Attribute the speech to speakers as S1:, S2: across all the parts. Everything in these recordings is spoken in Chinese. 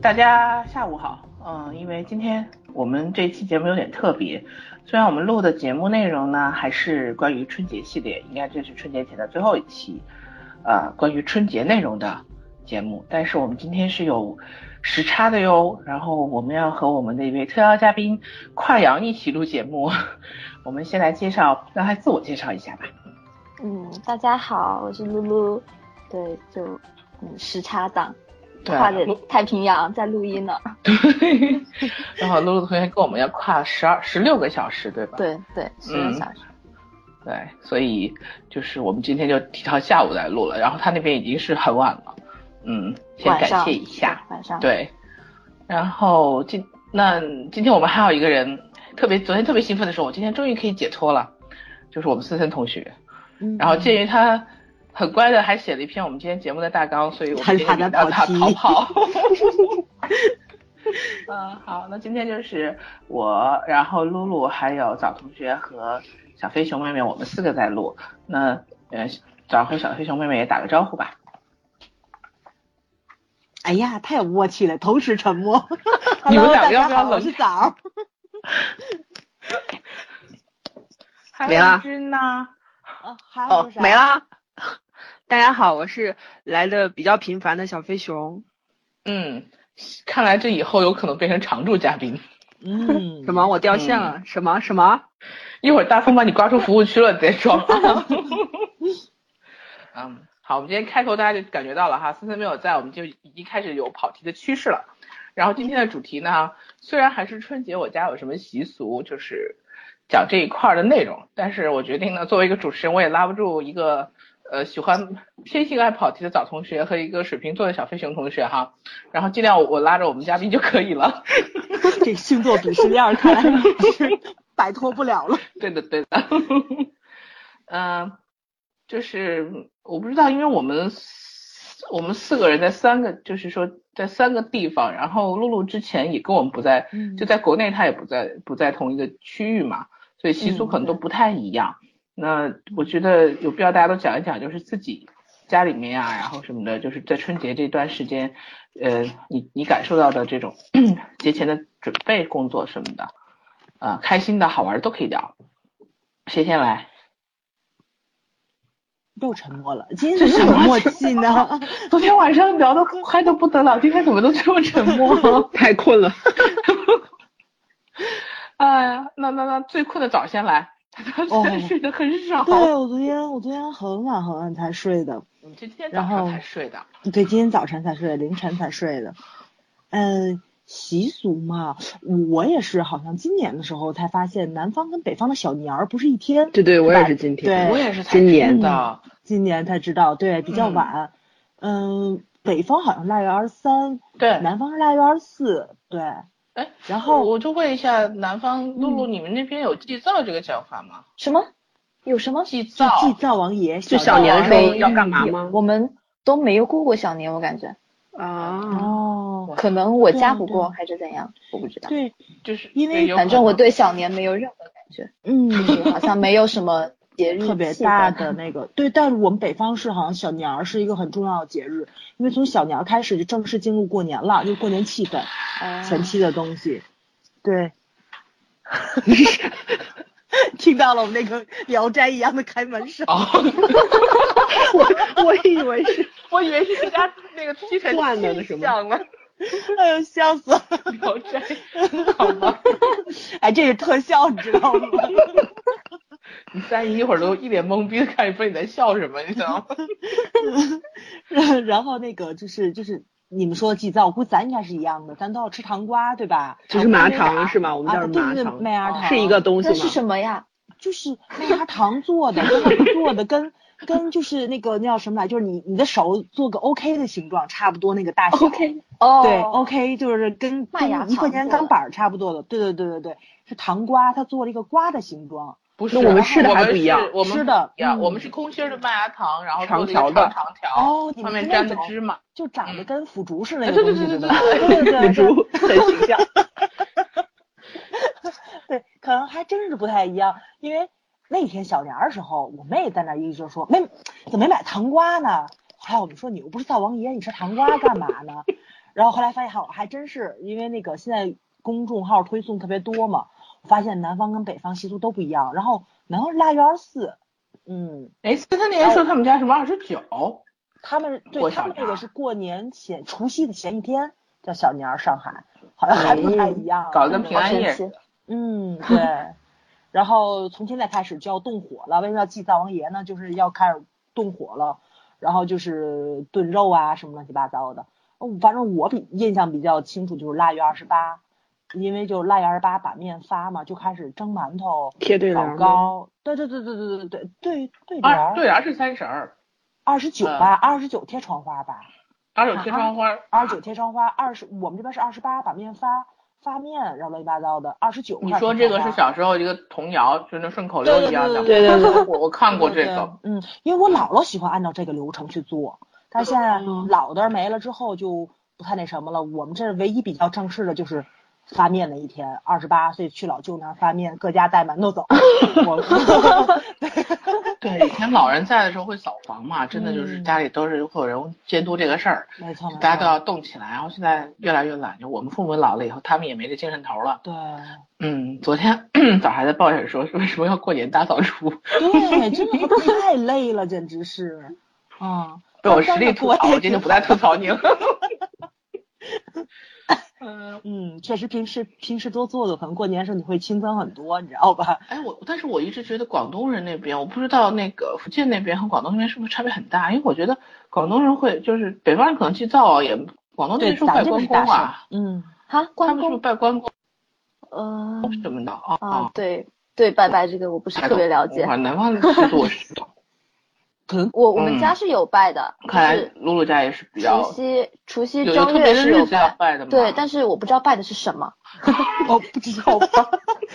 S1: 大家下午好，嗯，因为今天我们这期节目有点特别，虽然我们录的节目内容呢还是关于春节系列，应该这是春节前的最后一期，呃，关于春节内容的节目，但是我们今天是有时差的哟，然后我们要和我们的一位特邀嘉宾跨洋一起录节目， 我们先来介绍，让他自我介绍一下吧。
S2: 嗯，大家好，我是露露，对，就嗯时差党，
S1: 对啊
S2: 跨着
S1: 露
S2: 太平洋在录音呢。
S1: 对，然后露露同学跟我们要跨十二十六个小 时，对嗯吧？
S2: 对对，十个小时。
S1: 对，所以就是我们今天就提到下午来录了，然后他那边已经是很晚了，嗯，先
S2: 晚
S1: 感
S2: 上
S1: 谢一下，，
S2: 晚上。
S1: 对，然后今那今天我们还有一个人特别，昨天特别兴奋的时候，我今天终于可以解脱了，就是我们森森同学，
S3: 嗯
S1: 然后鉴于他很乖的，还写了一篇我们今天节目的大纲，所以我们今
S3: 很
S1: 天就
S3: 好的
S1: 让他
S3: 跑题
S1: 逃跑。嗯，好，那今天就是我，然后露露还有早同学和小飞熊妹妹，我们四个在录。那呃，早和小飞熊妹妹也打个招呼吧。
S3: 哎呀，太有默契了，同时 沉默。
S1: 你们
S3: Hello，
S1: 两
S3: 大
S1: 个要
S3: 家
S1: 不要
S3: 好，我是
S1: 冷
S3: 枣。
S1: 还
S4: 没
S1: 有
S4: 啦
S1: 君呢？
S3: 啊，还
S4: 哦
S3: 有，啥？
S4: 没。啦。 大家好，我是来的比较频繁的小飞熊。
S1: 嗯，看来这以后有可能变成常驻嘉宾。
S3: 嗯，
S4: 什么？我掉线了？什么什么？
S1: 一会儿大风把你刮出服务区了，再装啊。嗯，好，我们今天开头大家就感觉到了哈，森森没有在，我们就已经开始有跑题的趋势了。然后今天的主题呢，虽然还是春节我家有什么习俗，就是讲这一块儿的内容，但是我决定呢，作为一个主持人，我也拉不住一个呃喜欢偏性爱跑题的早同学和一个水瓶座的小飞熊同学哈，然后尽量我拉着我们嘉宾就可以了。
S3: 这星座鄙视链儿看来是摆脱不了了。
S1: 对的， 对的。嗯、就是我不知道，因为我们四我们四个人在三个，就是说在三个地方，然后露露之前也跟我们不在，
S3: 嗯
S1: 就在国内她也不在不在同一个区域嘛，所以习俗
S3: 嗯
S1: 可能都
S3: 对
S1: 不太一样。那我觉得有必要大家都讲一讲，就是自己家里面啊，然后什么的，就是在春节这段时间，呃，你你感受到的这种 节前的准备工作什么的，呃，开心的好玩的都可以聊。谁先来？
S3: 又沉默了，今天怎么有默契 呢？
S1: 昨天晚上聊的快的不得了，今天怎么都这么沉默？
S4: 太困了。
S1: 哎呀，那那那最困的早先来，他
S3: 哦
S1: 真的睡得很少。
S3: 对，我昨天我昨天很晚很晚才睡的，
S1: 你这今天早
S3: 然
S1: 上
S3: 后
S1: 才睡的，
S3: 对，今天早晨才睡，凌晨才睡的。嗯，习俗嘛，我也是，好像今年的时候才发现，南方跟北方的小年儿不是一 天。
S4: 对对，我也是今天。
S3: 对
S1: 我也是才
S4: 今年
S1: 知道。
S3: 今年才知道，对，比较
S1: 嗯
S3: 晚。嗯，北方好像腊月二十三，
S1: 对，
S3: 南方是腊月二十四，对。
S1: 哎，
S3: 然后
S1: 我就问一下南方露露，你们那边有祭灶这个讲法吗？
S2: 什么？有什么？
S1: 祭
S3: 就
S1: 灶，
S3: 祭灶王爷，
S4: 就小年的时候要干嘛
S2: 没
S4: 吗
S2: 我们都没有过过小年，我感觉，
S4: 啊，
S3: 哦，
S2: 可能我家不
S3: 对
S2: 过
S3: 啊
S2: 还是怎样，我不知道。
S3: 对，
S1: 就是
S3: 因为
S1: 对有
S2: 反正我
S1: 可能
S2: 对小年没有任何感 觉，
S3: 嗯，
S2: 就是好像没有什么节日
S3: 特别
S2: 气
S3: 大
S2: 氛
S3: 的那个，对，但是我们北方是好像小年儿是一个很重要的节日，因为从小年儿开始就正式进入过年了，就是过年气氛，
S2: 哦
S3: 前期的东西。 对，听到了我们那个《聊斋》一样的开门声。
S1: 哦，
S4: 啊 我我以为是
S1: 我以为是人家那个吸尘
S4: 换了
S1: 器
S4: 的什么
S1: 响了，
S3: 哎呦，笑死了！
S1: 聊斋，好吗？
S3: 哎，这是特效，你知道吗？
S1: 你三姨一会儿都一脸懵逼的看你，不知道你在笑什么，你知道吗？
S3: 然然后那个就是就是你们说的祭灶，我估计咱应该是一样的，咱都要吃糖瓜，对吧？
S4: 就是麻糖是吗？我们
S3: 啊，
S4: 叫
S3: 对
S4: 麻
S3: 对对，
S4: 糖，哦
S3: 麦芽糖
S4: 是一个东西
S2: 那是
S4: 吗？
S2: 什么呀？
S3: 就是麦芽糖做的，跟那个做的跟跟就是那个那叫什么来，就是你你的手做个 OK 的形状，差不多那个大小。
S2: OK 哦，
S3: 对，OK 就是跟
S2: 麦芽
S3: 跟一块
S2: 糖
S3: 钱
S2: 做的
S3: 钢板儿差不多的，对对对对对，是糖瓜，它做了一个瓜的形状。
S1: 不
S4: 那我们吃的还不一样
S1: 我们是
S3: 吃的
S1: 呀，
S3: 嗯
S1: 我们是空心儿的麦芽糖，然后
S4: 长
S1: 做了一个
S4: 条
S1: 长
S4: 的
S1: 长条，
S3: 哦你
S1: 上面
S3: 们是
S1: 沾
S3: 那
S1: 的
S3: 种
S1: 芝麻，
S3: 就长得
S1: 嗯
S3: 跟腐竹似的
S1: 哎
S3: 那
S1: 对
S3: 个
S1: 对
S3: 东西，
S1: 对对
S3: 吧？
S1: 对
S3: 对对
S4: 卤
S3: 对
S4: 猪很形象。
S3: 对，可能还真是不太一样，因为那天小年儿的时候，我妹在那儿一直说没怎么没买糖瓜呢。后来我们说你又不是灶王爷，你吃糖瓜干嘛呢？然后后来发现好还真是因为那个现在公众号推送特别多嘛，发现南方跟北方习俗都不一样。然后南方是腊月二十四，嗯，
S1: 哎，所以他那年说他们家什么二十九，
S3: 他们对
S1: 过
S3: 他
S1: 小
S3: 们
S1: 年
S3: 这
S1: 儿
S3: 个是过年前除夕的前一天叫小年儿，上海好像还不太一样，
S1: 搞得跟
S3: 嗯
S1: 平安夜
S2: 神
S1: 似
S2: 奇
S1: 的。
S3: 嗯，对。然后从现在开始就要动火了，为什么要祭灶王爷呢？就是要开始动火了，然后就是炖肉啊什么乱七八糟的。哦反正我比印象比较清楚就是腊月二十八，因为就腊月二十八把面发嘛，就开始蒸馒头、
S4: 贴对联
S3: 枣
S4: 儿吗，
S3: 糕。对对对对对对对对对联
S1: 二
S3: 儿，
S1: 对联是三十儿，
S3: 二十九吧，二十九贴窗花吧。
S1: 二十九贴窗花，
S3: 二十九贴窗花，二十我们这边是二十八把面发发面，然后乱七八糟的。二十九，
S1: 你说这个是小时候一个童谣，就那顺口溜一样的。
S4: 对对对，
S1: 我我看过
S3: 对
S1: 这个，，
S3: 对嗯，因为我姥姥喜欢按照这个流程去做，但是现在
S4: 嗯
S3: 老的没了之后就不太那什么了。我们这唯一比较正式的就是发面那一天，二十八岁去老舅那儿发面，各家带馒头走。 我
S1: 对，以前老人在的时候会扫房嘛，真的就是
S3: 嗯
S1: 家里都是会有人监督这个事儿，
S3: 没错，没错
S1: 大家都要动起来。然后现在越来越懒，就我们父母老了以后，他们也没这精神头了。
S3: 对
S1: 嗯，昨天 早还在抱怨说，为什么要过年大扫除？
S3: 对，真的太累了，简直是，嗯，
S1: 被我实力吐槽，我今天不再吐槽你了。 嗯，
S3: 嗯，确实平时平时多做做，可能过年时候你会轻松很多，你知道吧？
S1: 哎，我但是我一直觉得广东人那边，我不知道那个福建那边和广东那边是不是差别很大，因为我觉得广东人会就是北方人可能祭灶啊，也广东那
S3: 对，
S1: 边是不
S3: 咱
S1: 是拜
S3: 们这不
S1: 关公
S3: 是大事
S1: 啊，，
S3: 嗯，
S2: 哈，
S1: 他
S2: 关
S1: 们是不是
S2: 公，
S1: 拜关公
S2: 呃，
S1: 什么的啊？
S2: 啊，，对对，拜拜这个我不是特别了解
S1: 哇，，南 方的习俗我是不懂。
S3: 可能
S2: 我我们
S1: 嗯
S2: 家是有拜的，
S1: 看来
S2: 就是
S1: 露露家也是比较
S2: 除夕除夕
S1: 有一个
S2: 正
S1: 特别的
S2: 月是
S1: 日
S2: 有
S1: 子啊要
S2: 拜，
S1: 拜的嘛。
S2: 对，但是我不知道拜的是什么。
S3: 我不知道吧，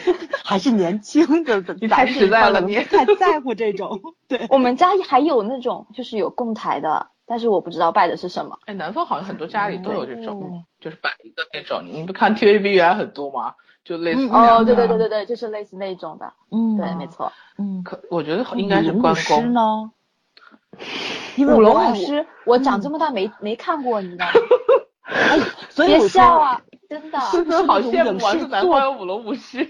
S3: 还是年轻的，
S1: 你太实在了你
S3: 不太在乎这种，对，
S2: 我们家还有那种就是有供台的，但是我不知道拜的是什么。
S1: 哎，南方好像很多家里都有这种，
S3: 哦
S1: 就是摆一个那种，你不看 TVB 原来很多吗？就类似
S3: 嗯
S1: 这样的
S2: 哦，对对对对对，就是类似那种的，
S3: 嗯，
S2: 对，没，错。
S3: 嗯，
S1: 可我觉得应该是关
S3: 舞龙舞狮
S1: 公。
S3: 呢，
S1: 嗯
S3: 因为
S2: 舞龙
S3: 我
S2: 舞，狮，我长这么大没没看过，你 知道吗？
S3: 哎所以
S2: 别
S3: 我说
S2: 笑，啊，真的。
S1: 真的 好羡慕啊！
S3: 是
S1: 是南方有舞龙舞狮，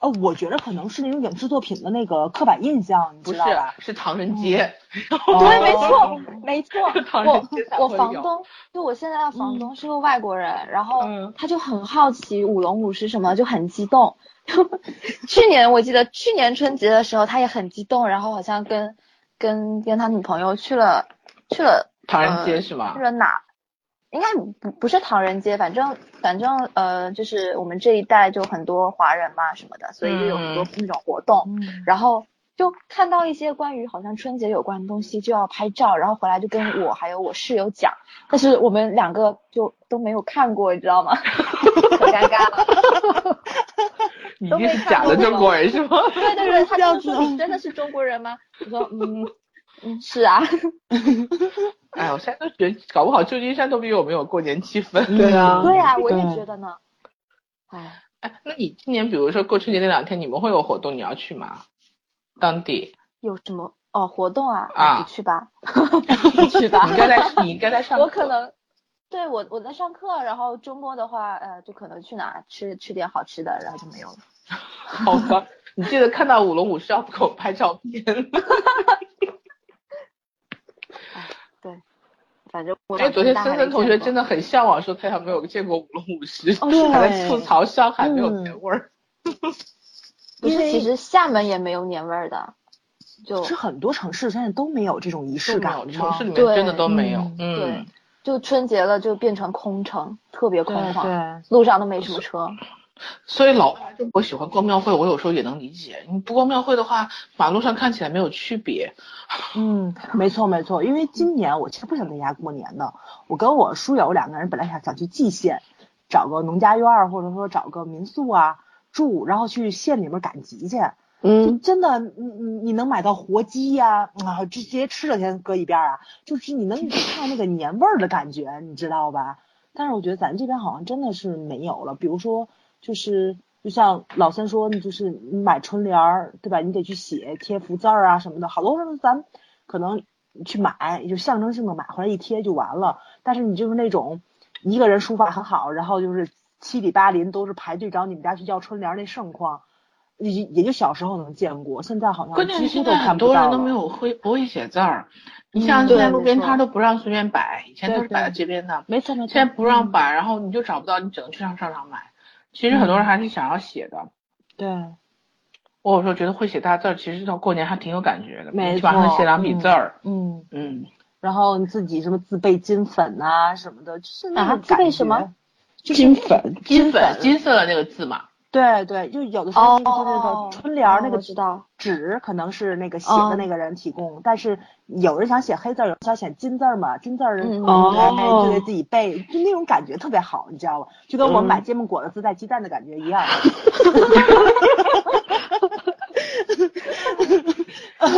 S3: 呃，我觉得可能是那种影视作品的那个刻板印象，你
S1: 不
S3: 知
S1: 是
S3: 道吧？
S1: 是唐人街。。
S2: 对，没
S3: 哦
S2: 错，没错
S1: 唐人街才
S2: 我我
S1: 会
S2: 房
S1: 有
S2: 东，就我现在的
S3: 嗯
S2: 房东是个外国人，然后
S1: 嗯
S2: 他就很好奇舞龙舞狮什么，就很激动。 去年我记得去年春节的时候，他也很激动，然后好像跟跟跟他女朋友去了去了
S1: 唐人街
S2: 呃
S1: 是吗
S2: 去？了哪？应该不不是唐人街，反正反正呃，就是我们这一带就很多华人嘛什么的，所以就有很多
S1: 嗯
S2: 那种活动。
S3: 嗯
S2: 然后就看到一些关于好像春节有关的东西，就要拍照，然后回来就跟我还有我室友讲，但是我们两个就都没有看过，你知道吗？ 可尴尬了。
S1: 你一
S2: 都
S1: 定
S2: 没
S1: 是
S2: 看
S1: 假的
S2: 过
S1: 中国人是吗？
S2: 对对对，他
S3: 笑
S2: 就
S3: 死
S2: 说
S3: 了
S2: 你真的是中国人吗？我说嗯嗯是啊，
S1: 哎，我现在都觉得，搞不好旧金山都比我们有过年气氛。
S3: 嗯
S4: 对啊
S2: 对啊，我也觉
S3: 得，
S2: 得呢。哎，
S1: 哎，那你今年比如说过春节那两天，你们会有活动，你要去吗？当地
S2: 有什么哦活动啊？
S1: 啊
S2: 你去吧，你去吧
S1: 你。应该在，你应该在上课。
S2: 我可能对我我在上课，然后周末的话，呃，就可能去哪吃吃点好吃的，然后就没有了。
S1: 好吧，你记得看到舞龙舞狮要给我拍照片。
S2: 反正我
S1: 哎，昨天
S2: 大概
S1: 森森
S2: 没
S1: 同
S2: 见
S1: 学
S2: 过
S1: 真的很向往，说他还没有见过舞龙舞狮，
S2: 哦是吗
S1: 还在吐槽上海没有
S3: 哎嗯
S1: 年味儿。
S2: 不
S3: 因
S2: 是，
S3: 为
S2: 其实厦门也没有年味儿的，就是
S3: 很多城市现嗯在都没有这种仪式
S1: 是
S3: 感
S1: 吗？
S3: 了，
S1: 城市里面
S2: 对
S1: 真的都没有
S3: 嗯。
S2: 对
S1: 嗯，，
S2: 就春节了就变成空城，特别空
S3: 对
S2: 旷，
S3: 对。
S2: 路上都没什么车。
S1: 所以老外中国喜欢逛庙会，我有时候也能理解。你不逛庙会的话，马路上看起来没有区别。
S3: 嗯，没错没错，因为今年我其实不想在家过年的，我跟我书友两个人本来想想去蓟县，找个农家院儿或者说找个民宿啊住，然后去县里面赶集去。就
S4: 嗯，
S3: 真的，你你你能买到活鸡呀、啊，这些吃的先搁一边儿啊，就是你能看到那个年味儿的感觉，你知道吧？但是我觉得咱这边好像真的是没有了，比如说就是就像老三说，就是你买春联儿，对吧？你得去写贴福字儿啊什么的，好多时候咱们可能去买，就象征性的买回来一贴就完了。但是你就是那种一个人书法很好，然后就是七里八邻都是排队找你们家去要春联儿那盛况，也也就小时候能见过，现在好像
S1: 关键是
S3: 几乎
S1: 现
S3: 都
S1: 在
S3: 看
S1: 很
S3: 不
S1: 多
S3: 到
S1: 人都
S3: 了
S1: 没有会不会写字儿，你
S3: 嗯
S1: 像
S2: 对
S1: 现在路
S2: 没
S1: 边
S2: 错
S1: 摊都不让随便摆，以前
S3: 对
S1: 都是摆在
S3: 对
S1: 街边的，
S3: 没错没错，
S1: 现在不让
S3: 嗯
S1: 摆，然后你就找不到，你只能去上商场买。其实很多
S3: 嗯
S1: 人还是想要写的，
S3: 对。
S1: 我有时候觉得会写大字儿，其实到过年还挺有感觉的，
S3: 没
S1: 你起码能写
S3: 错
S1: 两笔字儿。
S3: 嗯，
S1: 嗯，
S3: 然后你自己什么自备金粉呐、什么的，就是那
S2: 啊
S3: 种
S2: 自备
S3: 感
S2: 什么
S3: 觉？
S4: 金粉，
S1: 金
S3: 粉
S1: 粉金色的那个字嘛，
S3: 对对，就有的时候那个就是那
S2: 哦
S3: 个春联儿那
S2: 哦
S3: 个
S2: 我知道
S3: 纸可能是那个写
S2: 哦
S3: 的那个人提供，但是有人想写黑字儿，有人想写金字儿嘛，金字儿人
S2: 嗯
S3: 可能
S4: 哦
S3: 哎就得自己背，就那种感觉特别好，你知道吧？就跟我们买
S1: 嗯
S3: 煎饼果子自带鸡蛋的感觉一样。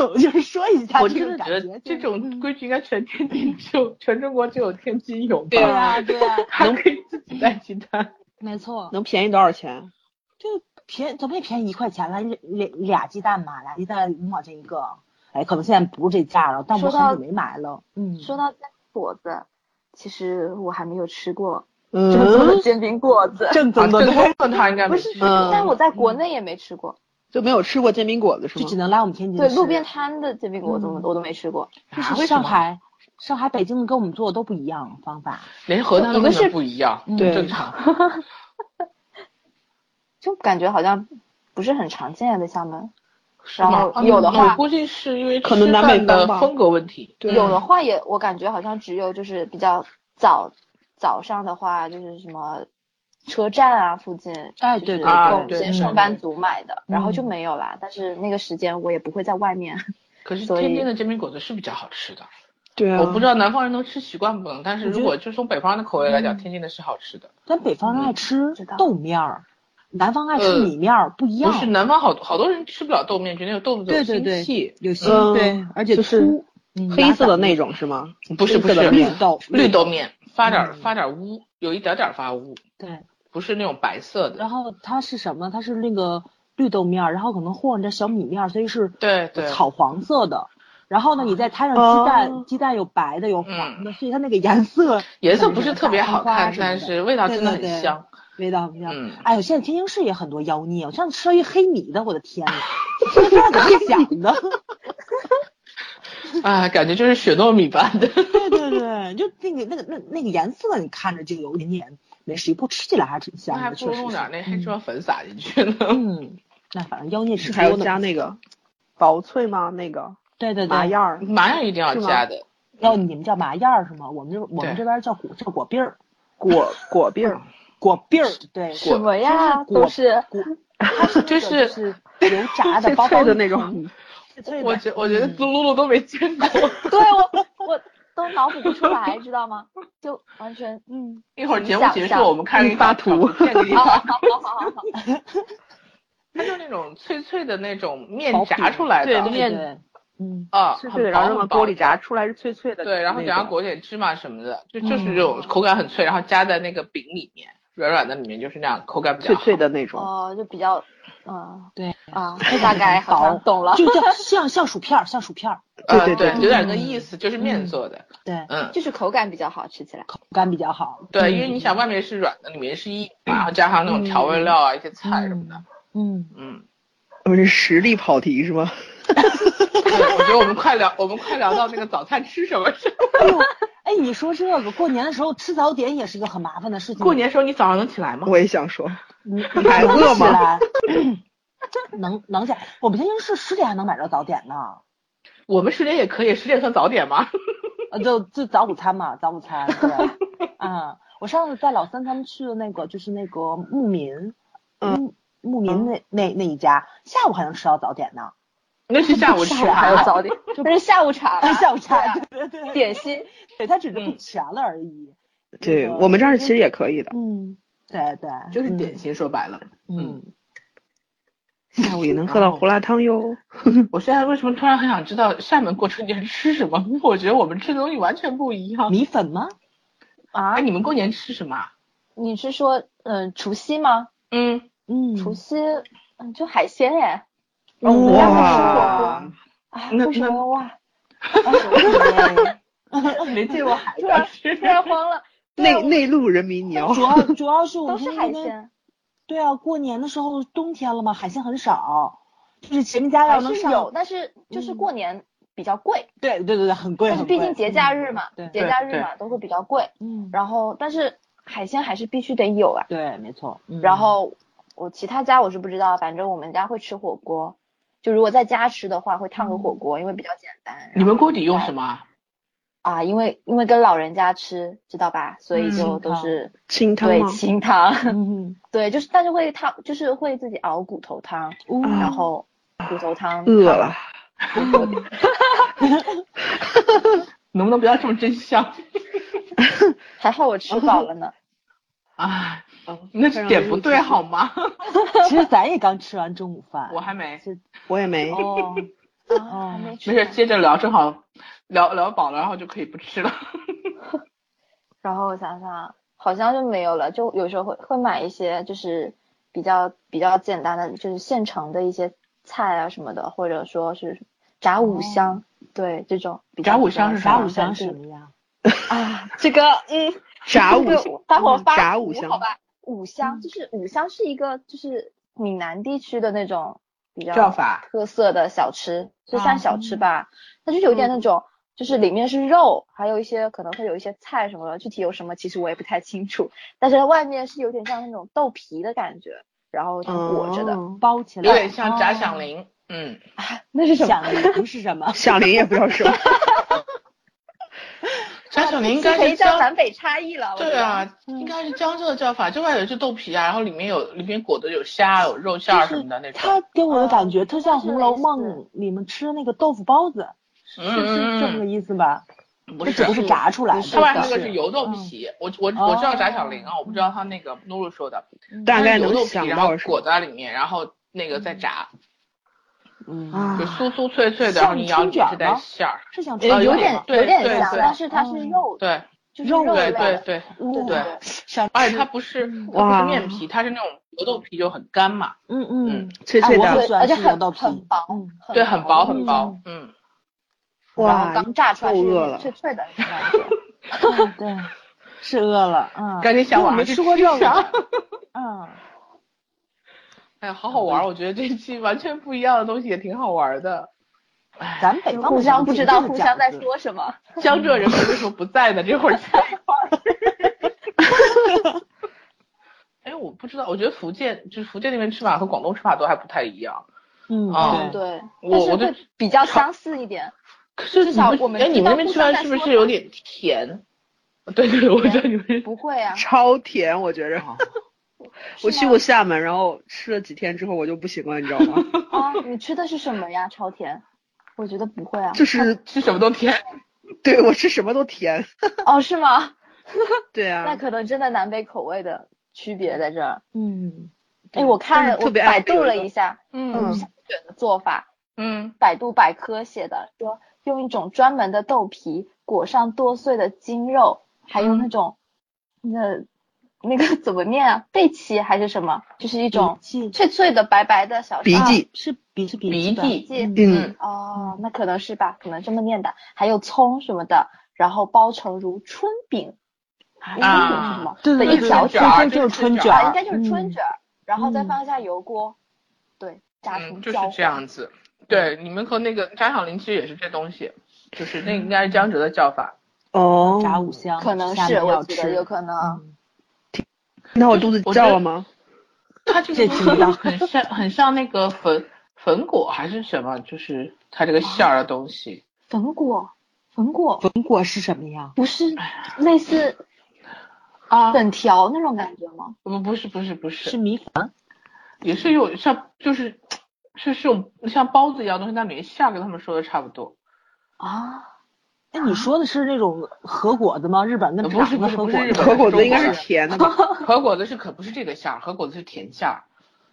S3: 我就是说一下
S1: 我
S3: 这
S1: 真的
S3: 种感
S1: 觉得
S3: 就
S1: 这
S3: 是
S1: 种规矩应该全天津只有全中国只有天津有吧？
S4: 对
S3: 对啊对啊，
S1: 还可以自己带鸡蛋。
S3: 没错。
S4: 能便宜多少钱？
S3: 就便怎么也便宜一块钱了，俩俩俩鸡蛋嘛，俩鸡蛋五毛钱一个。哎，可能现在不是这价了，但
S2: 说
S3: 我很久
S2: 到
S3: 没买了。嗯，
S2: 说到煎饼果子，其实我还没有吃过
S4: 嗯
S2: 正宗的煎饼果子，
S3: 正
S1: 啊
S3: 宗的
S1: 这
S3: 对，
S1: 个他应该
S2: 不
S1: 没
S2: 是
S1: 吃，过。
S4: 嗯
S2: 但我在国内也没吃过。
S4: 就没有吃过煎饼果子是
S3: 就只
S4: 吗？
S3: 能来我们
S1: 嗯
S3: 天津
S2: 对，
S3: 吃
S2: 路边摊的煎饼果子我
S3: 嗯
S2: 我都没吃过，
S3: 就
S1: 啊
S3: 是
S1: 为什
S3: 上
S1: 么
S3: 海、上海、北京的跟我们做的都不一样方法。
S1: 连河南
S2: 有
S1: 都
S2: 个
S1: 跟
S2: 是
S1: 不一样，
S3: 嗯
S4: 对
S1: 正常。
S2: 就感觉好像不是很常见在厦门。
S1: 是
S2: 然
S1: 吗
S2: 后有的
S1: 嗯我
S2: 话
S1: 估计是因为
S4: 可能
S1: 吃
S4: 南
S1: 饭
S4: 北
S1: 的
S4: 方吧
S1: 风格问题。
S4: 对
S2: 有的
S3: 嗯
S2: 话也，我感觉好像只有就是比较早早上的话，就是什么车站啊附近，
S3: 哎
S2: 就是
S3: 对对
S1: 啊
S2: 跟我们
S1: 对
S2: 这些
S1: 对
S2: 上班族买的，
S3: 嗯
S2: 然后就没有啦。但是那个时间我也不会在外面，
S1: 可是
S2: 所
S1: 天
S2: 以
S1: 津的煎饼果子是比较好吃的，
S4: 对啊，
S1: 我不知道南方人能吃习惯不能，但是
S3: 我觉
S1: 如
S3: 得
S1: 果就从北方的口味来讲，
S3: 嗯
S1: 天津的是好吃的。
S3: 咱北方人爱吃
S2: 嗯知道
S3: 豆面儿，南方爱吃
S1: 呃
S3: 米面儿，不一样
S1: 不。是南方好好多人吃不了豆面，觉得有豆子有
S3: 对对
S1: 腥
S3: 对
S1: 气。
S3: 有些
S4: 嗯
S3: 对，而且
S4: 就是
S3: 粗，嗯
S4: 黑色的那种是吗？
S1: 不是不
S4: 黑色
S1: 是
S4: 的
S3: 绿
S4: 面
S3: 豆
S1: 绿豆面，发点儿
S3: 嗯
S1: 发点儿乌，有一点点儿发乌，
S3: 对。
S1: 不是那种白色的
S3: 然。后它是什么？它是那个绿豆面儿，然后可能和着小米面儿，所以是
S1: 对对
S3: 草黄色的。然后呢，你再摊上鸡蛋，
S4: 哦
S3: 鸡蛋有白的有黄的，所以它那个颜色
S1: 嗯 颜色
S3: 像
S1: 不
S3: 什
S1: 是
S3: 么
S1: 特
S3: 大
S1: 别
S3: 黄
S1: 好
S3: 花
S1: 看，
S3: 什么
S1: 但
S3: 的
S1: 是味道真的
S3: 对对
S1: 很
S3: 对
S1: 香。
S3: 味道不一样。
S1: 嗯
S3: 哎呦，现在天津市也很多妖孽，我上次吃了一黑米的，我的天 呐，这是怎么想的？
S1: 啊，感觉就是雪糯米般的。
S3: 对对 对，就那个那个那那个颜色，你看着就有一点点没食欲，不过吃起来还是挺
S1: 那
S3: 香
S1: 还
S3: 的，
S1: 不
S3: 确
S1: 如
S3: 实
S1: 弄
S3: 是
S1: 点。那黑芝麻粉撒进去呢。
S3: 嗯，那反正妖孽挺
S4: 是还
S3: 多
S4: 要
S3: 的。
S4: 加那个薄脆吗？那个
S3: 对对对，
S4: 麻样儿，
S1: 麻酱一定要
S4: 是吗
S1: 加的，
S3: 要你们叫麻样儿是吗？我们这我们
S1: 对
S3: 这边叫果叫果篦儿，
S4: 果果篦儿，
S3: 果 篦儿，对，
S1: 果
S2: 什么呀，
S3: 果
S2: 都是
S3: 果
S1: 就
S3: 就是是油炸的
S4: 脆
S3: 薄薄
S4: 脆
S3: 一
S4: 的那
S3: 层
S4: 种。
S3: 脆脆的。
S1: 我觉我觉得露露都没见 过，
S2: 对我我都脑补不出来，知道吗？就完全 嗯，
S1: 一会儿节目结束
S2: 想象
S1: 我们看着
S4: 发图
S2: 好好
S1: 它
S2: 好好好好，
S1: 就是那种脆脆的那种面
S3: 薄
S1: 炸
S3: 饼
S1: 出来的
S4: 对面
S3: 对，嗯，
S1: 啊，
S4: 脆
S1: 很
S4: 脆的，然
S1: 薄
S4: 后扔到
S1: 很薄
S4: 锅里炸，出来是脆脆的那种。
S1: 对，然后顶上裹点芝麻什么的，就就是
S3: 嗯
S1: 这种口感很脆，然后夹在那个饼里面，软软的里面就是那样，口感比较
S4: 脆
S1: 好
S4: 脆。的那种。
S2: 哦，就比较嗯
S3: 对
S2: 啊，大概好像懂了，
S3: 就叫 像像薯片儿，像薯片儿，
S1: 呃
S4: 对对
S1: 对，
S4: 对
S1: 有点那个
S3: 嗯
S1: 意思，就是面做的，
S3: 对，
S1: 嗯。
S2: 就是口感比较好，吃起来。
S3: 口感比较好。嗯
S1: 对，因为你想外面是软的，里面是硬，的，然后加上那种调味料啊，一些菜什么的，
S3: 嗯，
S1: 嗯，
S4: 我们是实力跑题是吗？
S1: 对，我觉得我们快聊，我们快聊到那个早餐吃什么事。
S3: 哎呦，哎，你说这个过年的时候吃早点也是一个很麻烦的事情。
S1: 过年时候你早上能起来吗？
S4: 我也想说，
S3: 你你
S4: 你还饿吗
S3: 吗？能能起来， 我们天津市十点还能买着早点呢。
S1: 我们十点也可以，十点算早点吗？
S3: 呃，就就早午餐嘛，早午餐，对，啊，我上次带老三他们去的那个就是那个牧民，嗯，牧民那那那一家，下午还能吃到早点呢，
S1: 那是 下午吃
S3: 是啊
S2: 还有
S1: 啊。
S2: 早点，那是下午 茶吧，啊
S3: 下午茶，对对对，
S2: 点心。
S3: 对，他只是不
S1: 嗯
S3: 全了而已，
S4: 对
S3: 那个
S4: 我们这儿其实也可以的，
S3: 嗯，对对，
S1: 就是
S3: 嗯
S1: 点，心，说白了。
S3: 嗯，
S4: 下午也能喝到胡辣汤哟。
S1: 我现在为什么突然很想知道厦门过春节吃什么？ 因为我觉得我们吃的东西完全不一样。
S3: 嗯米粉吗？
S1: 啊，你们过年吃什么啊？
S2: 你是说嗯除夕吗？
S1: 嗯，
S3: 嗯，
S2: 除夕嗯就海鲜哎，
S3: 哦
S2: 我
S3: 哇
S2: 要吃火锅。啊，
S1: 那
S2: 为什么哇？
S3: 哎
S1: 没见过海
S2: 突然
S1: 吃
S2: 突然慌了，
S4: 内内陆人民，你要
S3: 主要主要是我
S2: 都
S3: 们
S2: 是
S3: 现在
S2: 海
S3: 那边
S2: 鲜，
S3: 对啊，过年的时候冬天了嘛，海鲜很少，就是前面家要
S2: 还
S3: 能
S2: 哦是
S3: 上，
S2: 有，但是就是过年比较贵，
S3: 对对对对，很贵，
S2: 但是
S3: 很
S2: 毕
S3: 贵
S2: 竟节假日嘛，
S3: 嗯对
S2: 节假日嘛都会比较贵。
S3: 嗯，
S2: 然后，但是海鲜还是必须得有啊。
S3: 对，没错，嗯
S2: 然后我其他家我是不知道，反正我们家会吃火锅，就如果在家吃的话会烫个火锅，因为比较简单。
S1: 你们锅底用什么啊？
S2: 啊，因为因为跟老人家吃，知道吧？所以就
S3: 嗯
S2: 都是、
S4: 清汤
S2: 对
S4: 吗？
S2: 清汤，
S3: 嗯，
S2: 对，就是但是会汤，就是会自己熬骨头汤，
S3: 嗯
S2: 然后骨头汤
S4: 饿了，
S1: 能不能不要这么真相？
S2: 还好我吃饱了呢。
S1: 哎，
S4: 哦
S1: 那
S4: 非常
S1: 点不对
S4: 入侵
S1: 好吗？
S3: 其实咱也刚吃完中午饭，
S1: 我还没，
S4: 我也没。
S3: 哦，
S2: 啊，还没
S1: 没
S2: 吃
S1: 事，
S2: 呢
S1: 接着聊，正好聊聊饱了，然后就可以不吃了。
S2: 然后我想想，好像就没有了，就有时候会会买一些就是比较比较简单的，就是现成的一些菜啊什么的，或者说是炸五香，对这种比较
S1: 炸五香是
S3: 啥
S1: 啥
S3: 五香
S2: 是
S3: 什么呀？
S2: 啊，这个嗯，
S4: 炸五
S2: 这个
S4: 香
S2: 待会儿
S1: 嗯
S2: 发
S4: 炸
S2: 图
S4: 五香
S2: 好吧？五香
S3: 嗯
S2: 就是五香是一个就是闽南地区的那种比较
S1: 叫法嗯
S2: 特色的小吃，就算
S3: 啊
S2: 小吃吧，它就有点那种，就是里面是肉，还有一些可能会有一些菜什么的，具体有什么其实我也不太清楚，但是它外面是有点像那种豆皮的感觉，然后它裹着的，
S4: 哦？
S3: 包起来，
S1: 有点像 炸
S3: 哦
S1: 响，铃，嗯，
S2: 那是什么？
S3: 响铃是 什么
S4: 响铃也不知道什么，
S1: 炸响铃应
S2: 可
S1: 该
S2: 以
S1: 是
S2: 叫
S1: 江，
S2: 南北差异了，我觉
S1: 对
S2: 得。
S1: 啊，应该是江浙的叫法，就外头是豆皮啊，然后里面有里面裹的有虾、有肉馅儿什么的那种。
S3: 它给我的感觉特像《
S2: 是
S3: 红
S2: 类
S3: 楼
S2: 似
S3: 梦》里面吃的那个豆腐包子，是
S1: 嗯
S3: 是这么个
S1: 嗯
S3: 意思吧？
S1: 嗯，不
S3: 那
S1: 是
S3: 只不，是炸出来的，
S1: 它外头那
S3: 是
S1: 个是嗯油豆皮，我我我知道炸响铃啊，我不知道它那个露露说的，
S2: 嗯
S4: 大概
S1: 它是油
S4: 能
S1: 豆皮，
S4: 想
S1: 然后
S4: 到是
S1: 裹在里面，然后那个再炸，
S3: 嗯，
S4: 啊
S1: 就，酥酥脆脆的，然后你咬里面是带馅儿，
S3: 是想吃
S1: 呃
S2: 有
S1: 有
S2: 点
S1: 点
S2: 有
S1: 对
S2: 点
S1: 对
S2: 像，
S1: 对
S2: 但是它是
S3: 嗯
S2: 肉，
S1: 对
S2: 就是
S3: 肉
S2: 类
S1: 对
S2: 的，
S1: 对对，
S2: 对
S1: 对
S2: 对
S3: 想
S1: 而且
S3: 吃
S1: 它不是它不
S4: 哇
S1: 是面皮，它是那种油豆皮就很干嘛，
S3: 嗯嗯
S1: 嗯，
S4: 脆
S3: 啊
S4: 脆
S3: 我很
S4: 的，
S3: 喜欢
S2: 而且
S3: 吃
S2: 很
S3: 油豆皮，
S2: 很薄
S3: 嗯，
S1: 对，很薄
S2: 的
S1: 很
S2: 那种
S1: 薄，嗯，
S2: 然后
S4: 哇，
S2: 啊刚炸出来是
S4: 够
S2: 有
S4: 饿
S2: 点
S4: 了
S2: 脆脆的那种感 觉。
S3: 嗯对，是饿了，嗯，
S1: 赶紧想
S3: 因为
S1: 晚
S3: 我没
S1: 上去
S3: 吃过这
S1: 啊
S3: 个，嗯，
S1: 哎呀，好好玩儿！我觉得这一期完全不一样的东西也挺好玩的。哎，
S3: 咱们北方
S2: 互
S3: 的
S2: 相
S3: 东
S2: 不
S3: 西
S2: 知
S3: 就
S2: 道
S3: 是
S2: 互
S3: 饺
S2: 相在
S3: 子，
S2: 说什么。
S1: 江浙人民为什么不在呢？这会儿在一块儿。 哎，我不知道，我觉得福建就是福建那边吃法和广东吃法都还不太一样。
S3: 嗯
S1: 啊
S3: 对，
S2: 对，但
S1: 我
S2: 是
S1: 我就
S2: 会比较相似一点。
S1: 可是
S2: 至少
S1: 你
S2: 我们
S1: 哎，你
S2: 知道
S1: 们那边
S2: 互
S1: 吃
S2: 相
S1: 饭
S2: 在
S1: 是不
S2: 说
S1: 是有点甜？对对，我觉得你们
S2: 不会啊，
S4: 超甜，我觉着。 我
S2: 是
S4: 去
S2: 吗
S4: 过厦门，然后吃了几天之后，我就不行了，你知道吗？
S2: 啊，你吃的是什么呀？超甜？我觉得不会 啊。
S4: 就是
S1: 吃什么都甜。
S4: 对我吃什么都甜。
S2: 哦，是吗？
S4: 对
S1: 嗯
S4: 啊，
S2: 那可能真的南北口味的区别在这儿。
S3: 嗯，
S2: 哎，我看
S4: 但
S2: 了，
S4: 是
S2: 我
S4: 特别
S2: 百
S4: 爱吃
S2: 度了
S4: 有一个
S2: 一下，
S1: 嗯
S4: 嗯
S2: 香卷的做法，
S1: 嗯，
S2: 百度百科写的，说用一种专门的豆皮裹上剁碎的筋肉，还有那种、那那个怎么念啊？贝奇还是什么？就是
S3: 嗯
S2: 一种
S3: 鼻涕
S2: 脆脆的、白白的小
S4: 鼻
S2: 肠
S4: 涕
S3: 是鼻是
S1: 鼻
S3: 鼻吧
S1: 涕，
S2: 记
S4: 嗯，
S2: 哦，那可能是吧，可能这么念的。还有葱什么的，然后包成如春饼，春饼是
S1: 啊
S2: 什么？
S3: 对
S2: 的
S3: 对
S2: 一
S3: 对
S2: 条
S3: 对，
S1: 卷
S2: 卷
S1: 儿
S3: 这就是
S1: 这是
S3: 春
S1: 卷
S3: 卷
S1: 儿
S2: 啊，
S3: 儿，
S2: 应该就是春
S3: 啊嗯
S2: 卷儿，然后再
S3: 嗯
S2: 放一下油锅，对，炸成
S1: 嗯，就是
S2: 焦
S1: 这
S2: 黄
S1: 样子。对，你们和那个张小林其实也是这东西，就是那应该是江浙的叫法。
S4: 哦，
S3: 炸嗯五香，
S2: 可能
S3: 下
S2: 是
S3: 面
S2: 我
S3: 要
S2: 觉得有
S3: 吃，
S2: 可能。啊
S3: 嗯
S4: 那我肚子
S1: 我觉
S4: 叫
S1: 得
S4: 了吗？
S1: 它这个
S3: 这
S1: 东西
S3: 挺大
S1: 很像很像那个粉粉果还是什么，就是它这个馅儿的东西。
S2: 粉果，粉果
S3: 粉果是什么呀？
S2: 不是类似
S1: 啊，
S2: 粉条那种感觉吗？
S1: 不不是不是不是，
S3: 是米粉，
S1: 也是有像就是是是有像包子一样的东西，但里面馅儿跟他们说的差不多。
S2: 啊，
S3: 那你说的是那种和果子吗？日本那
S1: 呃不
S3: 么长
S1: 是
S3: 的
S1: 不是不是日
S3: 和果子，
S1: 本
S4: 可果子应
S1: 中
S4: 该是
S1: 国的
S4: 甜的吧？
S1: 和果子是可不是这个馅儿，和果子是甜馅儿。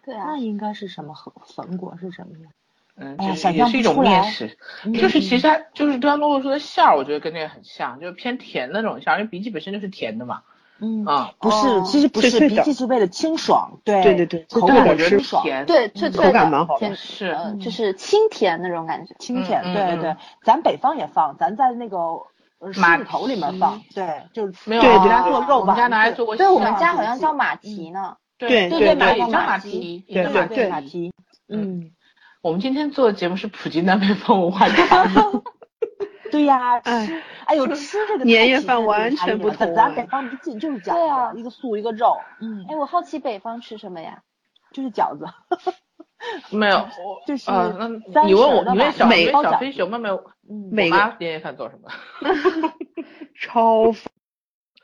S2: 对啊
S3: 那，应该是什么和粉果是什么呀？嗯
S1: 嗯，
S3: 哎呀
S1: 就是
S3: 想
S1: 也
S3: 象
S1: 是一
S3: 不
S1: 种
S3: 出
S1: 面
S3: 来
S1: 食，就是其实它就是刚刚露露说的馅儿，我觉得跟这个很像，就是偏甜的那种馅儿，因为笔记本身就是甜的嘛。
S3: 嗯，嗯
S1: 啊，
S3: 不是，
S2: 哦
S3: 其实不
S4: 脆
S3: 是，
S4: 脆
S3: 鼻
S4: 的
S3: 涕是为了清爽，嗯对
S4: 对对对
S3: 口
S1: 但
S3: 感
S1: 我觉得
S3: 清爽，呃
S1: 甜，
S2: 对，脆脆
S4: 嗯口感
S2: 的，
S4: 蛮好的
S2: 甜，
S1: 是
S2: 呃，就是清甜那种感觉。
S3: 清甜，
S1: 嗯嗯
S3: 对
S1: 嗯
S3: 对，咱北方也放，咱在那个呃
S1: 马
S3: 狮子头里面放，对，就是
S1: 没有
S3: 对
S1: 啊
S3: 我们家做肉
S1: 我们
S3: 丸
S1: 家拿来
S3: 子
S1: 做过
S2: 对，
S1: 馅
S2: 我
S1: 儿
S2: 们家好
S3: 是
S2: 像
S3: 是
S2: 叫马蹄呢。
S1: 对
S2: 对
S3: 对
S1: 对，
S2: 马蹄
S1: 叫
S2: 马蹄
S1: 蹄，
S3: 对
S1: 叫
S3: 对
S1: 蹄
S3: 对马蹄，嗯，
S1: 我们今天做的节目是普及南北方文化 差异。
S3: 对呀，
S4: 哎
S3: 吃，哎呦，吃这个
S4: 年
S3: 太
S4: 夜
S3: 体
S4: 饭
S3: 现这个
S4: 完
S3: 差
S4: 全
S3: 异
S4: 不
S3: 了可
S4: 同
S3: 咱
S4: 啊
S3: 北方不进就是饺
S2: 对啊
S3: 子，一个素一个肉，嗯，
S2: 哎，我好奇北方吃什么呀？
S3: 就是饺子，
S1: 没有，
S3: 就是
S1: 啊，那
S3: 三
S1: 你问
S3: 十
S1: 我，
S3: 的
S1: 你问
S3: 吧
S1: 小，
S4: 每
S1: 你
S3: 包
S1: 问小
S3: 饺
S1: 飞熊妹妹，我
S3: 嗯，
S4: 每个
S1: 妈年夜饭做什么？
S4: 超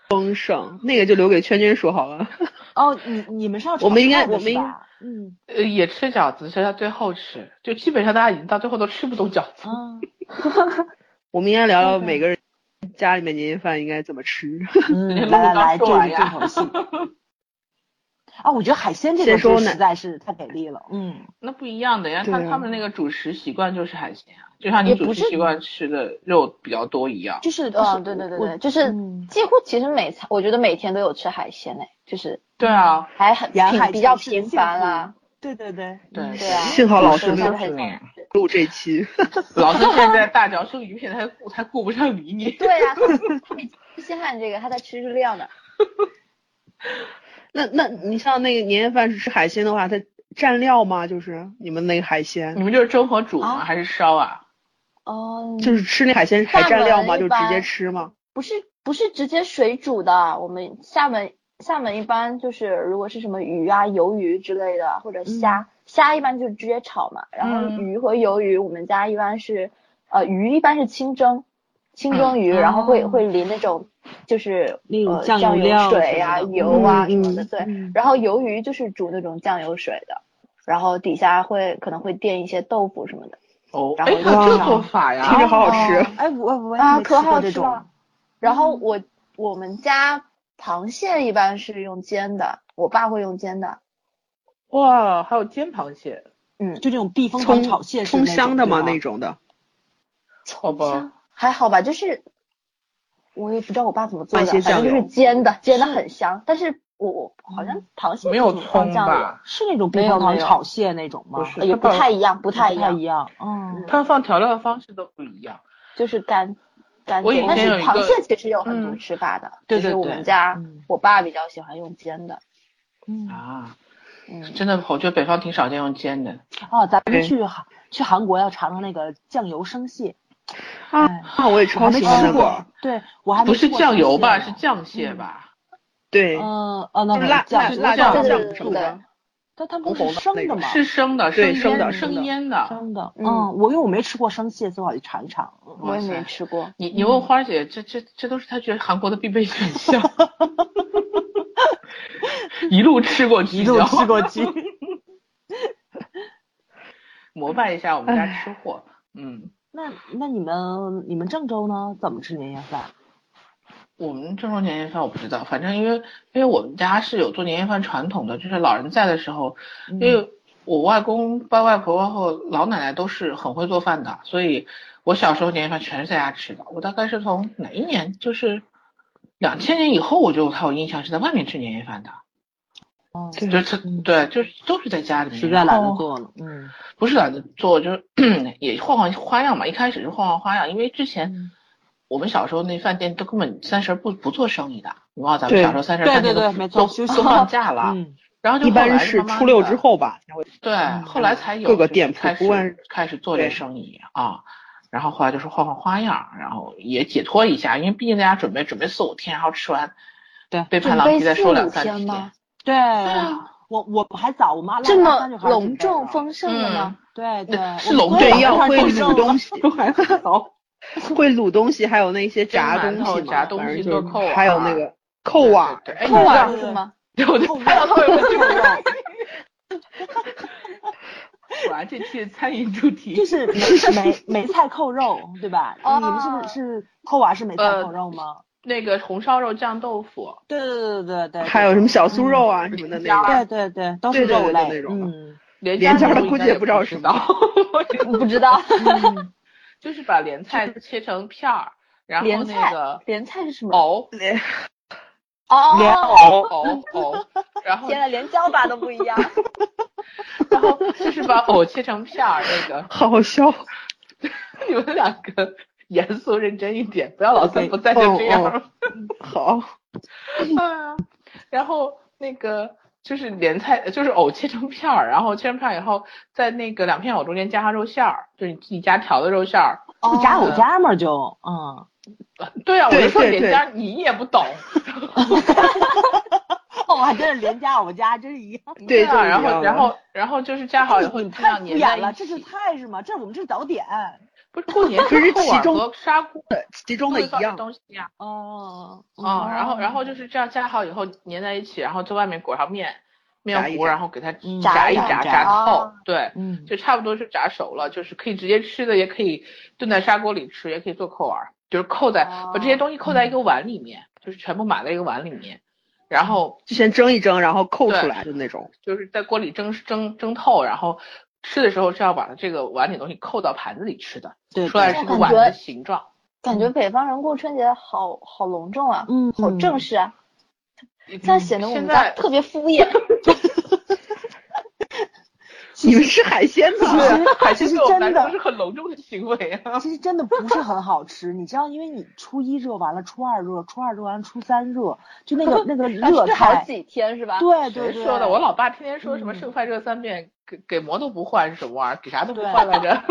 S4: 丰盛，那个就留给圈圈说好了。
S3: 哦，你你们是要
S4: 我们应该
S3: 炒菜的
S4: 我们
S3: 是
S4: 应
S3: 吧嗯
S1: 呃，也吃饺子，是在最后吃，就基本上大家已经到最后都吃不动饺子。
S3: 嗯
S4: 我们应该聊聊
S3: 对对
S4: 每个人家里面年夜饭应该怎么吃。
S1: 家
S3: 嗯，
S1: 录
S3: 来
S1: 刚
S3: 来来，这
S1: 说
S3: 是
S1: 完呀
S3: 重头戏。 啊，我觉得海鲜这
S4: 先
S3: 个
S4: 说
S3: 是
S4: 呢
S3: 实在是太给力了，嗯，
S1: 那不一样的呀，他
S4: 对啊
S1: 他们那个主食习惯就是海鲜啊，就像你
S3: 也
S1: 主
S3: 不
S1: 食
S3: 是
S1: 习惯吃的肉比较多一样。
S3: 就是，
S2: 嗯，对对对对，就是
S3: 嗯
S2: 几乎其实每餐，我觉得每天都有吃海鲜呢，就是
S1: 对啊，
S2: 还很
S3: 沿海
S2: 频比较
S3: 城市的
S2: 频
S3: 幸
S2: 繁
S3: 福
S2: 啦。
S3: 对对对，
S1: 对
S3: 嗯
S2: 对啊，
S4: 幸好老师没有
S2: 还
S1: 这样
S4: 录这期，
S1: 老子现 在大嚼生鱼片，他还顾他顾不上理你。
S2: 对呀、啊，他他已经不稀罕这个，他在吃日料呢。
S4: 那那你像那个年夜饭是吃海鲜的话，它蘸料吗？就是你们那个海鲜
S1: 你，们就是蒸和煮吗？
S3: 啊
S1: 还是烧啊？
S2: 哦，
S4: 就是吃那海鲜还蘸料吗？
S2: 厦门
S4: 就
S2: 一般
S4: 直接吃吗？
S2: 不是不是直接水煮的，我们厦门厦门一般就是如果是什么鱼啊、鱿鱼之类的，或者虾，
S3: 嗯
S2: 虾一般就直接炒嘛。然后
S1: 嗯
S2: 鱼和鱿鱼，我们家一般是呃鱼一般是清蒸，清蒸鱼，
S3: 嗯
S2: 然后会、
S3: 哦
S2: 会淋那种就是
S3: 那种
S2: 呃、
S3: 酱
S2: 酱
S3: 油料
S2: 水啊、
S3: 什么的
S2: 油啊
S4: 嗯
S2: 什么的，
S4: 嗯
S2: 对。
S3: 嗯
S2: 然后鱿鱼就是煮那种酱油水的，然后底下会可能会垫一些豆腐什么的。
S1: 哦，
S2: 然
S1: 哎
S2: 后，
S1: 还有这
S4: 哇
S1: 做法呀！
S4: 听着好好吃
S3: 哦哎，我我也
S2: 啊
S3: 没
S2: 可
S3: 吃过
S2: 好
S3: 这
S2: 吃
S3: 种
S2: 了，然
S1: 嗯
S2: 后我我们家螃蟹一般是用煎的，我爸会用煎的。
S1: 哇，还有煎螃蟹，
S2: 嗯，
S3: 就这种避风
S4: 葱
S3: 塘炒蟹是
S4: 葱香的吗？那
S3: 那
S4: 种的，
S1: 好吧
S2: 像，还好吧，就是我也不知道我爸怎么做的，
S4: 放些
S2: 反正
S4: 酱
S2: 就是
S4: 油
S2: 煎的，煎的很香。但是我我好像螃蟹
S1: 嗯没有
S2: 不怎么嗯放
S1: 葱
S2: 酱油
S1: 吧？
S3: 是那种避
S2: 没有
S3: 风塘
S2: 没有
S3: 炒蟹那种吗？哎
S1: 不是
S2: 呃也
S1: 它
S2: 不
S1: 放
S2: 太一样，不太一
S3: 不太
S2: 样
S3: 一，样，嗯，
S1: 他们放调料的方式都不一样。
S2: 就是干干
S1: 我以
S2: 煎。但
S1: 前
S2: 是
S1: 有一
S2: 螃
S1: 个
S2: 蟹其实有很多
S1: 嗯
S2: 吃法的，
S1: 对
S2: 只
S1: 对
S2: 是我
S1: 对
S2: 们家
S3: 嗯
S2: 我爸比较喜欢用煎的。
S3: 嗯
S1: 啊，
S2: 嗯，
S1: 真的，我觉得北方挺少见用煎的。
S3: 哦，咱们
S4: 对
S3: 去韩去韩国要尝尝那个酱油生蟹，
S4: 啊
S3: 哎
S4: 啊，我也
S3: 我
S4: 超
S3: 还
S4: 喜
S3: 没吃
S4: 欢那
S3: 过
S4: 个，，
S3: 对我还没
S1: 不是
S3: 吃过
S1: 酱油
S3: 生
S1: 吧？
S2: 啊
S3: 蟹
S1: 是
S3: 呢
S1: 酱蟹吧？
S4: 对，
S3: 嗯哦，那
S4: 就是
S3: 可能
S4: 辣
S3: 酱
S4: 辣
S3: 油
S4: 辣
S1: 酱
S4: 酱
S2: 对
S4: 酱
S2: 对
S4: 什么的，
S3: 但它
S4: 红
S3: 不是
S4: 红的
S3: 生
S4: 那
S3: 的
S4: 种
S3: 吗？
S1: 是生的，
S4: 对
S1: 生
S4: 生的
S1: 生
S4: 生的
S1: 腌的。
S3: 生的，
S2: 嗯
S3: 嗯，我因为我没吃过生蟹，所以我要去尝一尝。嗯
S2: 我也
S1: 哇
S2: 没
S1: 塞
S2: 吃过。
S1: 你你问花儿姐，这这这都是她觉得韩国的必备选 项，一路吃过去，
S3: 一路
S1: 你知道吗
S3: 吃过去，
S1: 膜拜一下我们家吃货。嗯，
S3: 那那你们你们郑州呢？怎么吃年夜饭？
S1: 我们郑州年夜饭我不知道，反正因为因为我们家是有做年夜饭传统的，就是老人在的时候，
S3: 嗯
S1: 因为我外公、外外婆、包括老奶奶都是很会做饭的，所以我小时候年夜饭全是在家吃的。我大概是从哪一年，就是两千年以后，我就还有印象是在外面吃年夜饭的，
S3: 哦，
S4: 对
S1: 就是他
S3: 嗯
S1: 对，就是都是在家里面，
S3: 实在懒得
S1: 做。
S3: 做了。嗯
S1: 不是懒得做，就是 也换换花样嘛。一开始是换换花样，因为之前
S3: 嗯
S1: 我们小时候那饭店都根本三十儿不不做生意的。你忘了咱们
S4: 对
S1: 小时候三十儿
S3: 对
S1: 饭店
S3: 对
S1: 都
S3: 对没错
S1: 都
S3: 休息
S1: 都放假了，
S3: 嗯，
S1: 然后就
S4: 一
S1: 后
S4: 般
S1: 来
S4: 是
S1: 慢慢
S4: 初六
S1: 地
S4: 之后吧才会。
S1: 对，后来才有
S4: 各个
S1: 就是
S4: 店铺
S1: 开
S4: 不管
S1: 始开始做这
S4: 对
S1: 生意啊，然后后来就是换换花样，然后也解脱一下，因为毕竟大家准备准备四五天，然后吃完，
S3: 对
S1: 被
S2: 准
S1: 潘老
S2: 备
S1: 皮再
S2: 四
S1: 说
S2: 五
S1: 两三
S2: 天
S1: 天
S2: 吗？
S3: 对
S1: 对啊，
S3: 我我还早，我妈拉
S2: 这
S3: 拉
S2: 么
S3: 三就开始准
S2: 隆
S3: 备了
S2: 重丰盛
S1: 嗯
S2: 的吗？
S3: 对对，
S1: 是
S3: 我
S1: 隆
S3: 们
S1: 重
S3: 都
S4: 对，要
S3: 开始
S4: 会
S3: 丰
S4: 卤
S3: 盛了
S4: 东西，
S1: 都还好。
S4: 会卤东西，还有那些炸
S1: 蒸
S4: 东
S1: 馒头
S4: 西嘛，
S1: 炸东
S4: 反
S1: 西
S4: 正
S1: 做
S4: 就是
S1: 扣啊
S4: 还有那个扣啊碗，
S1: 对，哎，
S2: 扣
S1: 你
S2: 碗
S3: 对
S2: 是吗？
S1: 对，我就
S3: 啊
S1: 拍到 后面，我就果然啊这期的餐饮主题
S3: 就是梅梅梅菜扣肉，对吧？
S2: 哦
S3: 你们是不是是扣娃是梅菜扣肉吗？
S1: 那个红烧肉酱豆腐，
S3: 对对对对对对，
S4: 还有什么小酥肉啊什么的那
S3: 对对对，都是
S4: 对对
S3: 肉
S4: 对
S3: 类
S4: 那种的
S3: 嗯，
S1: 连
S4: 连
S1: 家
S4: 家
S1: 的
S4: 的估计也不知道是
S1: 道，
S2: 不知道
S1: 就是把莲菜切成片儿，然后
S2: 莲
S1: 那
S2: 菜
S1: 个
S2: 莲菜是什么？
S1: 藕
S4: 种。
S2: 哦，
S3: 莲
S1: 藕藕藕，然后
S2: 天啊呐，连叫法都不一样。
S1: 然后就是把藕切成片儿，那个
S4: 好笑，
S1: 你们两个严肃认真一点，不要老三不在就这样。
S4: 哦好，
S1: 啊，然后那个就是莲菜，就是藕切成片儿，然后切成片儿以后，在那个两片藕中间加上肉馅儿，就是你自己家调的肉馅儿。
S3: 不加
S2: 哦
S3: 藕夹嘛就，嗯，
S1: 对啊，我
S4: 对
S1: 就说
S4: 对
S1: 脸
S4: 对
S1: 颊你也不懂。
S3: 我哦还真是连加藕夹，真是一样。
S4: 对
S1: 啊，
S4: 就是
S1: 然
S4: 这
S1: 后
S4: 样
S1: 然后然后就是加好以后，
S3: 哎你
S1: 你这样
S3: 太敷
S1: 粘在
S3: 衍
S1: 一
S3: 了，
S1: 起
S3: 这是菜是吗？这是我们这是早点。
S1: 不是 过年
S4: 可是
S1: 扣
S4: 其
S1: 耳
S4: 中
S1: 和砂锅
S4: 其中
S1: 都
S4: 的
S1: 会
S4: 一
S1: 放这
S4: 样，
S1: 东西呀。
S3: 哦，
S1: 啊，然后然后就是这样加好以后粘在一起，然后在外面裹上面
S4: 炸
S1: 面
S4: 一
S1: 糊，
S4: 炸
S1: 然后给它
S3: 嗯
S1: 炸一
S3: 炸一
S1: 炸
S3: 炸
S1: 炸透
S2: 哦。
S1: 对，
S3: 嗯，
S1: 就差不多是炸熟了，就是可以直接吃的，也可以炖在砂锅里吃，也可以做扣碗，就是扣在、
S2: 哦
S1: 把这些东西扣在一个碗里面，就是全部码在一个碗里面，然后
S4: 就先蒸一蒸，然后扣
S1: 对
S4: 出来的那种。
S1: 就是在锅里蒸蒸蒸透，然后吃的时候是要把这个碗里东西扣到盘子里吃的，
S3: 对，
S1: 出来
S3: 对
S1: 是个碗的
S2: 感觉
S1: 形状。
S2: 感觉北方人过春节好好隆重啊，
S3: 嗯，
S2: 好正式啊，这样显得
S1: 嗯
S2: 我
S1: 现
S2: 们
S1: 在
S2: 家特别敷衍。
S4: 你们吃海鲜
S3: 其
S4: 吗？
S3: 实
S1: 海
S3: 其
S1: 鲜
S3: 实
S1: 对我们来
S3: 真
S1: 说
S3: 的
S1: 是，很隆重的行为啊。
S3: 其实真的不是很好吃。你知道，因为你初一热完了，初二热，初二热完了，初三热，就 那个那个
S1: 啊
S3: 热
S2: 吃好
S3: 菜。
S2: 几天是吧？
S3: 对对
S1: 谁
S3: 对，
S1: 说的？我老爸天天说什么
S3: 嗯
S1: 剩饭热三遍，给给馍都不换是什么玩意儿？给啥都不换来着，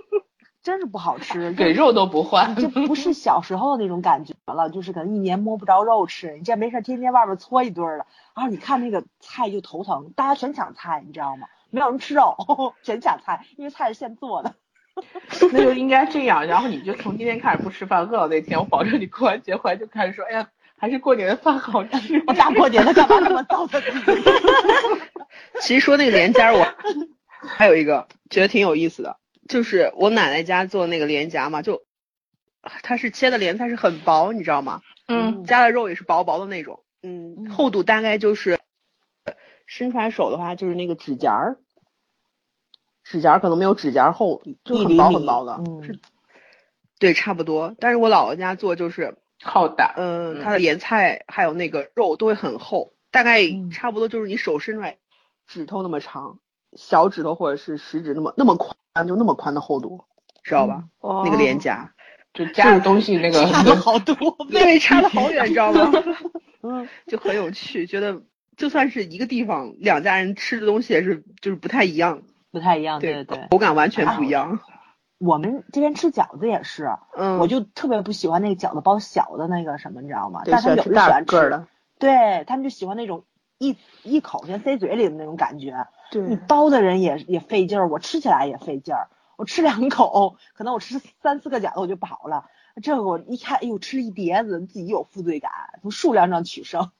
S3: 真是不好吃，
S1: 给肉都不 换。
S3: 这不是小时候那种感觉了，就是可能一年摸不着肉吃，你这没事儿天天外边搓一顿儿了，然后你看那个菜就头疼，大家全抢菜，你知道吗？没有人吃肉， 全抢菜，因为菜是现做的。
S1: 那就应该这样，然后你就从今天开始不吃饭，饿到那天，我保证你过完节回来就开始说，哎呀， 还是过年的饭好吃。
S3: 我 大过年的干嘛那么糟蹋自己？
S4: 其实说那个莲夹儿，我 还有一个觉得挺有意思的，就是我奶奶家做那个莲夹嘛，就啊它是切的莲菜是很薄，你知道吗？
S1: 嗯，
S4: 加的肉也是薄薄的那种，嗯
S3: 嗯
S4: 厚度大概就是伸出来手的话，就是那个指甲儿，指甲儿可能没有指甲儿厚，就
S3: 一
S4: 很
S3: 厘
S4: 薄
S3: 米
S4: 很薄的，
S3: 嗯
S4: 是，对，差不多。但是我姥姥家做就是，
S1: 好的，
S4: 嗯、
S1: 嗯
S4: 它的盐菜还有那个肉都会很厚，大概
S3: 嗯
S4: 差不多就是你手伸出来指头那么长，小指头或者是食指那么那么宽，就那么宽的厚度，知道吧？那个脸颊，
S1: 就加的东西那 个
S3: 差了好多倍。
S4: 对，差了好远，你知道吗？
S3: 嗯，
S4: 就很有趣，觉得就算是一个地方，两家人吃的东西也是就是不太一样，
S3: 不太一样，啊对
S4: 对
S3: 对对。
S4: 口感完全不一样。
S3: 我们这边吃饺子也是，
S4: 嗯，
S3: 我就特别不喜欢那个饺子包小的那个什么，你知道吗？
S4: 对
S3: 但
S4: 喜
S3: 他们
S4: 欢吃
S3: 有人喜
S4: 大
S3: 欢
S4: 个儿
S3: 吃，
S4: 的，
S3: 对他们就喜欢那种一一口先塞嘴里的那种感觉。
S4: 对
S3: 你包的人也也费劲儿，我吃起来也费劲儿。我吃两口，可能我吃三四个饺子我就饱了。这个我一看，哎呦，吃一碟子，自己有负罪感，从数量上取胜。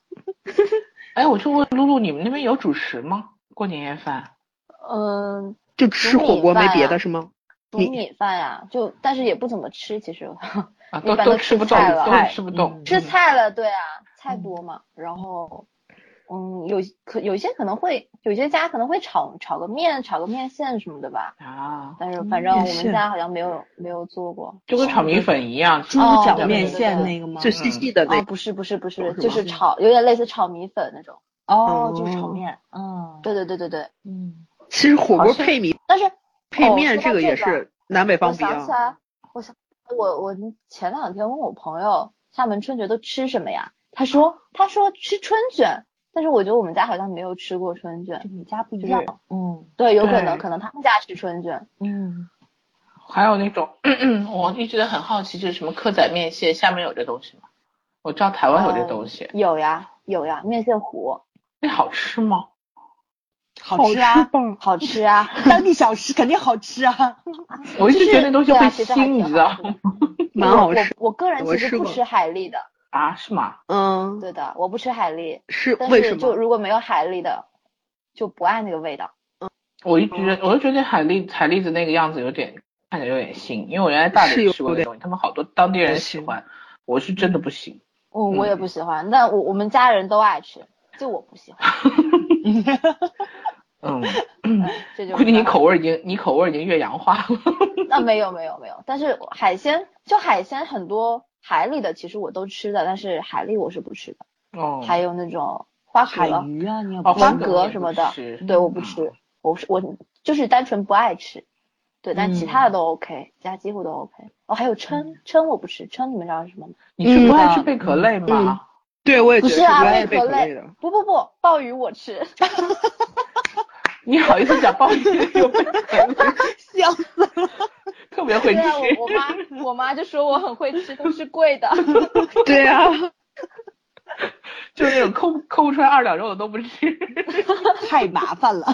S1: 哎，我就问露露，你们那边有主食吗？过年夜饭？
S2: 嗯，
S4: 就吃火锅没别的是吗？
S2: 煮
S4: 你
S2: 米饭呀，就但是也不怎么吃，其实
S1: 啊，
S2: 一
S1: 都
S2: 般
S1: 都
S2: 都
S1: 吃不
S2: 吃
S1: 动
S2: 菜，了
S1: 都
S3: 菜
S1: 吃不动
S3: 嗯。
S2: 吃菜了，对啊，菜多嘛。然后，嗯，有可有些可能会，有些家可能会炒炒个面，炒个面线什么的吧。
S1: 啊，
S2: 但是
S3: 嗯
S2: 反正我
S4: 面
S2: 们
S4: 线
S2: 家好像没有没有做过。
S1: 就跟炒米粉一样，
S3: 猪
S2: 哦
S3: 脚
S1: 对
S3: 面
S1: 对对
S3: 线
S2: 对
S3: 那个吗？
S4: 就细细的那
S2: 啊，
S4: 个，
S2: 不是不是不
S4: 是
S2: 是，
S4: 吗
S2: 就是炒，有点类似炒米粉那种。
S3: 哦，就是
S4: 哦
S3: 炒面。嗯，
S2: 对对对对对。
S3: 嗯，
S4: 其实火
S1: 好
S4: 锅
S1: 像
S4: 配米
S2: 但是
S4: 配
S2: 哦
S4: 面
S2: 说到
S4: 个也
S2: 这个
S4: 是南北
S2: 我
S4: 方不一啊
S2: 想起
S4: 样。
S2: 来，我想我我前两天问我朋友厦门春卷都吃什么呀？他说他说吃春卷，但是我觉得我们家好像没有吃过春
S3: 这
S2: 卷。
S3: 你家不一
S2: 就是
S3: 样。嗯
S2: 对，有可能
S1: 对
S2: 可能他们家吃春卷。
S3: 嗯，
S1: 还有那种， 我一直很好奇，就是什么蚵仔面线，厦门有这东西吗？我知道台湾有这东西，
S2: 有呀有呀，面线糊
S1: 那好吃吗？
S3: 好吃啊，
S4: 吧？
S2: 好吃啊。
S3: 当地小吃肯定好吃啊。
S1: 我一直
S2: 就是
S1: 觉得那东西
S2: 对啊
S1: 会
S2: 其实还
S1: 腥，你
S2: 挺
S1: 知道
S2: 好吃
S1: 吗？
S2: 的
S4: 蛮
S2: 我
S4: 好
S2: 我
S4: 吃。
S2: 我个人
S4: 我
S2: 其
S4: 吃
S2: 实不
S4: 过
S2: 吃海蛎的，
S1: 啊，是吗？
S4: 嗯，
S2: 对的，我不吃海蛎。
S4: 是
S2: 但
S4: 为
S2: 是
S4: 什
S2: 就
S4: 么？
S2: 如果没有海蛎的，就不爱那个味道。
S1: 我一直觉得，
S2: 哦
S1: 我就觉得海蛎海蛎子那个样子有点看起来有点腥，因为我原来大
S4: 是
S1: 理
S4: 有
S1: 吃过那东西，他们好多当地人喜欢，我是真的不行。
S2: 我我也
S1: 嗯
S2: 不喜欢，但我我们家人都爱吃，就我不喜欢。
S1: 嗯，
S2: 嗯这就
S1: 估计 你
S2: 是
S1: 口味已经你口味已经越洋化了。
S2: 那没有没有没有，但是海鲜就海鲜很多海里的其实我都吃的，但是海蛎我是不吃的，
S1: 哦，
S2: 还有那种花
S3: 海
S2: 蛤、
S3: 鱼啊，你也
S1: 哦
S3: 不
S2: 花
S1: 花
S3: 吃
S1: 蛤
S2: 蛤
S1: 也
S2: 什
S1: 不
S2: 么的
S1: 吃，
S2: 对我不吃，我是我就是单纯不爱吃。对，但其他的都 OK，、其他几乎都 OK。哦，还有蛏，蛏我不吃，蛏你们知道是什么吗？
S1: 你是
S4: 嗯
S1: 不爱吃贝壳类吗？
S4: 对，我也觉
S2: 不
S4: 得
S2: 是啊，
S4: 我也
S2: 贝
S4: 是贝
S2: 壳
S4: 类
S2: 类
S4: 的。。
S2: 不不不，鲍鱼我吃。嗯
S1: 你好意思讲鲍鱼 有贝壳类，
S3: 笑死了。
S1: 特别会
S2: 对
S1: 吃。
S2: 啊，我我妈我妈就说我很会吃，都是贵的。
S4: 对啊，
S1: 就是那种抠抠不出来二两肉的都不吃。
S3: 太麻烦了。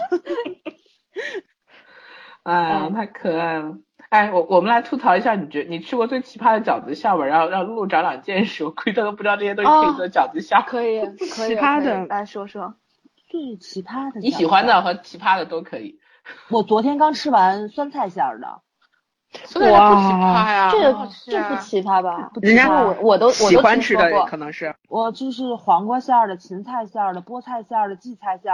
S1: 哎，
S2: 嗯
S1: 太可爱了。哎，我我们来吐槽一下，你觉你吃过最奇葩的饺子馅儿吧？然后让露露长长见识，我估计她都不知道这些东西可以做饺子馅儿。
S2: 可以可以，
S4: 奇葩
S2: 可以
S4: 的
S2: 来说说。
S3: 最奇葩的，
S1: 你喜欢？的和奇葩的都可以。
S3: 我昨天刚吃完酸菜馅儿的，
S1: 所以它不奇葩呀，
S2: 这个
S1: 很好吃
S2: 这
S1: 啊
S2: 不奇葩吧？
S3: 不
S4: 人家
S3: 奇葩
S2: 我我都我
S4: 喜
S2: 都
S4: 欢
S2: 听
S4: 吃
S2: 说
S4: 的
S2: 过
S4: 可能是
S3: 我就是黄瓜馅儿的、芹菜馅儿的、菠菜馅儿的、荠菜馅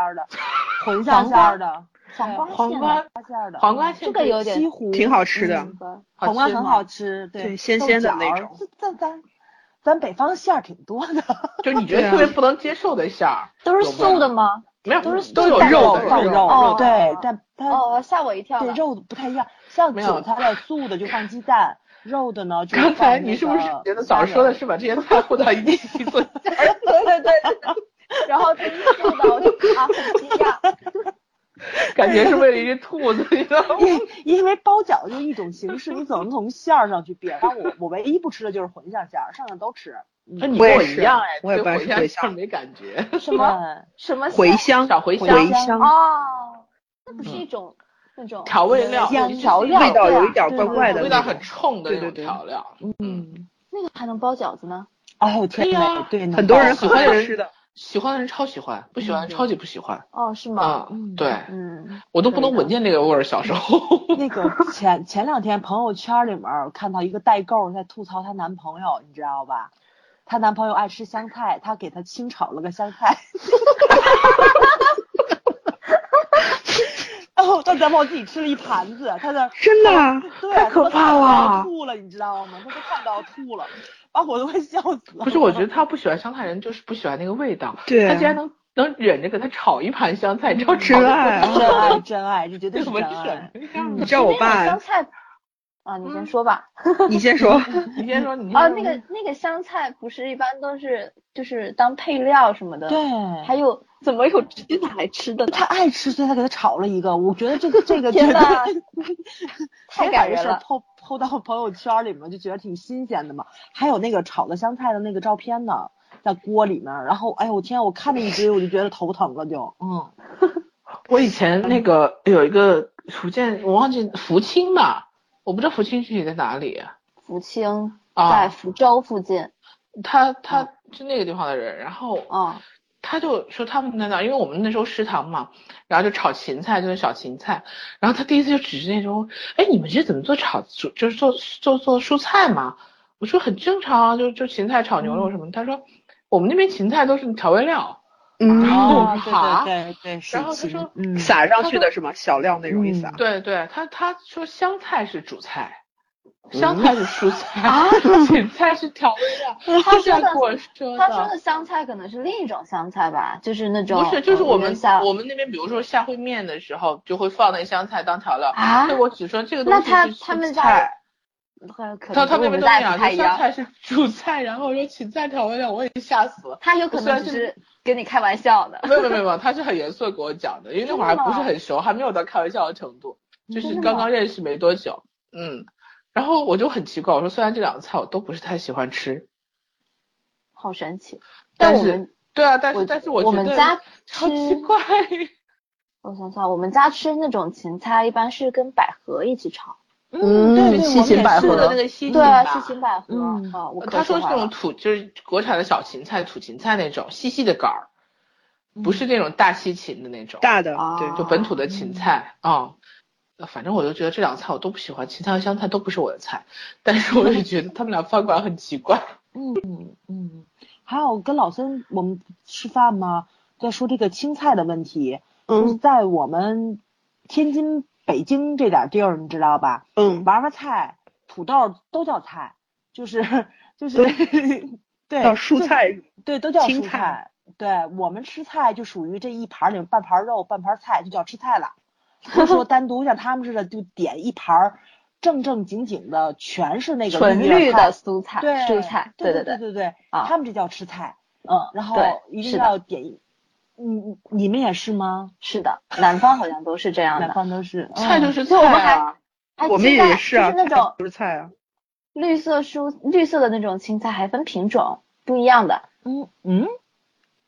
S3: 儿的、茴
S1: 黄瓜
S2: 啊
S3: 香馅儿的、黄瓜
S1: 黄
S3: 馅
S1: 瓜
S3: 儿的馅儿的、
S1: 黄瓜
S2: 这
S1: 馅
S2: 个有点
S3: 西湖
S4: 挺好吃的，
S3: 嗯
S2: 嗯
S3: 黄瓜
S1: 吃吗
S3: 很好吃，
S4: 对鲜鲜的那种。
S3: 豆角儿咱咱咱北方馅儿挺多的，
S1: 就你觉得特别不能接受的馅儿，
S2: 都是素的吗？
S1: 没有
S3: 都是
S1: 都有
S3: 带
S1: 肉
S4: 的
S3: 带
S1: 肉
S3: 肉
S2: 哦
S3: 对，但它
S2: 哦，吓我一跳
S3: 对
S2: 了。
S3: 肉不太一样，像
S1: 没有
S3: 韭菜 的素的就放鸡蛋，肉的呢就
S1: 刚才
S3: 放
S1: 你
S3: 那
S1: 是不是
S3: 个
S1: 觉得早上说的是把这些菜混到一起做？
S2: 对对对对， 然后真素的，我就啊很惊讶。
S1: 感觉是为了一只兔子，你知道 吗？
S3: 因因为包饺子就一种形式，你总能从馅儿上去变。但我我唯一不吃的就是茴香馅儿，剩下 都吃。
S1: 那
S3: 嗯，
S1: 你
S4: 我
S1: 跟
S4: 也
S1: 我一
S4: 是啊
S1: 样哎，
S4: 我也
S1: 对
S4: 不爱
S1: 茴
S4: 吃
S1: 香
S4: 茴
S1: 馅
S4: 香
S1: 儿没感 觉。
S2: 什么
S3: 嗯
S2: 什么
S4: 茴
S2: 馅
S4: 香，
S1: 小茴
S4: 茴
S1: 香
S4: 香
S2: 哦，那不是一种那种
S1: 调味料，
S3: 香
S2: 调料
S4: 哦味道
S2: 对啊
S4: 有一点
S3: 对
S4: 怪
S3: 对
S4: 怪的
S1: 味
S4: 那种，
S1: 道很冲的那
S4: 对
S1: 种
S4: 对对
S1: 调料。
S3: 嗯，
S2: 那个还能包饺子呢？
S3: 哎呦天
S1: 对呀
S3: 哪，对，
S4: 很多人
S3: 能
S4: 很
S1: 喜
S3: 包
S1: 欢
S4: 爱
S1: 人
S4: 吃的。
S1: 喜欢的人超喜欢，不喜欢的人超级不喜欢。
S2: 哦，是吗？
S1: 啊
S3: 嗯，
S1: 对
S2: 嗯，
S1: 我都不能
S2: 对的
S1: 闻见这个味儿，小时候。
S3: 那个前前两天朋友圈里面儿看到一个代购在吐槽她男朋友，你知道吧？她男朋友爱吃香菜，她给他清炒了个香菜。 然后她男朋友自己吃了一盘子，她在
S4: 真的啊
S3: 对，
S4: 太可怕了
S3: 她都看到吐了，你知道吗？她都看到吐了，把我都快笑死了。
S1: 不是，我觉得他不喜欢香菜人，就是不喜欢那个味道。
S4: 对啊
S1: 他竟然能能忍着给他炒一盘香菜，你知道炒
S4: 真爱啊！
S3: 真爱，真爱，这绝
S1: 这
S3: 对是
S1: 什么
S3: 真
S1: 神
S3: 爱。？
S4: 你知道我
S2: 那个
S4: 爸
S2: 香，菜啊，你
S1: 嗯
S2: 先说吧。
S4: 你先说。
S1: 你先说，你
S2: 啊，
S1: 先说
S2: 那个那个香菜不是一般都是就是当配料什么的？
S3: 对，
S2: 还有怎么有直接拿来吃的呢
S3: 她？爱吃，所以她给他炒了一个。我觉得这个这个
S2: 天
S3: 绝
S2: 哪
S3: 对
S2: 太
S3: 谁
S2: 感
S3: 把这
S2: 人
S3: 事 儿
S2: 了
S3: 抛抛到朋友圈里面，就觉得挺新鲜的嘛。还有那个炒的香菜的那个照片呢，在锅里面。然后，哎呦我天，我看着一堆我就觉得头疼了，就嗯，
S1: 我以前那个有一个福建，我忘记福清吧，我不知道福清具体在哪里
S2: 福清 在
S1: 啊。
S2: 福州附近，
S1: 他他是那个地方的人，然后
S2: 嗯
S1: 他就说他们在那儿，因为我们那时候食堂嘛，然后就炒芹菜，就是小芹菜。然后他第一次就指着那种，哎，你们这怎么做炒蔬，就是做做做蔬菜嘛？我说很正常啊，就就芹菜炒牛肉什么的。他说我们那边芹菜都是调味料，
S4: 嗯，
S1: 哦
S3: 啊对
S1: 好
S3: 对对对，是
S1: 然后他
S3: 芹
S1: 说
S3: 嗯，
S4: 撒上去的是吗？小料那种意思啊？
S1: 对对，他他说香菜是主菜，香菜是蔬菜，芹菜是调味料。他这样跟我说
S2: 他说的香菜可能是另一种香菜吧，就是那种
S1: 不是，就是
S2: 嗯
S1: 我
S2: 跟
S1: 们
S2: 香
S1: 我们那边，比如说下烩面的时候，就会放那香菜当调料。
S2: 啊
S1: 所以，我只说这个东
S2: 那
S1: 西
S2: 他
S1: 是
S2: 他
S1: 蔬
S2: 们家
S1: 菜，
S2: 呃可
S1: 他
S2: 能
S1: 他
S2: 跟
S1: 们那
S2: 我
S1: 边
S2: 们
S1: 都一
S2: 家
S1: 样，
S2: 不太
S1: 就
S2: 一
S1: 香
S2: 样，
S1: 菜是主菜，然后说芹菜调味料，我也吓死了。
S2: 他有可
S1: 虽然
S2: 能只
S1: 是
S2: 是跟你开玩笑的。
S1: 没有没有没有没有，他是很严肃的跟我讲的，因为那会儿还
S2: 真的
S1: 不是
S2: 吗
S1: 很熟，还没有到开玩笑的程度，就是
S2: 真的
S1: 刚
S2: 吗
S1: 刚认识没多久，嗯。然后我就很奇怪，我说虽然这两个菜我都不是太喜欢吃，
S2: 好神奇。
S1: 但
S2: 我
S1: 是
S2: 们
S1: 对啊，但是
S2: 我
S1: 但是
S2: 我
S1: 觉
S2: 们
S1: 得
S2: 家
S1: 超奇
S2: 吃
S1: 怪，
S2: 我想想，我们家吃那种芹菜一般是跟百合一起炒，
S4: 嗯
S3: 对对
S4: 西芹百合
S3: 我们也
S1: 的
S3: 是
S1: 那个西芹
S2: 对啊，
S1: 吧
S2: 是芹百合
S3: 嗯
S2: 啊。我可
S1: 呃他
S2: 喜
S1: 说是
S2: 欢
S1: 那种
S2: 了。
S1: 土，就是国产的小芹菜、土芹菜那种细细的杆儿，不
S2: 嗯
S1: 是那种大西芹的那种，
S4: 大的
S2: 啊，
S4: 对，
S1: 就本土的芹菜
S2: 哦
S1: 啊、呃反正我就觉得这两个菜我都不喜欢，芹菜和香菜都不是我的菜，但是我就觉得他们俩饭馆很奇怪。
S3: 嗯嗯，还有跟老孙我们吃饭吗？在说这个青菜的问题，就是
S4: 嗯
S3: 在我们天津、北京这点儿地儿，你知道吧？
S4: 嗯，
S3: 娃娃菜、土豆都叫菜，就是就是， 对，
S4: 到蔬
S3: 就，
S4: 菜
S3: 对，都叫
S4: 青
S3: 蔬
S4: 菜
S3: 对我们吃菜就属于这一盘儿里半盘儿肉半盘儿菜就叫吃菜了。不是说单独像他们似的就点一盘儿正正经经的全是那个
S2: 纯
S3: 绿叶
S2: 绿
S3: 菜
S2: 的蔬菜，
S3: 对
S2: 蔬菜，
S3: 对
S2: 对
S3: 对
S2: 对，
S3: 对对，
S2: 啊
S3: 他们这叫吃菜，
S2: 嗯，
S3: 然后
S2: 对
S3: 一
S2: 是
S3: 定
S2: 的
S3: 要点一。你你们也是吗？
S2: 是的，南方好像都是这样
S3: 南
S2: 的。
S3: 方都是
S4: 菜就是
S2: 所以嗯我们
S4: 菜啊，
S2: 哎
S4: 我们
S2: 鸡蛋
S4: 也是啊，
S2: 就是那
S4: 菜
S2: 种
S4: 不是菜啊。
S2: 绿色蔬绿色的那种青菜，还分品种不一样的，
S3: 嗯嗯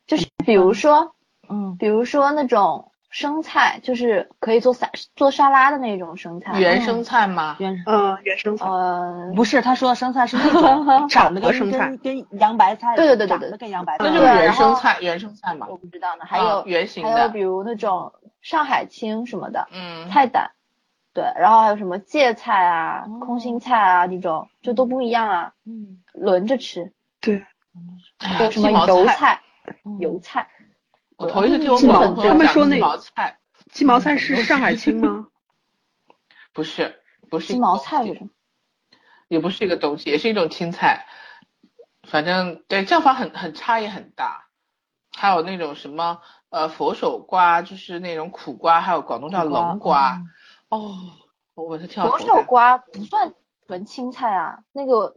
S2: 就是比如说
S3: 嗯
S2: 比如说那种生菜，就是可以做沙做沙拉的那种生菜，
S1: 原生菜吗？
S3: 原
S4: 嗯，原生菜。
S2: 呃，
S3: 不是，他说的生菜是那 种长
S4: 炒的
S3: 得跟
S4: 生菜
S3: 跟跟洋白菜
S2: 对对对对
S3: 长
S2: 对
S3: 得跟洋白菜
S1: 那
S3: 一
S1: 就是
S2: 对啊
S3: 样，
S1: 原
S2: 然
S1: 生
S2: 后
S1: 菜，原生菜嘛
S2: 我。不知道呢，还有、
S1: 啊圆形
S2: 还有
S1: 的
S2: 比，如那种上海青什么的、
S1: 嗯，
S2: 菜胆，对，然后还有什么芥菜啊、
S3: 哦
S2: 空心菜啊这种，就都不一样啊，
S3: 嗯
S2: 轮着吃。
S4: 对，
S1: 哎呀
S2: 还有什么
S1: 鸡毛
S2: 油
S1: 菜？
S2: 菜、嗯
S3: 嗯
S2: 油菜？
S1: 我头一次听我
S4: 鸡毛
S1: 广东朋友
S4: 他们
S1: 讲
S4: 说
S1: 鸡
S4: 那
S1: 毛菜，
S4: 鸡毛菜是上海青 吗？
S1: 不是不是
S2: 鸡毛
S1: 一个
S2: 菜
S1: 东
S2: 是
S1: 西
S2: 什么？
S1: 也不是一个东西，也是一种青菜。反正对叫法很很差异很大，还有那种什么呃佛手瓜，就是那种苦瓜，还有广东叫
S2: 啊
S1: 龙瓜。哦，我我是听到
S2: 嗯佛
S1: 头
S2: 手
S1: 大
S2: 瓜不算纯青菜啊，那个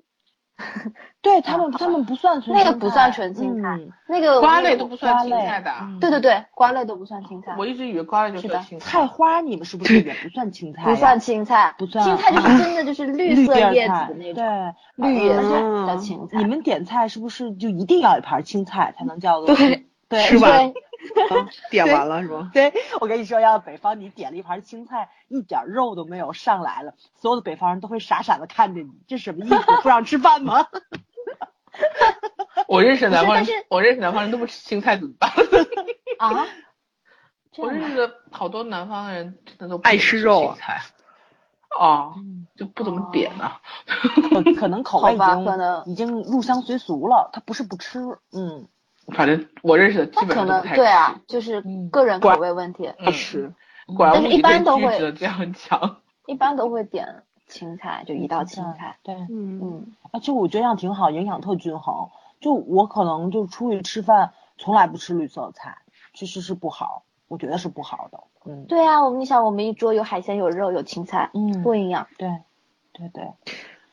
S3: 对他们他们不算纯
S2: 啊那个
S3: 青
S2: 不
S3: 菜
S2: 算纯青菜
S3: 嗯
S2: 那个
S1: 瓜类都不算
S3: 瓜
S1: 青
S3: 类
S1: 菜的啊。
S3: 嗯
S2: 对对对，瓜类都不算青菜，
S1: 我一直以为瓜类就是算
S2: 的
S1: 青菜
S3: 菜。花你们是不是也不算青菜呀？
S2: 不算青菜，
S3: 不算
S2: 青菜就是真的就是绿色
S3: 叶
S2: 叶
S3: 菜
S2: 子的那种。
S3: 对，
S2: 绿叶菜
S4: 嗯
S2: 叫青菜。
S3: 你们点菜是不是就一定要一盘青菜才能叫做？
S2: 对
S3: 对
S4: 吃完
S2: 对
S4: 啊点完了是吗？
S3: 对， 我跟你说，要北方你点了一盘青菜，一点肉都没有上来了，所有的北方人都会傻傻的看着你，这什么意思？不让吃饭 吗？
S1: 我认识的南方人
S2: 不是但是，
S1: 我认识南方人都不吃青菜怎么办？
S2: 啊，这
S1: 我
S2: 样
S1: 认识的好多南方人真的都不
S4: 爱吃肉啊
S1: 青菜。哦，就不怎么点
S2: 哦
S1: 呢、
S3: 可可能口味已
S2: 好吧
S3: 经
S2: 可能
S3: 已经入乡随俗了，他不是不吃，嗯
S1: 反正我认识的基
S2: 那
S1: 本
S2: 可
S1: 上都
S2: 能
S1: 不太
S2: 对啊，就是
S3: 嗯
S2: 个人口味问题，
S1: 嗯
S4: 吃。
S1: 果然
S2: 但是
S1: 我
S2: 一般都
S1: 拒
S2: 会
S1: 绝这样 讲。
S2: 一般都会点青菜，就一道青菜。
S3: 对，
S4: 嗯，
S2: 嗯，
S3: 啊，就我觉得这样挺好，营养特均衡。就我可能就出去吃饭，从来不吃绿色菜，其实是不好，我觉得是不好的，嗯
S2: 对啊，我们你想，我们一桌有海鲜，有肉，有青菜，
S3: 嗯，
S2: 多营养。
S3: 对对对，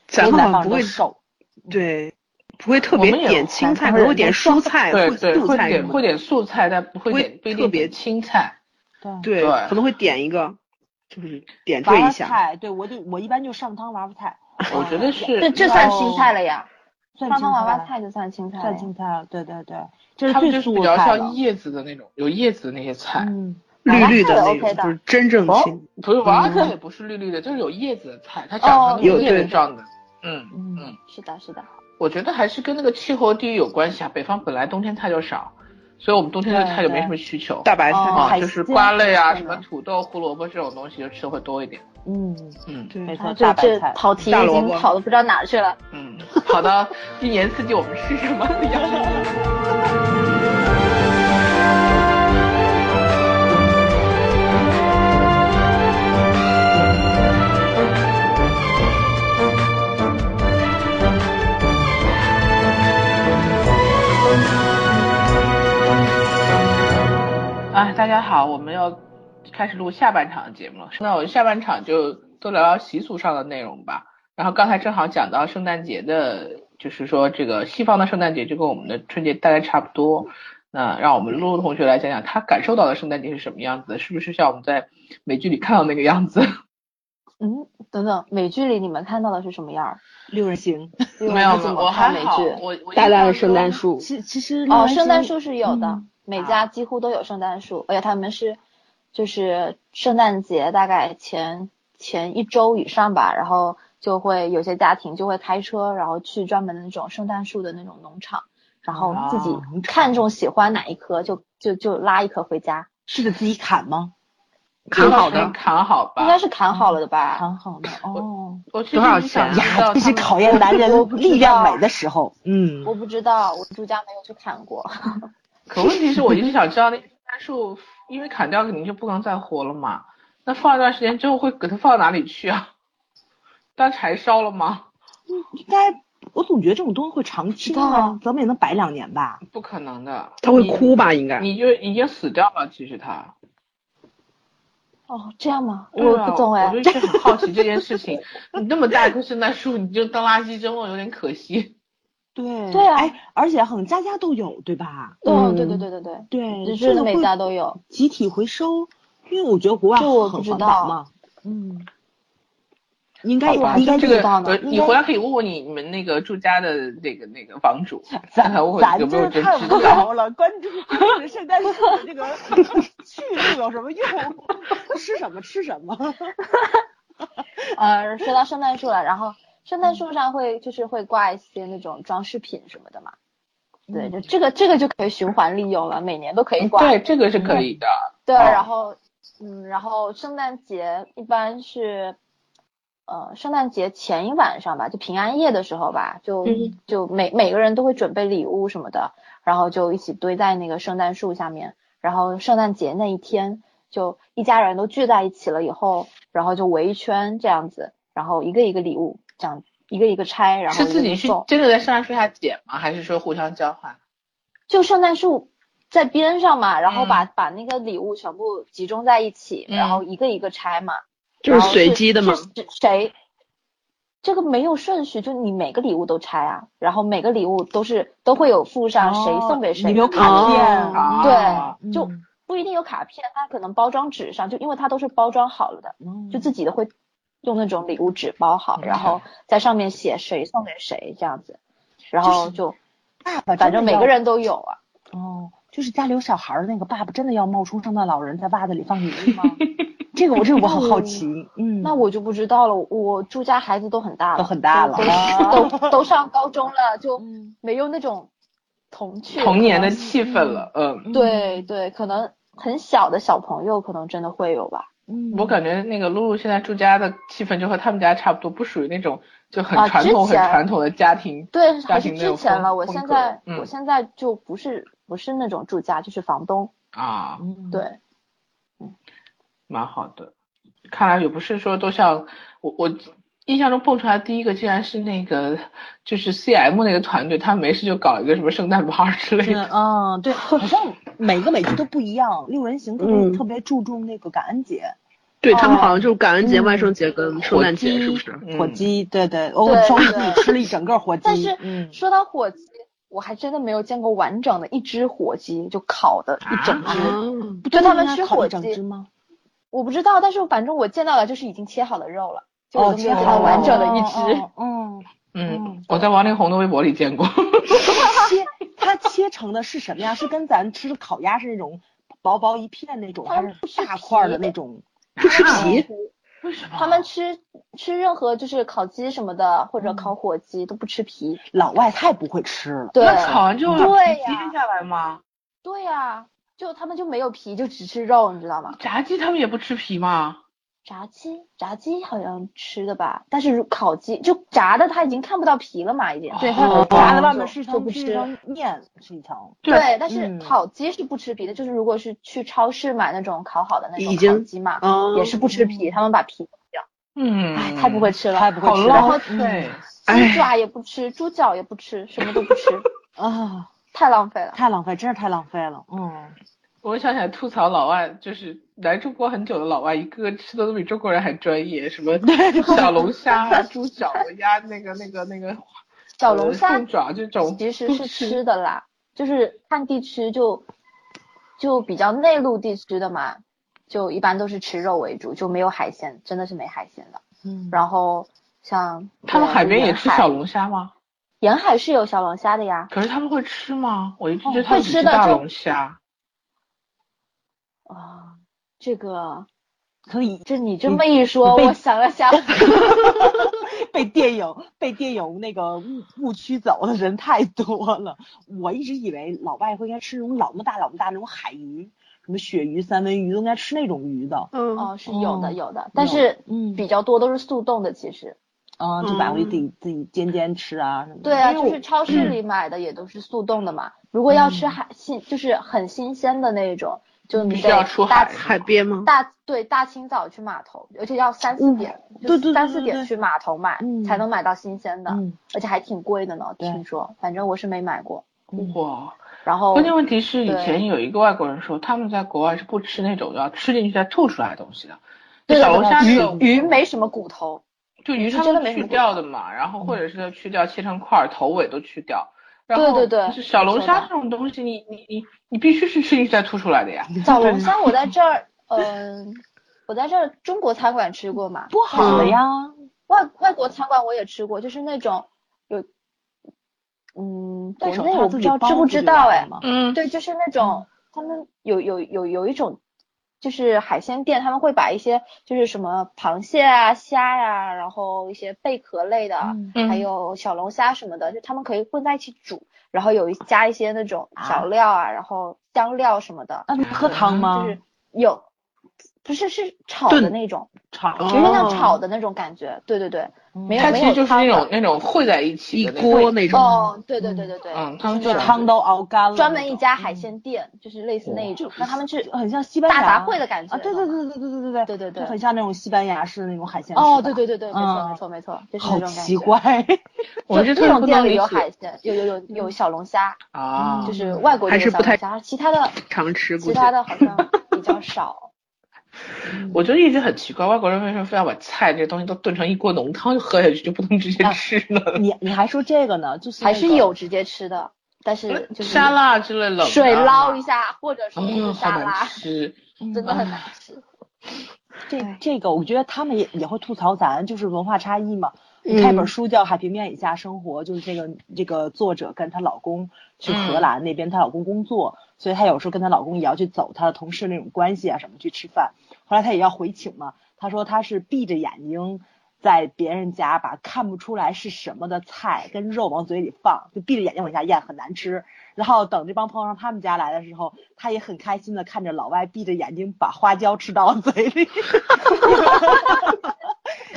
S4: 咱
S3: 所以
S4: 们
S3: 南
S4: 好像
S3: 方人
S4: 不
S3: 都
S4: 会
S3: 瘦。
S4: 对，不会特
S1: 我
S4: 别
S1: 们也
S4: 点青菜，
S2: 南方
S4: 可能会
S2: 人
S4: 点
S2: 都
S4: 蔬菜
S1: 对
S4: 或
S1: 对，
S4: 素
S1: 会
S4: 菜什
S1: 点
S4: 么
S1: 会
S4: 的。
S1: 点素菜，但不会
S4: 会
S1: 点不一
S4: 特
S1: 定
S4: 别
S1: 点青菜。
S3: 对，
S4: 对
S1: 对，
S4: 可能会点一个，就是点
S3: 娃
S4: 缀
S3: 娃
S4: 一下。
S3: 菜，对我就我一般就上汤娃娃菜，
S4: 啊
S1: 我觉得是
S2: 这这算青菜了呀，
S3: 算
S2: 方
S3: 青
S2: 方娃娃
S3: 菜，
S2: 菜就算青菜了
S3: 算
S2: 呀。
S3: 青菜了，对对对，这是
S1: 他们就
S3: 最
S1: 是
S3: 素
S1: 比
S3: 的
S1: 较
S3: 菜
S1: 像
S3: 了。
S1: 叶子的那种，有叶子的那些菜。
S3: 嗯，
S4: 绿绿
S2: 娃娃菜
S4: 那
S2: 是 OK
S4: 种，
S2: 的
S4: 就是真正
S1: 哦
S4: 青。，
S1: 不是，娃娃菜
S4: 嗯
S1: 也不是绿绿的，就是有叶子的菜，
S3: 哦
S1: 它长成那
S4: 有
S1: 种叶
S4: 对
S1: 子状的。嗯
S3: 嗯
S1: 嗯，
S2: 是的，是的，
S1: 我觉得还是跟那个气候地域有关系啊。北方本来冬天菜就少，所以我们冬天对
S3: 对
S1: 菜就没
S3: 对
S1: 什么需求。
S4: 大白菜。
S3: 哦
S1: 啊，
S3: 海
S1: 就是
S3: 鲜
S1: 瓜类啊，
S2: 可
S1: 什么
S2: 能
S1: 土豆、胡萝卜这种东西就吃的会多一点。
S3: 嗯，
S1: 嗯
S4: 对
S3: 没
S2: 哎
S3: 错，大
S2: 这
S3: 白
S2: 这
S3: 菜。
S2: 跑题
S4: 大
S2: 已
S4: 萝
S2: 经
S4: 卜
S2: 跑的不知道哪儿去了。
S1: 嗯，好的， 一年四季我们吃什么养生方法啊，大家好，我们要开始录下半场的节目了。那我下半场就都聊聊习俗上的内容吧。然后刚才正好讲到圣诞节的，就是说这个西方的圣诞节就跟我们的春节大概差不多。那让我们露露同学来讲讲他感受到的圣诞节是什么样子的，是不是像我们在美剧里看到那个样子？
S2: 嗯，等等，美剧里你们看到的是什么样儿？
S3: 六人 行，
S2: 因为
S1: 没有
S2: 不
S1: 没
S2: 怎
S1: 有，
S2: 么
S1: 我
S2: 看
S1: 还
S2: 美
S1: 好
S2: 剧。，
S1: 我我
S4: 大大的
S1: 印象
S4: 圣诞
S1: 中
S4: 树，
S3: 其其实
S2: 哦，圣诞树是有的，
S3: 嗯
S2: 每家几乎都有圣诞树，而且他们是就是圣诞节大概前前一周以上吧，然后就会有些家庭就会开车，然后去专门的那种圣诞树的那种农场，然后自己
S3: 哦农场
S2: 看中喜欢哪一棵就就就拉一棵回家，
S3: 是得自己砍吗？
S4: 砍好
S1: 应该是
S4: 的，
S1: 砍好吧？
S2: 应该是砍好了的吧？
S3: 砍好的哦。
S1: 我其实
S4: 多少
S1: 是想
S4: 钱啊
S1: 知道
S3: 呀，
S1: 他
S3: 这是
S1: 们
S3: 考验男
S2: 我
S3: 人
S2: 不知道
S3: 力量美的时候。嗯，
S2: 我不知道，我住家没有去砍过。
S1: 可问题是，我一直想知道那个圣诞树，因为砍掉肯定就不能再活了嘛。那放一段时间之后会给它放到哪里去啊？当柴烧了吗？
S3: 应该，我总觉得这种东西会长
S2: 知
S3: 期
S2: 道
S3: 啊
S2: 啊，
S3: 咱们也能摆两年吧。
S1: 不可能的，
S4: 它会哭吧？应该
S1: 你，你就已经死掉了。其实它
S2: 哦，这样吗？
S1: 对
S2: 我
S1: 啊
S2: 不懂哎
S1: 我。就一直很好奇这件事 情。你那么大一棵圣诞树，你就当垃圾扔了，有点可惜。
S3: 对
S2: 对啊
S3: 哎，而且好像家家都有，对吧？
S2: 嗯，对
S4: 嗯
S2: 对对对对，
S3: 对，
S2: 就是
S3: 这个
S2: 每
S3: 会
S2: 家都有。
S3: 集体回收，因为我觉得国外
S2: 这我不
S3: 很
S2: 知
S3: 环
S2: 道
S3: 保嘛。嗯，哎应该
S2: 好吧
S3: 应该
S2: 这
S1: 这
S2: 不
S1: 个
S2: 知道呢
S1: 呃
S2: 应
S1: 你
S2: 该
S1: 回来可以问问你你们那个住家的那个那个房 主，看
S3: 咱
S1: 看我
S3: 咱
S1: 有没有
S3: 真
S1: 真
S3: 是太
S1: 知道。
S3: 无聊了，关 注关注圣诞树的 这个去路有什么用？ 吃什么吃什么？
S2: 呃，说到圣诞树了，然后圣诞树上会就是会挂一些那种装饰品什么的嘛。对，
S3: 嗯
S2: 就这个这个就可以循环利用了，每年都可以挂。
S1: 对，这个是可以的。
S2: 对，
S1: 哦
S2: 然后嗯，然后圣诞节一般是，呃，圣诞节前一晚上吧，就平安夜的时候吧，就、
S1: 嗯
S2: 就每每个人都会准备礼物什么的，然后就一起堆在那个圣诞树下面，然后圣诞节那一天就一家人都聚在一起了以后，然后就围一圈这样子，然后一个一个礼物这样一个一个拆，然后
S1: 是
S2: 一个
S1: 自
S2: 一
S1: 己
S2: 个
S1: 去
S2: 送
S1: 真的在圣诞树下捡吗？还是说互相交换？
S2: 就圣诞树在边上嘛，然后
S1: 嗯
S2: 把、把那个礼物全部集中在一起，
S1: 嗯
S2: 然后一个一个拆嘛，
S4: 就是
S2: 然后
S4: 随机的嘛。
S2: 是是谁？这个没有顺序，就你每个礼物都拆啊，然后每个礼物都是都会有附上谁送给谁
S3: 哦
S2: 的
S3: 你没有
S2: 卡片，
S3: 卡
S4: 哦
S3: 片，
S1: 啊
S2: 对，就不一定有卡片，它可能包装纸上，就因为它都是包装好了的，
S3: 嗯
S2: 就自己的会用那种礼物纸包好，
S1: 嗯
S2: 然后在上面写谁送给谁这样子，然后就
S3: 爸爸真的要，
S2: 反正每个人都有啊。
S3: 哦，就是家里有小孩儿的那个爸爸，真的要冒充圣诞老人在袜子里放礼物 吗？这个我这个我很好奇，嗯，
S2: 那我就不知道了，我住家孩子都很大了，
S3: 都很大了
S2: 就都都都上高中了，就没有那种童趣
S1: 童年的
S2: 可能
S1: 气氛了，嗯，
S2: 对对，可能很小的小朋友可能真的会有吧。
S3: 嗯，
S1: 我感觉那个露露现在住家的气氛就和他们家差不多，不属于那种就很
S2: 啊
S1: 传
S2: 之
S1: 统、很
S2: 前
S1: 传统的家庭。
S2: 对，
S1: 家
S2: 还是
S1: 庭那种
S2: 之前了，
S1: 风
S2: 我
S1: 风
S2: 现
S1: 格
S2: 在、
S1: 嗯
S2: 我现在就不是不是那种住家，就是房东。
S1: 啊，
S3: 嗯，
S2: 对，
S1: 蛮好的。看来也不是说都像我我印象中蹦出来第一个，竟然是那个就是 CM 那个团队，他们没事就搞一个什么圣诞 bar 之类
S3: 嗯
S1: 的。
S3: 嗯，对，好像每个美剧都不一样，六人行特别、
S4: 嗯
S3: 特别注重那个感恩节，
S4: 对他们
S2: 哦
S4: 好像就感恩节、
S3: 嗯啊
S4: 万圣节跟圣
S1: 火
S4: 诞节，
S3: 鸡
S4: 是不是？
S1: 嗯
S3: 火鸡，对对，哦，
S2: 对
S3: 双
S2: 对
S3: 子吃了一整个火鸡，
S2: 但是、
S3: 嗯，
S2: 说到火鸡，我还真的没有见过完整的一只火鸡，就烤的一整只。
S4: 啊，
S3: 不
S2: 就他们
S3: 应该
S2: 吃
S3: 烤一
S2: 火
S3: 整
S2: 鸡
S3: 只吗？
S2: 我不知道，但是反正我见到的就是已经切好的肉了，就我
S3: 哦，
S2: 都没
S3: 吃
S2: 有
S3: 了
S2: 见到完整的一只。
S3: 哦，哦哦
S1: 嗯
S3: 嗯，
S1: 我在王力宏的微博里见过。
S3: 它切它切成的是什么呀？是跟咱吃的烤鸭是那种薄薄一片那种，
S2: 它
S3: 还
S2: 们
S3: 是
S2: 不吃
S3: 大块儿的
S2: 皮
S3: 那种？
S4: 不吃皮，
S1: 为什么
S2: 他们吃吃任何就是烤鸡什么的，或者烤火鸡都不吃皮。
S3: 老外太不会吃了。
S2: 对
S1: 嗯那烤完之后
S2: 对
S1: 皮
S2: 呀
S1: 扔下来吗？
S2: 对呀、就他们就没有皮，就只吃肉，你知道吗？
S1: 炸鸡他们也不吃皮吗？
S2: 炸鸡，炸鸡好像吃的吧，但是烤鸡就炸的，它已经看不到皮了嘛，已经。
S1: 对
S2: 它
S1: 哦
S3: 炸的
S2: 的
S3: 外面是一
S2: 就
S3: 层
S2: 不
S3: 是
S2: 吃
S3: 一。层面，是一层。
S2: 对，但是
S3: 嗯
S2: 烤鸡是不吃皮的，就是如果是去超市买那种烤好的那种
S4: 已经
S2: 烤鸡嘛，
S4: 哦
S2: 啊也是不吃皮，他们把皮剥掉。
S1: 嗯，
S2: 哎，太不会吃嗯了，
S3: 嗯太不会
S1: 好
S3: 吃
S2: 然
S3: 了
S2: 后
S1: 浪费。
S2: 鸡爪也不吃，猪脚也不吃，什么都不吃，
S3: 啊，
S2: 太浪费了。
S3: 太浪费，真是太浪费了。嗯，
S1: 我想起来吐槽老外，就是来中国很久的老外，一个个吃的都比中国人还专业，什么小龙虾啊、猪脚啊、鸭那个那个那个
S2: 小龙
S1: 呃
S2: 虾
S1: 凤爪这种，
S2: 其实是吃的啦，就是看地区就就比较内陆地区的嘛，就一般都是吃肉为主，就没有海鲜，真的是没海鲜的。
S3: 嗯
S2: 然后像
S1: 他们
S2: 对
S1: 海边也吃
S2: 沿海
S1: 小龙虾吗？
S2: 沿海是有小龙虾的呀，
S1: 可是他们会吃吗？我一直觉得
S2: 哦
S1: 他们只
S2: 会吃的
S1: 大
S2: 就
S1: 龙虾。
S2: 啊、这个
S3: 可以
S2: 这你这么一
S3: 你
S2: 说，
S3: 被
S2: 我想了 想，
S3: 被电影被电影那个误误区走的人太多了。我一直以为老外会应该吃那种老么大老么大那种海鱼，什么鳕鱼、三文鱼，都应该吃那种鱼的。
S4: 嗯，
S2: 哦，是有
S3: 哦
S2: 的有的，但是
S3: 嗯
S2: 比较多都是速冻的，其实。
S3: 嗯，就买回
S4: 嗯
S3: 自己自己煎煎吃啊什么的。
S2: 对啊，
S3: 因为
S2: 就是
S3: 我
S2: 超市
S1: 嗯
S2: 里买的也都是速冻的嘛。如果要吃海新，就是很新鲜的那种，就
S1: 必
S2: 你
S1: 须
S2: 得
S1: 要出
S2: 大
S1: 海
S4: 海边吗？
S2: 大对大清早去码头，而且要三四点，就
S3: 嗯对对对
S2: 三
S3: 对
S2: 四
S3: 对
S2: 点去码头买
S3: 嗯
S2: 才能买到新鲜的，
S3: 嗯
S2: 而且还挺贵的呢。
S3: 对
S2: 听说，反正我是没买过。
S3: 嗯
S1: 哇，
S2: 然后
S1: 关键问题是，以
S2: 哦对
S1: 前有一个外国人说，他们在国外是不吃那种要吃进去再吐出来的东西的。
S2: 对
S1: 小
S2: 的
S1: 龙虾
S2: 对
S1: 这个
S2: 的鱼鱼没什么骨 头，
S1: 就
S2: 鱼
S1: 鱼
S2: 是
S1: 它
S2: 真的
S1: 们
S2: 没什
S1: 去
S2: 么
S1: 掉的嘛，然后或者是它去掉切成块儿，头尾都去掉。然
S2: 对
S1: 后
S2: 对对
S1: 就是小龙
S2: 是
S1: 虾
S2: 的
S1: 这种东西，你你你你必须是吃进去再吐出来的呀。
S2: 小龙虾我在这儿，嗯、我在这儿中国餐馆吃过嘛，
S3: 不好的呀。
S2: 外外国餐馆我也吃过，就是那种有，嗯，
S3: 戴
S2: 国
S3: 手
S2: 内
S3: 套
S2: 我不
S3: 自
S2: 知
S3: 己
S2: 道
S3: 包
S2: 知不
S3: 不
S2: 知
S3: 就
S2: 道
S3: 完
S2: 哎
S3: 了，吗
S4: 嗯，
S2: 对，就是那种他们有有有有一种，就是海鲜店，他们会把一些就是什么螃蟹啊、虾呀、然后一些贝壳类的，
S3: 嗯
S2: 还
S4: 嗯，
S2: 有小龙虾什么的，就他们可以混在一起煮，然后有一加一些那种小料啊，然后香料什么的，
S3: 那你喝汤吗？
S2: 就是有，不是是炒的
S4: 炖
S2: 那种，
S3: 炒
S2: 有点像
S4: 哦
S2: 炒的那种感觉，对对对，
S3: 嗯
S2: 没有
S1: 它
S2: 没
S1: 其实
S2: 有
S1: 就是
S2: 汤
S1: 那
S2: 的
S1: 种那种烩在一起
S4: 一
S1: 的那
S4: 锅
S1: 种
S4: 那种，
S2: 哦，对对对对对，
S1: 嗯他们
S2: 就是
S1: 这样
S3: 汤都熬干了，
S2: 专门一家海
S3: 嗯
S2: 鲜店，就是类似那一种，
S3: 就
S2: 那他们是
S3: 很像西班牙
S2: 大杂烩的感觉
S3: 啊，对对对对对对对对
S2: 对对对
S3: 就很像那种西班牙式的那种海鲜吃
S2: 哦，
S3: 法
S2: 对，对对对，没错
S3: 嗯
S2: 没错没错，就是
S3: 好
S2: 那种感
S3: 奇
S2: 觉。
S3: 怪，
S1: 我们
S2: 就
S1: 这特
S2: 这
S1: 别
S2: 种
S1: 不
S2: 店
S1: 能
S2: 里
S1: 理
S2: 有
S1: 解嗯
S2: 海鲜，有有有有小龙虾，
S1: 啊，
S2: 就是外国
S4: 还
S2: 这
S4: 是
S2: 个
S4: 不
S2: 小龙
S4: 太
S2: 虾，其他的
S4: 常吃估
S2: 其
S4: 计。
S2: 他的好像比 较少。
S1: 我就一直很奇怪，外国人为什么非要把菜这些东西都炖成一锅浓汤就喝下去，就不能直接
S3: 啊
S1: 吃呢？
S3: 你你还说这个呢，就是
S2: 还
S3: 那
S2: 是
S3: 个
S2: 有直接吃的，但是就是
S1: 呃 沙拉之类冷的啊
S2: 水捞一
S1: 下，
S2: 下，或者说
S1: 哎
S2: 就
S1: 呦，
S2: 是
S1: 好
S2: 沙
S1: 难
S2: 拉，
S1: 吃。
S3: 嗯
S1: 啊
S2: 真的很难吃。
S3: 这
S2: 哎
S3: 这个，我觉得他们也也会吐槽咱，就是文化差异嘛。你看一本书叫《海平面以下生活》，就是这个这个作者跟她老公去荷兰那边，她老公工作，所以她有时候跟她老公也要去走她的同事那种关系啊什么去吃饭。后来她也要回请嘛，她说她是闭着眼睛在别人家把看不出来是什么的菜跟肉往嘴里放，就闭着眼睛往下咽，很难吃。然后等这帮朋友上他们家来的时候，她也很开心的看着老外闭着眼睛把花椒吃到嘴里。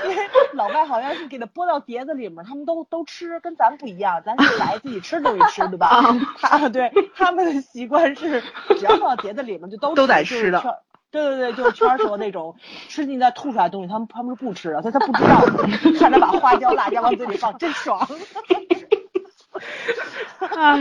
S3: 因为老外好像是给它拨到碟子里面，他们都都吃，跟咱们不一样，咱是来自己吃东西吃，对吧？
S4: 啊
S3: 他对他们的习惯是，只要放到碟子里面就都
S4: 都得
S3: 就是
S4: 吃的
S3: 圈。对对对，就是圈儿说那种吃进去再吐出来的东西，他们他们是不吃的，所以他不知道，看着把花椒辣椒往嘴里放，真爽。
S4: 啊，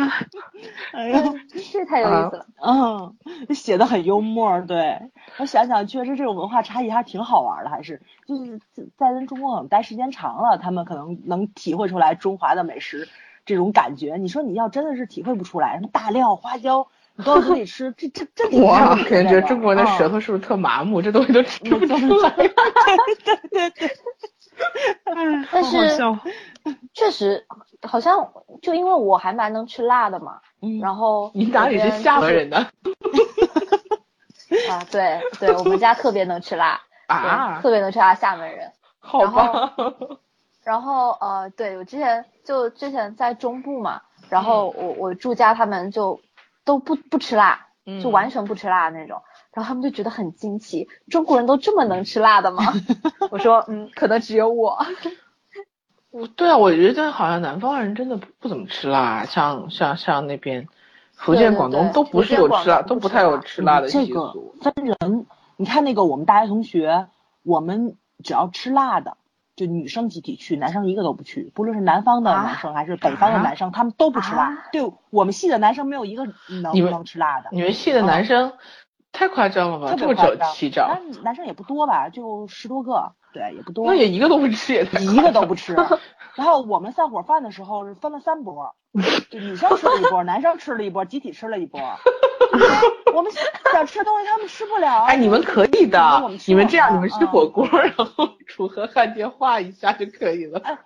S3: 哎呀，
S2: 嗯这太有意思了。
S3: 嗯， 写的很幽默，对我想想，确实这种文化差异还是挺好玩的，还是就是在咱中国可能待时间长了，他们可能能体会出来中华的美食这种感觉。你说你要真的是体会不出来，什么大料、花椒，你都要自己吃，这这这挺
S1: 哇，
S3: 难
S1: 感觉中国人的舌
S2: 嗯
S3: 舌头。
S1: 头是不是特麻木？这东西都吃不出来。
S4: 哎
S2: 但
S4: 好好
S2: 是
S4: 笑
S2: 确实，好像就因为我还蛮能吃辣的嘛，
S3: 嗯
S2: 然后
S1: 你哪里是
S2: 我
S1: 厦门
S2: 边
S1: 人呢？
S2: 啊？对对，我们家特别能吃辣，对
S1: 啊，
S2: 特别能吃辣，厦门人。
S1: 好吧，
S2: 然后呃，对我之前就之前在中部嘛，然后我我住家他们就都不不吃辣，嗯就完全不吃辣那种。然后他们就觉得很惊奇，中国人都这么能吃辣的吗？ 我说嗯，可能只有我。
S1: 我对啊，我觉得好像南方人真的不不怎么吃辣，像像像那边福
S2: 对
S1: 建、
S2: 对
S1: 广东
S2: 对
S1: 都不
S2: 福
S1: 是
S2: 建
S1: 有
S2: 广
S1: 吃辣，
S2: 东
S1: 都
S2: 不
S1: 不
S2: 吃
S1: 太有
S2: 辣
S1: 吃辣的
S3: 这
S1: 习
S3: 个
S1: 俗。
S3: 分人，你看那个我们大学同学，我们只要吃辣的，就女生集体去，男生一个都不去。不论是南方的
S2: 啊
S3: 男生还是北方的
S1: 啊
S3: 男生，他们都不吃辣。
S2: 啊
S3: 对我们系的男生没有一个能
S1: 你们
S3: 能吃辣的，
S1: 你们系的
S2: 哦
S1: 男生太夸张了吧？
S3: 特
S1: 这么
S3: 别夸
S1: 早
S3: 张。
S1: 起早，
S3: 但是男生也不多吧，就十多个，对，也不多
S1: 那，也一个都不吃，也太
S2: 哦
S3: 一个都不 吃。然后我们散伙饭的时候是分了三波，就女生吃了一波，男生吃了一波，集体吃了一波。我们想吃的东西他们吃不了。
S1: 哎，你们可以
S3: 我
S1: 的
S3: 们，吃
S1: 你们
S3: 火
S1: 这样，
S3: 锅
S1: 你们吃
S3: 嗯
S1: 火锅，然后楚河汉界画一下就可以
S2: 啊
S1: 了。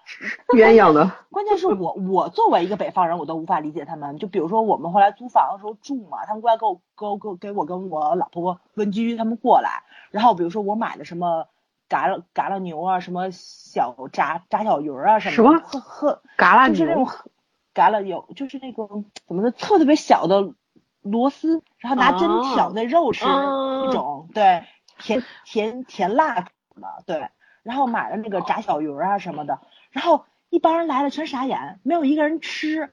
S4: 鸳鸯的，
S3: 关键是我 我作为一个北方人，我都无法理解他们。就比如说我们后来租房的时候住嘛，他们过来给我给我给我给我跟我老婆温居他们过来，然后比如说我买的什么嘎啦嘎啦牛啊，什么小炸炸小鱼儿啊什么的，喝喝
S4: 嘎啦
S3: 就是那种
S4: 牛，
S3: 喝嘎啦油，就是那个怎么说特别特别小的螺丝，然后拿针挑那肉吃
S1: 哦
S3: 那种，对，甜甜甜辣口的，对。然后买了那个炸小鱼儿啊什么的，然后一帮人来了全傻眼，没有一个人吃。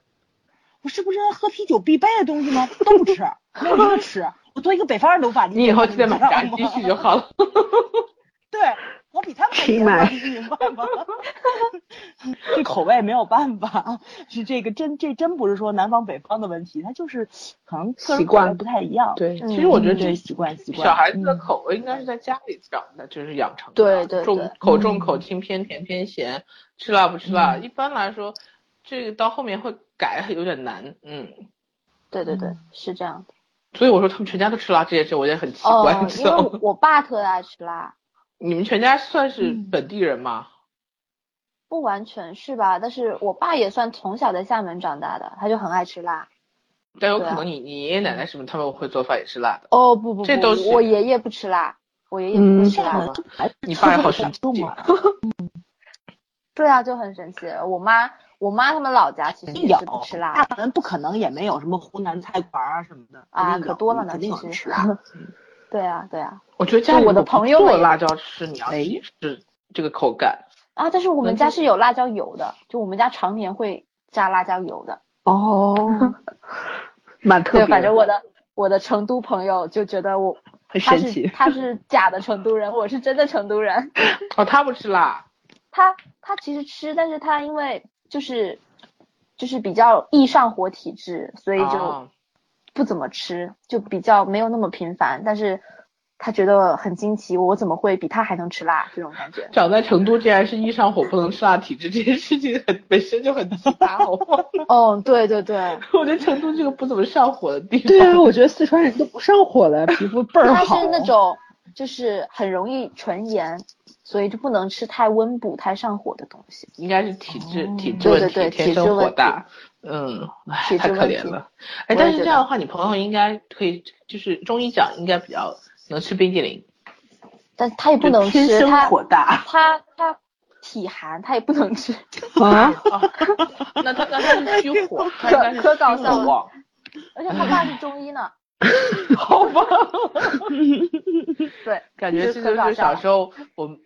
S3: 我是不是喝啤酒必备的东西吗？都不吃，没有一个吃。
S2: 嗯
S3: 我作为一个北方人都无法理 解。
S1: 你以后记得买炸
S3: 你
S1: 鸡
S3: 知道吗
S1: 去就好了。
S3: 对我比他们
S4: 亲
S3: 那
S4: 奶
S3: 没有办法， 这口味没有办法，是这个真这真不是说南方北方的问题，它就是可能个
S4: 习
S3: 人口
S4: 惯
S3: 味不太一样。
S4: 对
S2: 嗯
S1: 其实我觉得
S3: 这
S1: 这
S3: 习惯习惯，
S1: 小孩子的
S3: 嗯
S1: 口味应该是在家里长的，就是养成的。啊
S2: 对对对
S1: 重口重
S3: 嗯
S1: 口轻偏甜偏咸，吃辣不吃辣。
S3: 嗯
S1: 一般来说，这个到后面会改有点难，嗯。
S2: 对对对
S3: 嗯，
S2: 是这样的。
S1: 所以我说他们全家都吃辣这件事，我也很奇
S2: 哦
S1: 怪。，
S2: 因为我我爸特爱吃辣，
S1: 你们全家算是
S3: 嗯
S1: 本地人吗？
S2: 不完全是吧？但是我爸也算从小在厦门长大的，他就很爱吃辣。
S1: 但有
S2: 对
S1: 可
S2: 啊
S1: 能你你爷爷奶奶什么他们会做饭也是辣的。
S2: 哦不不
S1: 这
S2: 不
S1: 都是
S2: 我爷爷不吃辣，我爷爷不
S4: 嗯
S2: 吃辣。
S1: 好吧
S3: 厦门还是
S1: 啊你爸也好
S3: 特别
S1: 神
S3: 感动
S1: 奇
S3: 啊，
S2: 对啊，就很神奇。我妈我妈他们老家其实也
S3: 有
S2: 是不吃辣的
S3: 厦门不可能也没有什么湖南菜馆啊什么的
S2: 啊，
S3: 肯定
S2: 可
S3: 有嗯
S2: 多了呢，
S3: 肯
S2: 其
S3: 定有人
S2: 实
S3: 吃啊辣。。
S2: 对啊对啊
S1: 我觉得家里
S2: 就我的
S1: 如果不
S2: 朋友们
S1: 做
S2: 也
S1: 辣椒吃，你要
S3: 哎
S1: 自己吃这个口感。
S2: 啊！但是我们
S1: 能
S2: 家
S1: 吃
S2: 是有辣椒油的，就我们家常年会加辣椒油的。
S4: 哦，蛮特
S2: 对，
S4: 别的，
S2: 反正我的我的成都朋友就觉得我
S4: 很
S2: 他
S4: 神
S2: 是
S4: 奇。
S2: 他是假的成都人，我是真的成都人。
S1: 哦，他不吃辣。
S2: 他他其实吃，但是他因为就是就是比较易上火体质，所以就
S1: 哦
S2: 不怎么吃，就比较没有那么频繁。但是他觉得很惊奇，我怎么会比他还能吃辣这种 感觉？
S1: 长在成都，竟然是一上火不能吃辣体质，这件事情很本身就很奇葩，好吗？
S2: 哦，对对对，
S1: 我觉得成都这个不怎么上火的地方，
S4: 对啊，我觉得四川人都不上火了，皮肤倍儿
S2: 他
S4: 好。
S2: 是那种就是很容易唇炎，所以就不能吃太温补、太上火的东西。
S1: 应该是体质、
S3: 哦
S1: 体质问题，
S2: 对对对
S1: 天生火大。嗯，唉
S2: 体
S1: 太
S2: 质问题
S1: 可怜了。哎，
S2: 我也
S1: 但是
S2: 觉
S1: 这
S2: 得
S1: 样的话，你朋友应该可以，就是中医讲应该比较能吃冰激凌。
S2: 但他也不
S1: 就
S2: 能
S3: 天
S2: 吃，
S3: 生
S2: 他
S3: 火大，
S2: 他他体寒，他也不能吃。
S4: 啊，
S1: 哦、 那他那他是虚火，他应该是
S2: 可搞
S1: 虚
S2: 笑
S1: 火
S2: 了。而且他爸是中医呢，
S1: 好 吧，
S2: 对，
S1: 感觉
S2: 就
S1: 这
S2: 可
S1: 就
S2: 搞
S1: 是
S2: 笑
S1: 小
S2: 了
S1: 时候我们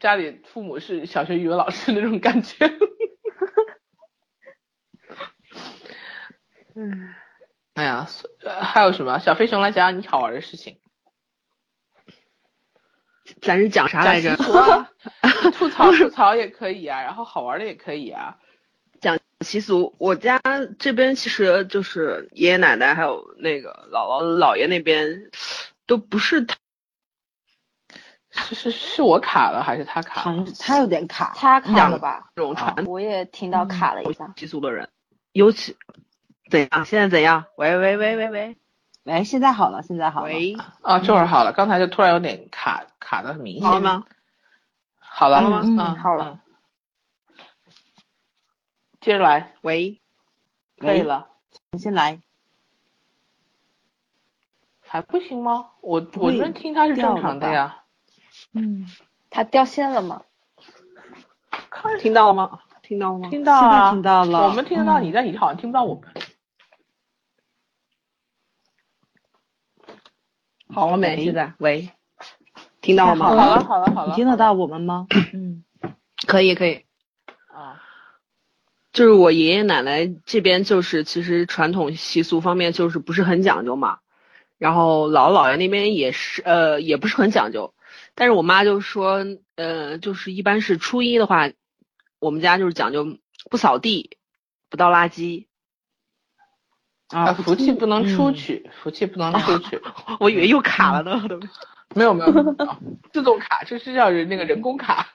S1: 家里父母是小学语文老师那种感觉。
S4: 嗯，
S1: 哎呀，所呃还有什么？小飞熊来讲讲你好玩的事情。
S4: 咱是讲啥来着？
S1: 说啊吐槽吐槽也可以啊，然后好玩的也可以啊。
S4: 讲习俗，我家这边其实就是爷爷奶奶还有那个姥姥姥爷那边都不是太
S1: 是是是我卡了还是他卡了？
S3: 糖它有点卡，啊
S2: 他卡了吧？
S4: 这种传统
S2: 我也听到卡了一下，
S4: 习俗的人，尤其怎样？现在怎样？喂喂喂喂喂
S3: 哎，现在好了，现在好了。
S4: 喂，
S1: 啊，这会儿好了，刚才就突然有点卡，卡的很明
S4: 好了
S1: 显。
S4: 吗？
S1: 好了
S4: 好了吗
S1: 嗯，
S2: 嗯好了
S1: 嗯。接着来，
S4: 喂，
S1: 可以
S3: 喂
S1: 了，
S3: 你先来，
S1: 还不行吗？我
S3: 不
S1: 我
S3: 会
S1: 这边听他是正常的
S3: 掉
S1: 呀。
S3: 嗯，
S2: 他掉线了吗？
S4: 听到了吗？听到了吗？
S1: 听到
S3: 现在
S1: 啊，
S3: 听到了，嗯
S1: 我们听得到你，但你好像听不到我们。
S4: 好了没？
S3: 喂
S4: 现在喂，听到了
S3: 好
S1: 好
S4: 吗？
S1: 了好了好了，
S3: 嗯，你听得到我们吗？嗯，
S4: 可以可以。
S1: 啊？
S4: 就是我爷爷奶奶这边，就是其实传统习俗方面就是不是很讲究嘛，然后姥姥姥爷那边也是，呃，也不是很讲究。但是我妈就说，呃，就是一般是初一的话，我们家就是讲究不扫地，不倒垃圾。
S1: 啊，
S3: 啊，不
S1: 福气不能出
S3: 嗯
S1: 去，福气不能 出去。
S4: 我以为又卡了呢，
S1: 嗯
S4: 都
S1: 没有没有，没有自动卡，这是叫人那个人工卡。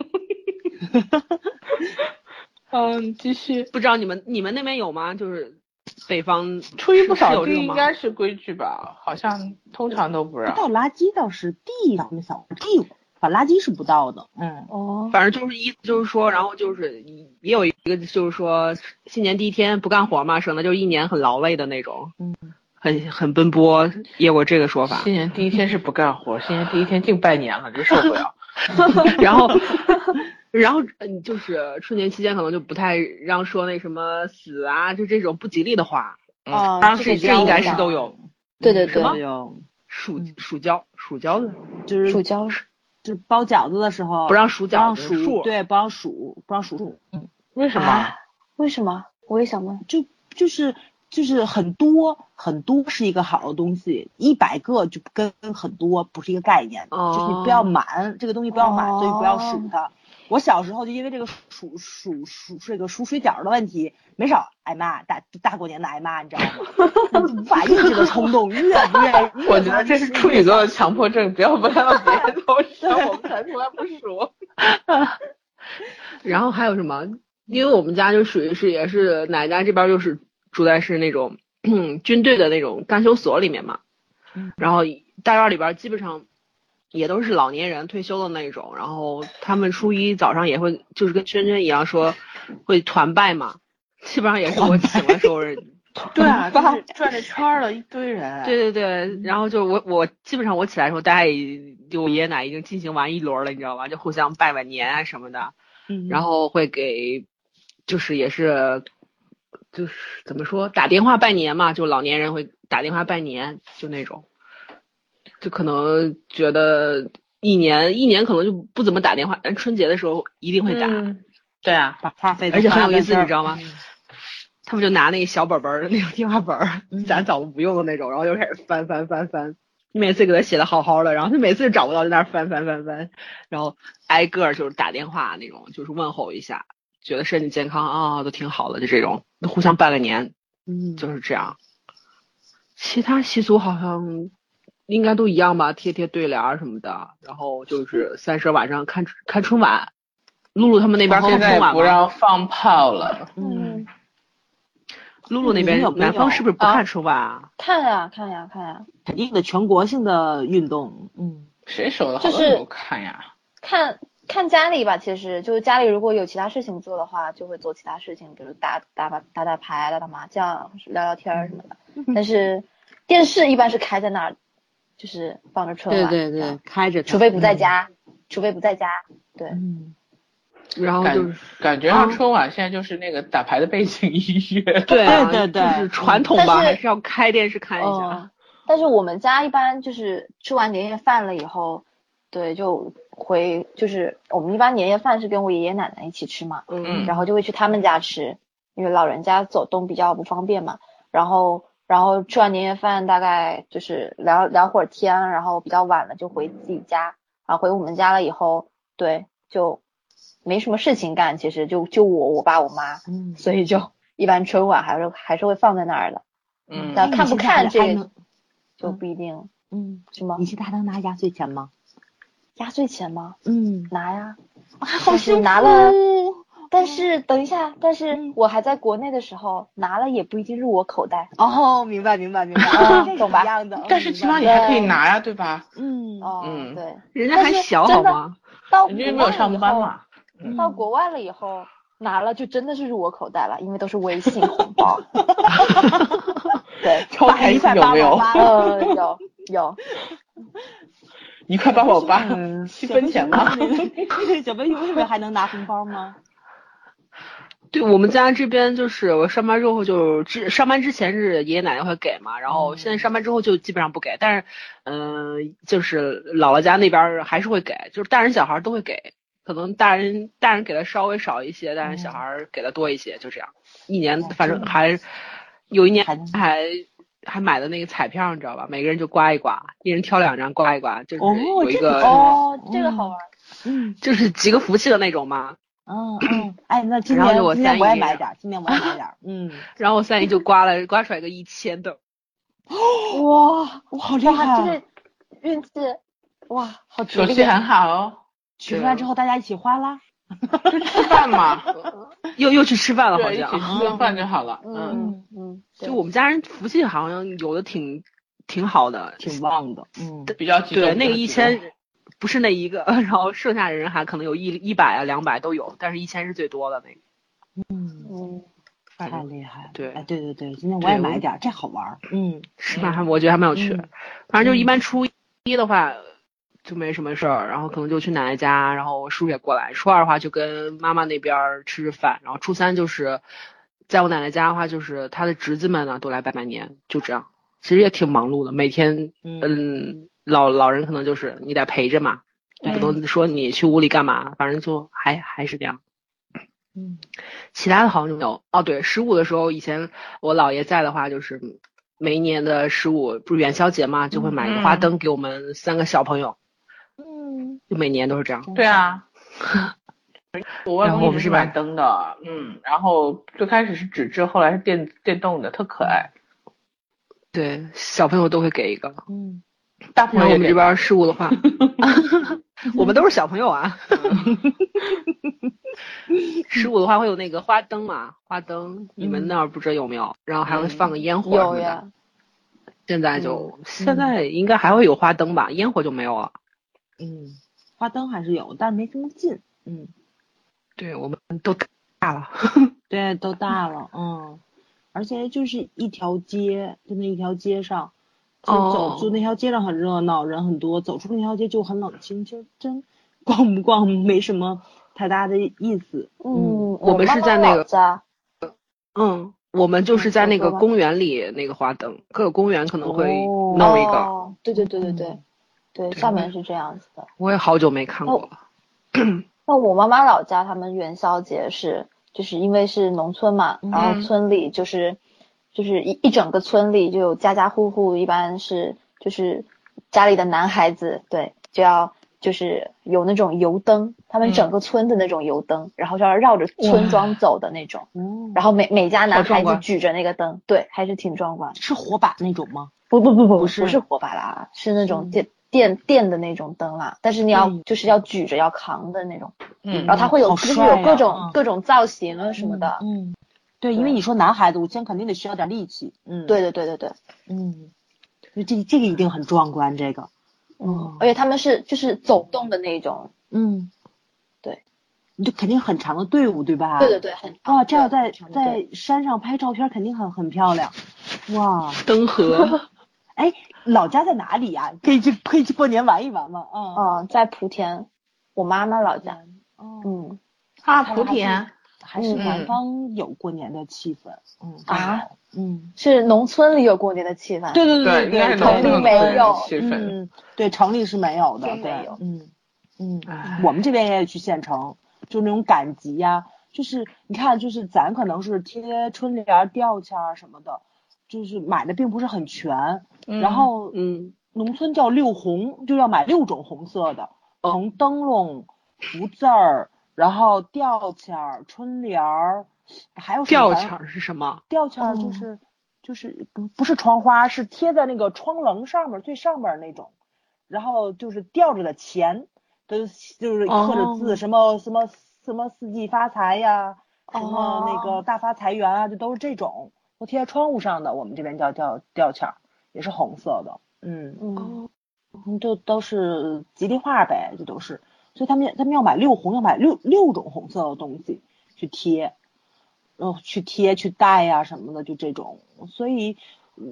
S1: 嗯，继续。
S4: 不知道你们你们那边有吗？就是北方
S1: 初一不
S4: 是
S1: 扫
S4: 有
S1: 地
S4: 这个
S1: 应
S4: 吗
S1: 该是规矩吧？好像通常都不
S3: 不
S1: 让。
S3: 倒垃圾倒是地上面扫地，把垃圾是不倒的。嗯，
S2: 哦，
S4: 反正就是意思就是说，然后就是也有一个就是说，新年第一天不干活嘛，省得就一年很劳累的那种，
S3: 嗯，
S4: 很很奔波，也有过这个说法。
S1: 新年第一天是不干活，新年第一天净拜年了，真受不了。
S4: 然后， 然后嗯，就是春节期间可能就不太让说那什么死啊，就这种不吉利的话，
S1: 嗯
S3: 啊，
S4: 当
S3: 这
S4: 时
S3: 个
S4: 这
S3: 教
S4: 应该
S3: 我
S4: 是
S3: 的
S4: 都有。
S2: 对对对
S4: 什，么
S3: 有，
S4: 暑
S3: 嗯
S4: 暑交暑交的，
S3: 就是
S2: 乳胶
S3: 就是包饺子的时候
S4: 不让数
S3: 不让
S4: 饺子
S3: 数，
S4: 数，
S3: 对，不让数，不让数数，
S1: 为什么？
S2: 啊为什么？我也想问，
S3: 就就是就是很多很多是一个好的东西，一百个就跟很多不是一个概念，
S4: 哦
S3: 就是你不要满这个东西不要满，
S2: 哦
S3: 所以不要数它。我小时候就因为这个数数数这个数水饺的问题，没少挨骂，大大过年的挨骂，你知道吗？那无法抑制的冲动，越不愿 意。
S1: 我觉得这是处女座的强迫症，不要不要别人都说我们才从来不说。
S4: 然后还有什么？因为我们家就属于是也是奶奶这边就是住在是那种 军队的那种干休所里面嘛
S3: 嗯，
S4: 然后大院里边基本上也都是老年人退休的那种，然后他们初一早上也会就是跟圈圈一样说会团拜嘛，基本上也是我醒的时候人
S1: 对啊，就是转着圈儿的一堆人。
S4: 对对对，然后就我我基本上我起来的时候，大家已就我爷爷奶奶已经进行完一轮了，你知道吧？就互相拜拜年啊什么的，
S3: 嗯
S4: 然后会给就是也是就是怎么说打电话拜年嘛，就老年人会打电话拜年，就那种，就可能觉得一年一年可能就不怎么打电话，但春节的时候一定会打，
S1: 嗯，对啊，
S3: 把话费，
S4: 而且很有意思，你知道
S3: 吗？
S4: 吗？他们就拿那个小本本儿的那种电话本儿， 咱早不用的那种，然后就开始翻翻翻翻。你每次给他写的好好的，然后他每次找不到，就在那儿翻翻翻翻，然后挨个儿就是打电话那种，就是问候一下，觉得身体健康啊、都挺好的，就这种互相拜个年，
S3: 嗯，
S4: 就是这样。其他习俗好像应该都一样吧，贴贴对联儿什么的，然后就是三十晚上看看春晚，露露他们那边
S1: 现
S4: 看
S1: 在
S4: 春晚
S1: 不
S4: 吗？
S1: 让放炮了。
S3: 嗯，
S4: 露露那边
S3: 你嗯有没有
S4: 南方是不是不看春晚啊？
S2: 看呀看呀看呀，
S3: 肯定的，全国性的运动，嗯，
S1: 谁手的好多
S2: 就是
S1: 人都看呀？
S2: 看看家里吧，其实就是家里如果有其他事情做的话，就会做其他事情，比如打打打打打牌、打打麻将、聊聊天儿什么的。但是电视一般是开在那儿，就是放着春晚，这样，，
S3: 开着它，
S2: 除非不在家，除非不在家，对，
S3: 嗯，
S4: 然后就
S1: 感
S4: 是
S1: 感觉上春晚现在就是那个打牌的背景音乐。
S4: 对啊
S3: 对对对
S4: 就是传统吧，
S2: 但是
S4: 还是要开电视看一
S2: 哦
S4: 下。啊
S2: 但是我们家一般就是吃完年夜饭了以后，对，就回就是我们一般年夜饭是跟我爷爷奶奶一起吃嘛，
S4: 嗯
S2: 然后就会去他们家吃，因为老人家走动比较不方便嘛。然后然后吃完年夜饭，大概就是聊聊会儿天，然后比较晚了就回自己家。啊，回我们家了以后，对，就没什么事情干，其实就就我我爸我妈，
S3: 嗯，
S2: 所以就一般春晚还是还是会放在那儿的，
S1: 嗯，
S3: 呃
S2: 但看不看
S3: 你现在还
S2: 这个
S3: 能
S2: 就
S3: 嗯
S2: 不一定
S3: 嗯，
S2: 什么
S3: 你现在还能拿压岁钱吗？
S2: 压岁钱吗？
S3: 嗯，
S2: 拿呀，
S3: 好
S2: 幸福
S3: 拿了，
S2: 但是等一下，但是
S3: 嗯
S2: 我还在国内的时候拿了也不一定入我口袋。
S3: 哦，明白明白 明白，啊
S2: 嗯
S3: 这个
S2: 懂吧
S3: 一样的，
S1: 但是起码你还可以拿呀，对吧？
S3: 嗯，
S2: 哦，
S1: 嗯
S2: 对，
S4: 人家还小好吗？
S2: 到国
S1: 人
S2: 外
S1: 家没有上班嘛。
S3: 嗯
S2: 以后。到国外了以后，拿了就真的是入我口袋了，因为都是微信红包。对，
S1: 超开心有没 有？
S2: 呃，有有，
S1: 一块八毛八，七
S3: 七
S1: 分钱吗？
S3: 小朋友为什么还能拿红包 吗？
S4: 对我们家这边就是我上班之后就之上班之前是爷爷奶奶会给嘛，然后现在上班之后就基本上不给，但是嗯、呃就是姥姥家那边儿还是会给，就是大人小孩儿都会给，可能大人大人给的稍微少一些，但是
S3: 嗯
S4: 小孩儿给的多一些，就这样。一年
S3: 哦
S4: 反正还有一年
S3: 还能
S4: 还还买的那个彩票，你知道吧？每个人就刮一刮，一人挑两张刮一刮，就是
S3: 哦
S4: 有一
S3: 这个
S4: 个、
S2: 哦，这个好玩。
S3: 嗯
S4: 就是集个福气的那种嘛。
S3: 嗯嗯，哎，那今
S4: 然后
S3: 年
S4: 就我
S3: 今年
S4: 三
S3: 我也
S4: 姨
S3: 买点儿，今年我也买点 儿，嗯，
S4: 然后我三姨就刮了刮出来个一千的，
S3: 哇，我好厉
S2: 哇，
S3: 害
S2: 这
S3: 啊！
S2: 个运气，哇，好
S1: 手
S2: 吉
S1: 气
S2: 利啊。
S1: 很好哦，
S3: 取出来之后大家一起花啦，
S1: 就吃饭 嘛，
S4: 又又去吃饭了，好
S1: 对，一起
S4: 像。
S1: 吃顿饭就好了。嗯，
S2: 嗯嗯，对
S4: 就我们家人福气好像有的挺挺好的，
S3: 挺旺的，嗯，
S1: 比较激动。
S4: 对，那个
S1: 比较
S4: 一
S1: 激动
S4: 千不是那一个， 然后剩下的人还可能有一一百啊两百都有，但是一千是最多的那个。
S3: 嗯，
S2: 嗯，
S3: 太厉害了，
S4: 对
S3: 哎，对对对，今年我也
S4: 对
S3: 买
S4: 我
S3: 点儿，这好玩儿，嗯，
S4: 是吧？还我觉得还蛮有趣。反正就一
S3: 嗯
S4: 般初一的话就没什么事儿，然后可能就去奶奶家，然后我叔叔也过来。初二的话就跟妈妈那边儿吃吃饭，然后初三就是在我奶奶家的话，就是她的侄子们呢都来拜拜年，就这样。其实也挺忙碌的，每天
S3: 嗯
S4: 嗯老老人可能就是你得陪着嘛，
S3: 对
S4: 不能说你去屋里干嘛，反正就还还是这样。
S3: 嗯，
S4: 其他的好像就没有。哦，对，十五的时候，以前我姥爷在的话，就是每一年的十五不是元宵节嘛，就会买一个花灯给我们三个小朋友，
S2: 嗯，
S4: 就每年都是这样。
S1: 对 啊，我外
S4: 然后
S1: 公
S4: 我
S1: 一直是
S4: 们是
S1: 买
S4: 买
S1: 灯的，嗯，然后最开始是纸质，后来是电电动的，特可爱。
S4: 对，小朋友都会给一个。
S3: 嗯，
S1: 大朋
S4: 然
S1: 友也
S4: 后我们
S1: 给
S4: 这边十五的话，我们都是小朋友啊。十五的话会有那个花灯嘛，花灯，你们那儿不知道有没有？然后还会放个烟火什么
S2: 有
S4: 的。
S2: 呀，
S4: 现在就、
S1: 嗯
S4: 现在应该还会有花灯吧，烟火就没有了。
S3: 嗯，花灯还是有，但没什么劲。嗯，
S4: 对我们都大了，
S3: 对，都大了，嗯，而且就是一条街，就那一条街上，就走
S4: 哦
S3: 就那条街上很热闹，人很多，走出那条街就很冷清，就真逛不逛没什么太大的意思。
S2: 嗯，
S4: 我们
S2: 妈
S4: 是
S2: 妈
S4: 在那
S2: 老
S4: 个
S2: 家
S4: 嗯，我们就是在那
S2: 差
S4: 个
S2: 不多吧
S4: 公园里那个花灯，各个公园可能会弄一个，
S2: 哦，对对对对对对，厦门是这样子的。
S4: 我也好久没看过
S2: 哦
S4: 了。
S2: 那我妈妈老家，他们元宵节是，就是因为是农村嘛，然
S4: 嗯
S2: 后村里就是，就是一一整个村里就有家家户户，一般是就是家里的男孩子，对，就要就是有那种油灯，他
S4: 嗯
S2: 们整个村的那种油灯，然后就要绕着村庄走的那种，
S3: 哦，
S2: 然后每每家男
S4: 好壮
S2: 孩子
S4: 观
S2: 举着那个灯，对，还是挺壮观的。
S3: 是火把那种吗？
S2: 不不不不，
S4: 不
S2: 不
S4: 是
S2: 是火把啦，是那种
S3: 嗯
S2: 电电电的那种灯啦，但是你要
S3: 嗯
S2: 就是要举着要扛的那种。
S1: 嗯
S2: 然后它会有
S3: 好
S2: 就是
S3: 帅
S2: 有各
S3: 呀
S2: 种、
S3: 嗯
S2: 各种造型啊什么的。
S3: 嗯，对，因为
S2: 对
S3: 你说男孩子，我先肯定得需要点力气。嗯，，
S2: 对对对对对，
S3: 嗯，就这这个一定很壮观，这个。
S2: 嗯，而且他们是就是走动的那种，
S3: 嗯，
S2: 对，
S3: 你就肯定很长的队伍，对吧？
S2: 对对对，很
S3: 哇，啊哦这要在
S2: 对
S3: 在山上拍照片，肯定很很漂 亮。哇，
S4: 灯盒
S3: 哎，老家在哪里呀、可以去可以去过年玩一玩吗？啊、
S2: 嗯，在莆田，我妈妈老家，
S3: 嗯，哦，
S2: 嗯
S1: 啊，
S3: 看
S1: 莆
S3: 来还是
S1: 田，
S3: 还是
S2: 嗯
S3: 南
S1: 嗯
S3: 方有过年的气氛。嗯
S2: 啊，
S3: 嗯，
S2: 是农村里有过年的气氛，
S3: 对对
S1: 对，应该是
S2: 农
S1: 农
S2: 村
S1: 村
S2: 里没
S1: 的
S2: 有
S1: 气氛。
S3: 嗯，对，城里是没有的，
S2: 真没
S3: 对
S2: 有
S3: 嗯嗯
S4: 哎，
S3: 我们这边也得去县城，就那种赶集呀、就是你看，就是咱可能是贴春联儿、吊签儿什么的，就是买的并不是很全，然后
S4: 嗯，
S3: 农村叫六红，就要买六种红色的，
S4: 哦
S3: 从灯笼、福字儿，然后吊签儿、春联儿，还有什么
S4: 吊
S3: 玩意
S4: 钱儿哦是什么？
S3: 吊签儿就是、就是不不是窗花，是贴在那个窗棱上面最上面那种，然后就是吊着的钱，都就是刻着字，
S4: 哦
S3: 什么什么什么四季发财呀，什么那个
S2: 哦
S3: 大发财源啊，就都是这种，都贴在窗户上的。我们这边叫吊吊签儿，也是红色的，嗯。
S2: 嗯，
S3: 嗯，就都是吉利话呗，这都是。所以他们他们要买六红，要买六六种红色的东西去贴，然后去贴去戴呀、什么的，就这种。所以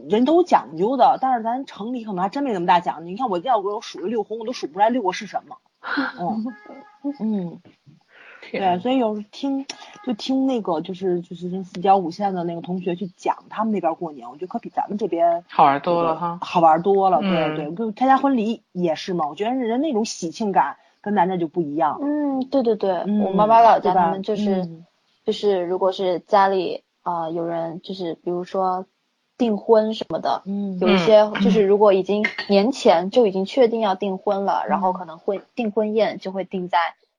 S3: 人都有讲究的，但是咱城里可能还真没那么大讲究。你看我要我数了六红，我都数不出来六个是什么。嗯嗯，对，
S1: 天，
S3: 所以有时候听就听那个就是就是那四郊五县的那个同学去讲他们那边过年，我觉得可比咱们这边
S1: 好玩多了哈。
S3: 好玩多了，对
S1: 嗯
S3: 对，跟参加婚礼也是嘛，我觉得人那种喜庆感跟咱这就不一样。
S2: 嗯，对对对，
S3: 嗯
S2: 我妈妈老
S3: 对
S2: 家
S3: 吧
S2: 他们就是、
S3: 嗯
S2: 就是，如果是家里啊、呃有人就是比如说订婚什么的，
S3: 嗯
S2: 有一
S1: 嗯
S2: 些就是如果已经年前就已经确定要订婚了，然
S3: 嗯
S2: 后可能婚订婚宴就会定在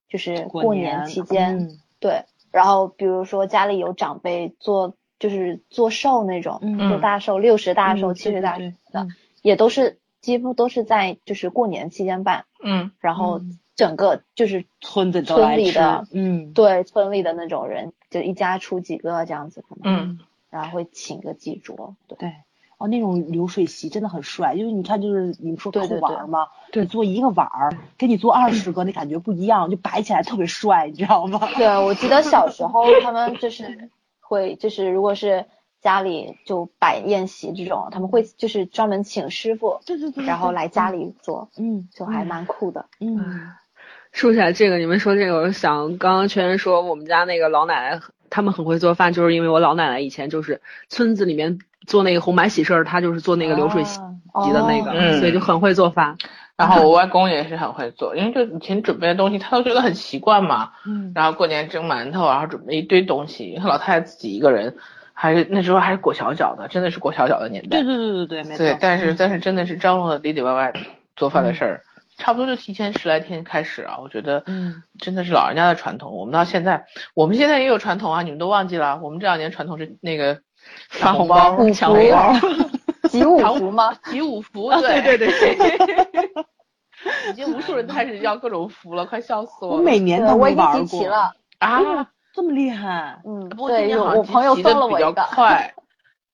S2: 就是过年
S3: 嗯
S2: 期间，对。然后比如说家里有长辈做就是做寿那种，
S3: 嗯
S2: 做大寿六十大寿、
S3: 嗯
S2: 七十
S3: 对
S2: 大寿
S3: 对
S2: 的，
S3: 嗯
S2: 也都是几乎都是在就是过年期间办，
S1: 嗯，
S2: 然后
S3: 嗯
S2: 整个就是
S3: 村子都
S2: 村
S3: 来
S2: 里
S3: 吃
S2: 的，
S3: 嗯，
S2: 对村里的那种人，就一家出几个这样子，可能，
S1: 嗯，
S2: 然后会请个几桌，对，
S3: 对。哦，那种流水席真的很帅，因为你看，就是你们说
S2: 对
S3: 扣
S2: 对对
S3: 碗儿嘛，
S4: 对
S3: 你做一个碗儿，跟你做二十个那感觉不一样，就摆起来特别帅，你知道吗？
S2: 对，啊我记得小时候他们就是会，就是如果是家里就摆宴席这种，他们会就是专门请师傅，
S3: 对
S1: 嗯
S3: 对对，
S2: 然后来家里做，
S3: 嗯，
S2: 就还蛮酷的。
S3: 嗯
S4: 说起来这个，你们说这个，我就想刚刚全说我们家那个老奶奶，他们很会做饭，就是因为我老奶奶以前就是村子里面做那个红白喜事儿，她就是做那个流水席
S3: 啊
S4: 的那个，
S1: 哦
S4: 所以就很会做饭。
S1: 然后我外公也是很会做，因为就以前准备的东西，他都觉得很习惯嘛。
S3: 嗯，
S1: 然后过年蒸馒头，然后准备一堆东西，老太太自己一个人，还是那时候还是裹小脚的，真的是裹小脚的年代。
S3: 对对对对对，没错。
S1: 对，但是但是真的是张罗的里里外外做饭的事儿，差不多就提前十来天开始啊。我觉得，
S3: 嗯，
S1: 真的是老人家的传统。我们到现在，我们现在也有传统啊，你们都忘记了。我们这两年传统是那个发红包、
S2: 五
S1: 抢红
S2: 福
S1: 包、
S2: 集五福吗？
S1: 集五福，对
S4: 对
S1: 对对。已经无数人开始要各种福了，快笑死
S3: 我
S1: 了！
S3: 每 年
S2: 对，
S3: 都
S2: 我
S3: 没
S2: 已经集
S3: 玩
S2: 齐
S3: 过
S2: 了。
S1: 啊，
S3: 啊，这么厉害！
S2: 嗯，
S1: 不过今
S2: 对，
S1: 年
S2: 有
S1: 好像
S2: 我朋友
S1: 集齐得
S2: 送了我
S1: 比较
S2: 一个。
S1: 快，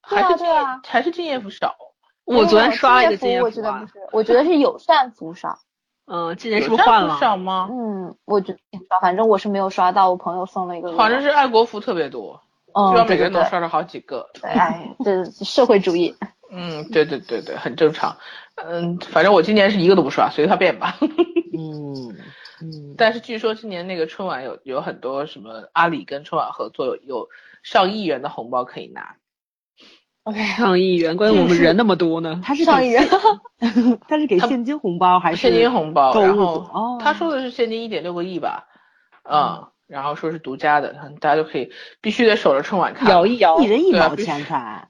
S1: 还是
S2: 对啊
S1: 还是敬业福少，
S4: 我昨天刷了一个
S2: 金
S4: 金
S2: 叶
S4: 叶
S2: 嗯福，我觉
S4: 福
S2: 得
S4: 啊
S2: 不，是，我觉得是友善福少。
S4: 嗯，今
S1: 有
S4: 年是不是
S1: 善
S4: 换
S1: 福
S4: 了？
S1: 少吗？
S2: 嗯，我觉得反正我是没有刷到，我朋友送了一个给我。
S1: 好像是爱国服特别多，
S2: 嗯，
S1: 居然
S2: 对
S1: 每个人
S2: 对
S1: 能
S2: 对
S1: 刷着好几个。
S2: 对哎，这是社会 主义。
S1: 嗯，对对对对，很正常。嗯，反正我今年是一个都不刷，随他便吧。
S3: 嗯嗯，
S1: 但是据说今年那个春晚有有很多什么阿里跟春晚合作，有有上亿元的红包可以拿。
S4: 上亿元，关键我们人那么多呢。
S3: 他是
S2: 上
S3: 给
S2: 一人
S3: 现， 他是给
S1: 他
S3: 现金红包还是
S1: 现金红包，
S3: 购
S1: 然
S3: 物组
S1: 后
S3: 哦，
S1: 他说的是现金一点六个亿吧，嗯，然后说是独家的，大家就可以必须得守着春晚看。
S4: 摇一摇
S3: 一，人一
S1: 对啊
S3: 毛
S1: 必须
S3: 钱才，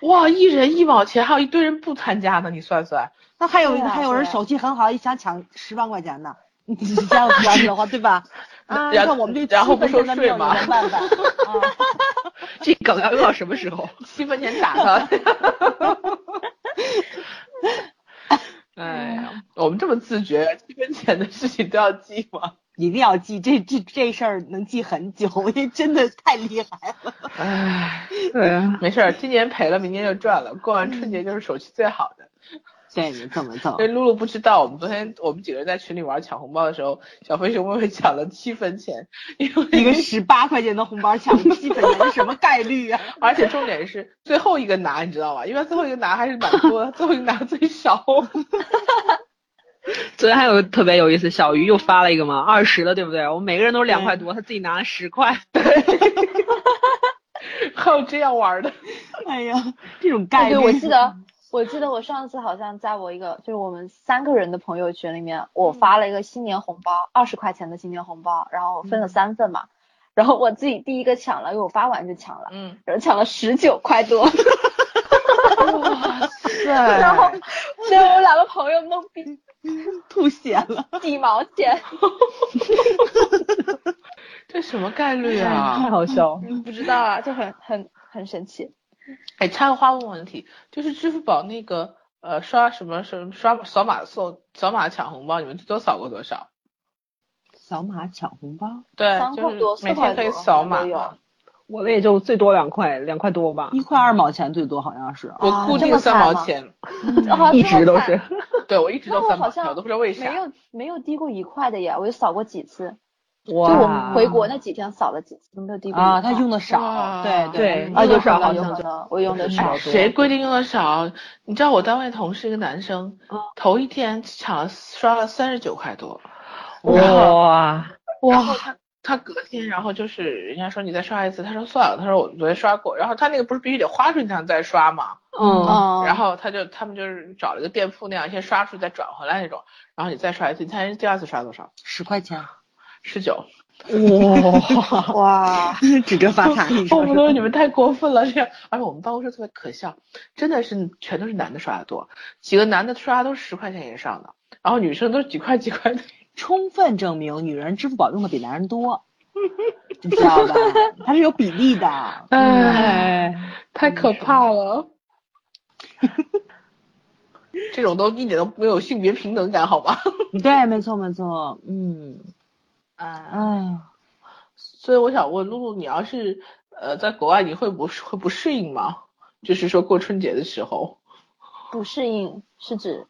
S1: 哇，一人一毛钱，还有一堆人不参加呢，你算算，
S3: 那还有
S2: 对啊
S3: 还有人
S2: 对啊
S3: 手气很好，一想抢十万块钱呢，你这样子玩的话，对 吧？啊，
S1: 然
S3: 那我们这
S1: 然后
S3: 气氛
S1: 不收
S3: 真的没有
S1: 税吗
S3: 你的办法啊，
S4: 这梗要用到什么时候？
S1: 七分钱打他。哎呀， 我们这么自觉，七分钱的事情都要记吗？
S3: 一定要记这这这事儿能记很久，因为真的太厉害了。
S1: 哎，
S4: 对啊，
S1: 没事儿，今年赔了，明年就赚了。过完春节就是手气最好的。
S3: 对，没错没错
S1: 因为露露不知道，我们昨天我们几个人在群里玩抢红包的时候，小飞熊妹妹抢了七分钱，因
S3: 一个
S1: 为
S3: 十八块钱的红包抢七分钱，这什么概率啊？
S1: 而且重点是最后一个拿，你知道吧？一般最后一个拿还是蛮多的，最后一个拿最少。
S4: 昨天还有个特别有意思，小鱼又发了一个嘛，二十的对不对？我们每个人都是两块多，他自己拿了十块，
S1: 还有这样玩的，
S3: 哎呀，这种概
S2: 哦对
S3: 率，
S2: 对，我 记得，我记得我上次好像在我一个就是我们三个人的朋友圈里面，我发了一个新年红包，二十块钱的新年红包，然后我
S1: 嗯
S2: 分了三份嘛，然后我自己第一个抢了，因为我发完就抢了，
S1: 嗯，
S2: 然后抢了十九块多，
S1: 哇
S2: 然后
S1: 塞，
S2: 被我两个朋友弄逼
S3: 吐血了。
S2: 几毛钱，
S1: 这什么概率
S4: 太
S1: 啊？
S4: 好笑了。
S2: 不知道啊，就很很很神奇。
S1: 哎，插个话问问题，就是支付宝那个呃刷什么什么刷扫码送扫码抢红包，你们最多扫过多少？
S3: 扫码抢红包，
S1: 对
S2: 三，块
S1: 就
S2: 多
S1: 是
S2: 四
S1: 每
S2: 块
S1: 天可以
S2: 多
S1: 扫
S2: 好像
S1: 码
S2: 都有
S1: 嘛。
S4: 我的也就最多两块，两块多吧，
S3: 一块二毛钱最多好像是。
S1: 我
S2: 啊
S1: 固
S2: 这
S1: 定
S2: 么
S1: 三
S2: 惨
S1: 毛
S2: 吗
S1: 钱，
S2: 然后
S4: 一
S2: 最后
S4: 直都
S2: 看
S4: 是。
S1: 对我一直
S2: 那
S1: 都
S2: 我
S1: 三毛
S2: 好
S1: 钱，
S2: 像
S1: 我都不知道为啥
S2: 没。有没有低过一块的耶，我就扫过几次，就我
S4: 哇，
S2: 们回国那几天扫了几次，都没有低过一块。
S3: 啊，他用的
S1: 哇
S3: 少，对
S4: 对
S3: 对
S4: 啊
S2: 有
S4: 就
S2: 可
S4: 是
S2: 能
S4: 好
S2: 有
S4: 像
S2: 可
S4: 就
S2: 能我用的
S4: 嗯
S2: 少
S4: 哎。
S1: 谁规定用的少？你知道我单位同事一个男生，
S4: 嗯
S1: 头一天抢了刷了三十九块多，
S4: 哇
S1: 然后他他隔天，然后就是人家说你再刷一次，他说算了，他说我昨天刷过，然后他那个不是必须得花出去才能再刷嘛，
S4: 嗯，
S2: 嗯，
S1: 然后他就他们就是找了一个店铺那样先刷出去再转回来那种，然后你再刷一次，你猜人家第二次刷多少？
S3: 十块 钱，
S1: 十九。
S4: 哇，
S2: 哇，
S3: 指着发 财，你
S1: 我
S3: 说
S1: 们都说你们太过分了，这样，而且我们办公室特别可笑，真的是全都是男的刷的多，几个男的刷的都是十块钱以上的，然后女生都是几块几块的。
S3: 充分证明女人支付宝用的比男人多， 你知道吧？它是有比例 的。
S1: 哎，太可怕了！ 这种都一点都没有性别平等感，好吗？
S3: 对，没错没错，嗯，
S1: 啊，
S3: 哎呀，
S1: 所以我想问露露，你要是呃在国外，你会不会不适应吗？就是说过春节的时候，
S2: 不适应是指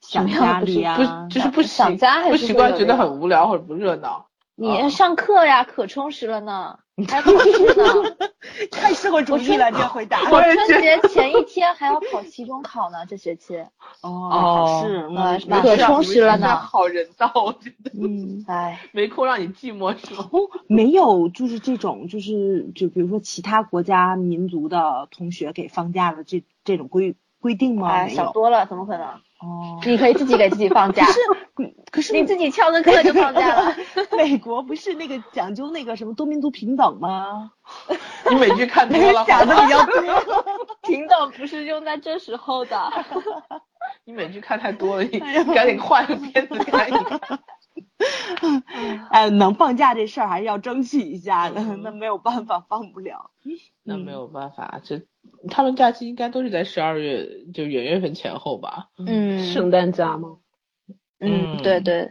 S3: 想家里呀、
S1: 不就是不习
S2: 啊想家还是
S1: 不习惯，
S2: 会有
S1: 觉得
S2: 的呀
S1: 很无聊或者不热闹。
S2: 你上课呀，可充实了呢，还要考试呢。
S3: 太社会主义了，这个回答。
S2: 我春节前一天还要考期中考呢，这学期。
S3: 哦，是，
S2: 呃
S3: 嗯，
S2: 是吧可充实了
S1: 你
S2: 呢
S1: 们学校好人道，我觉得
S3: 嗯，
S2: 唉，
S1: 没空让你寂寞是吗？
S3: 没有，就是这种，就是就比如说其他国家民族的同学给放假的这这种规规定吗？
S2: 哎，
S3: 没
S2: 想
S3: 有，
S2: 多了，怎么可能？
S3: 哦，
S2: 你可以自己给自己放假
S3: 可，是可是
S2: 你自己翘个课就放假 了。
S3: 美国不是那个讲究那个什么多民族平等 吗？
S1: 你美剧看多 了，
S3: 想的比较多。
S2: 平等不是用在这时候的，
S1: 你美剧看太多 了，你
S2: 哎
S1: 赶紧换个片子看一看。
S3: 哎，能放假这事儿还是要争取一下的，
S1: 嗯
S3: 那没有办法，放不了。
S1: 那没
S3: 嗯
S1: 有办法，这他们假期应该都是在十二月，就元月份前后吧。
S2: 嗯
S4: 圣诞假吗？
S1: 嗯
S2: 嗯，对对，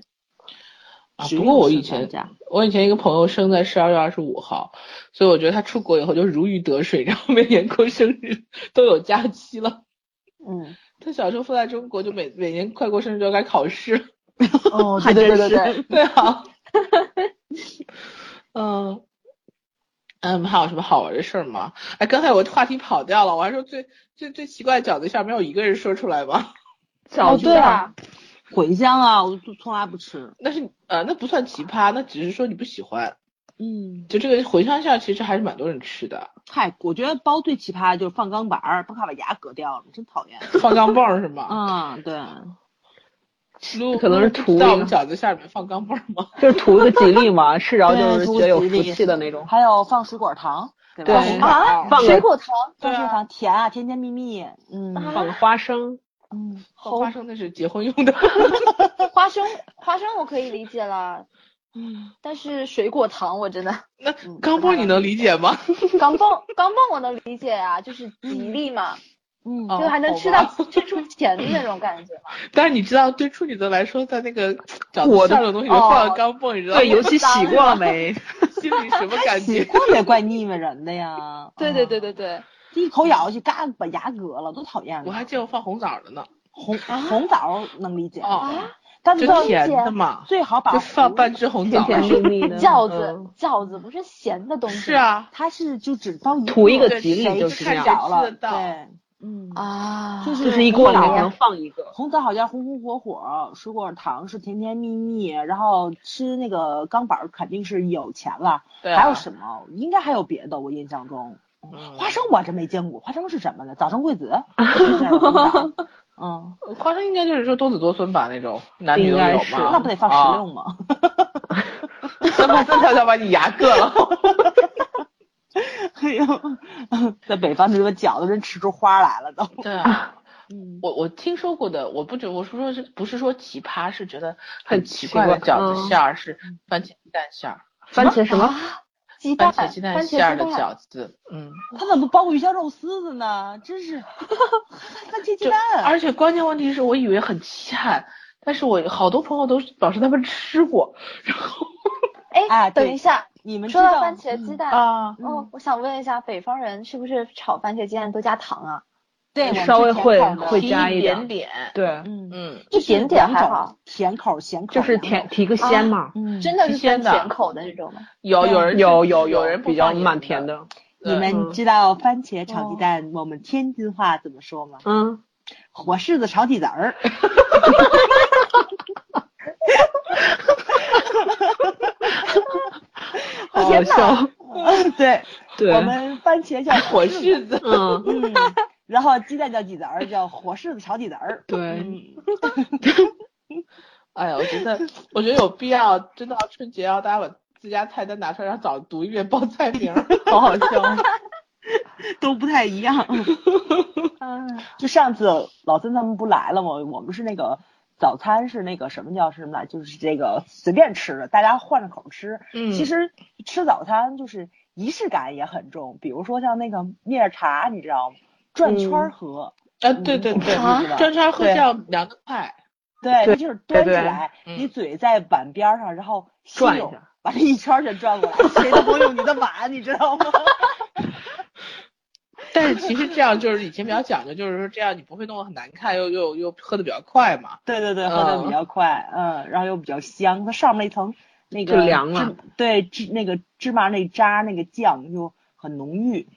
S1: 啊，
S3: 只
S1: 不过我
S3: 有
S1: 以
S3: 圣
S1: 前
S3: 诞假
S1: 我以前一个朋友生在十二月二十五号，所以我觉得他出国以后就如鱼得水，然后每年过生日都有假期了。
S3: 嗯，
S1: 他小时候放在中国，就每每年快过生日就该考试。
S3: 哦，
S2: 对
S3: 对
S2: 对对
S3: 对
S2: 对
S3: 对对，
S1: 对啊， 嗯嗯，还有什么好玩的事儿吗？哎，刚才我话题跑掉了，我还说最最最奇怪的饺子馅儿，没有一个人说出来吧？
S4: 早
S3: 哦
S4: 知
S3: 对
S4: 道
S3: 啊，茴香啊，我就从来不吃。
S1: 那是呃，那不算奇葩，那只是说你不喜欢。
S3: 嗯，
S1: 就这个茴香馅儿，其实还是蛮多人吃的，
S3: 太，我觉得包最奇葩的就是放钢板儿，不怕把牙割掉了，真讨厌。
S1: 放钢镚儿是吗？
S3: 啊，对，
S1: 露
S4: 可能是
S1: 露
S4: 图
S1: 知道
S4: 一
S1: 我们
S4: 个
S1: 饺子馅儿里面放钢镚儿 吗？
S4: 啊就是图一个吉利嘛，吃着
S3: 对啊
S4: 就是
S3: 图
S4: 觉得有
S3: 吉
S4: 福
S3: 利
S4: 气的那种。
S3: 还有放水果糖，对吧？
S4: 对
S2: 啊
S4: 放，个
S2: 水果糖
S3: 放
S1: 对
S3: 水果
S1: 啊
S3: 糖甜啊，甜甜蜜蜜。嗯
S2: 啊
S4: 放个花生，
S3: 嗯，
S1: 放花生那是结婚 用的。
S2: 花生花生我可以理解了，但是水果糖我真的
S1: 嗯那
S3: 嗯
S1: 钢镚儿你能理解吗？
S2: 钢镚钢镚我能理解啊，就是吉利嘛，
S3: 嗯
S1: 哦
S2: 就还能吃
S1: 好
S2: 到
S1: 吧
S2: 吃出钱的那种感觉嘛。
S1: 但是你知道，对处女座来说，在那个饺
S4: 我
S1: 子馅
S4: 的
S1: 儿的东西里面
S2: 哦。
S1: 放个钢镚儿，你知道吗？
S4: 对，尤其洗过了没？
S1: 心里什么感
S3: 洗
S1: 觉？
S3: 过也怪腻歪人的呀
S2: 对对对对对，
S3: 第一口咬下去，嘎把牙割了，多讨厌啊！
S1: 我还见过放红枣的呢。
S3: 红
S4: 啊
S3: 红枣能理解，
S2: 啊
S1: 哦，
S3: 但是
S1: 就
S3: 最
S1: 甜的嘛，
S3: 最好把
S1: 就放
S3: 胡
S1: 半只红
S4: 甜
S1: 枣。
S4: 甜蜜蜜的
S2: 饺
S4: 嗯
S2: 子饺子不是咸的东西吗
S1: 是啊，
S3: 它是就只放一
S4: 图一个
S1: 对
S4: 吉
S1: 谁
S4: 利就是这
S1: 看
S4: 样
S1: 谁。
S3: 枣了
S1: 吃，得到
S3: 对，嗯，
S2: 啊，
S3: 就是
S4: 就是一锅里啊
S3: 红枣
S4: 能放一个。
S3: 红枣好像红红火火，水果糖是甜甜蜜蜜，然后吃那个钢板儿肯定是有钱了，
S1: 对啊
S3: 还有什么？应该还有别的，我印象中。
S1: 嗯
S3: 花生我真没见过，花生是什么呢？早生贵子，是这样的红枣嗯，
S1: 花生应该就是说多子多孙吧那种，男女都
S4: 应该
S1: 有
S4: 是
S1: 嘛。
S3: 那不得放石
S1: 啊
S3: 榴， 吗？
S1: 三八三跳跳把你牙硌 了。
S3: 哎呦，在北方这个饺子真吃出花来了都。
S1: 对 啊，
S3: 嗯，
S1: 我我听说过的，我不觉我是说是不是说奇葩，是觉得
S4: 很
S1: 很奇
S4: 奇
S1: 怪
S4: 怪
S1: 的饺
S4: 嗯
S1: 子馅儿是番茄鸡蛋馅儿，
S4: 番茄什么？
S2: 啊鸡
S1: 番
S2: 蛋
S1: 茄鸡蛋
S2: 番茄
S1: 馅儿的
S2: 鸡蛋
S1: 饺子，嗯。
S3: 他怎么包个鱼香肉丝子呢？真是番茄鸡
S1: 就
S3: 蛋。
S1: 而且关键问题是我以为很稀罕，但是我好多朋友都表示他们吃过，然后
S3: 哎
S2: 哎，
S3: 对
S2: 等一下，
S3: 你们知
S2: 说到
S3: 道
S2: 番茄鸡
S3: 嗯
S2: 蛋，
S1: 啊，
S2: 哦，我想问一下，北方人是不是炒番茄鸡蛋都加糖啊？
S3: 对，我们
S4: 稍微
S3: 吃甜
S4: 会
S3: 口的
S4: 会加一
S1: 一
S4: 点
S1: 点点，
S4: 对，
S3: 嗯，
S1: 嗯，
S2: 一点点还
S3: 两种
S2: 好，
S3: 甜口咸口
S4: 就是
S3: 两种
S4: 甜，提个鲜嘛。
S3: 嗯，
S2: 真的是
S1: 提鲜
S2: 分
S1: 的
S2: 甜口的那种吗？
S1: 有哦有人
S4: 有
S1: 是
S4: 有
S1: 有人不
S4: 比较
S1: 放盐
S4: 满甜，的，
S1: 对
S3: 你们
S4: 嗯
S3: 知道番茄炒鸡蛋我们天津话怎么说吗？
S4: 嗯，
S3: 火柿子炒鸡 子儿。
S4: 好好笑，
S3: 对，
S4: 对
S3: 我，们番茄叫
S1: 火
S3: 火柿子，
S1: 柿子，
S4: 嗯，
S3: 嗯，然后鸡蛋叫鸡子儿，叫火柿子炒鸡子儿。
S4: 对，
S1: 嗯。 哎呀，我觉得，我觉得有必要，真的要春节要大家把自家菜单拿出来，让早读一遍报菜名儿，
S4: 好好笑。
S3: 都不太一 样。嗯就上次老孙他们不来了吗？我们是那个早餐是那个什么叫什么来，就是这个随便吃的，大家换着口吃。
S1: 嗯
S3: 其实吃早餐就是仪式感也很重，比如说像那个面茶，你知道吗？转圈儿喝，嗯
S1: 啊，对对对
S2: 啊，
S1: 专圈喝
S3: 对
S1: 叫凉的快，
S3: 对，
S4: 对
S3: 它就是端起
S4: 对对
S3: 来，
S1: 嗯
S3: 你嘴在碗边上，然后吸
S4: 转一
S3: 溜
S4: 下，
S3: 把这一圈儿全转过来，谁都不用你的碗，你知道吗？
S1: 但是其实这样就是以前比较讲究，就是说这样你不会弄得很难看，又又又喝的比较快嘛。
S3: 对对对，喝的比较快，嗯，然后又比较香，它上面那层那个
S4: 就凉了
S3: 芝，对，芝那个芝麻那渣那个酱就很浓郁。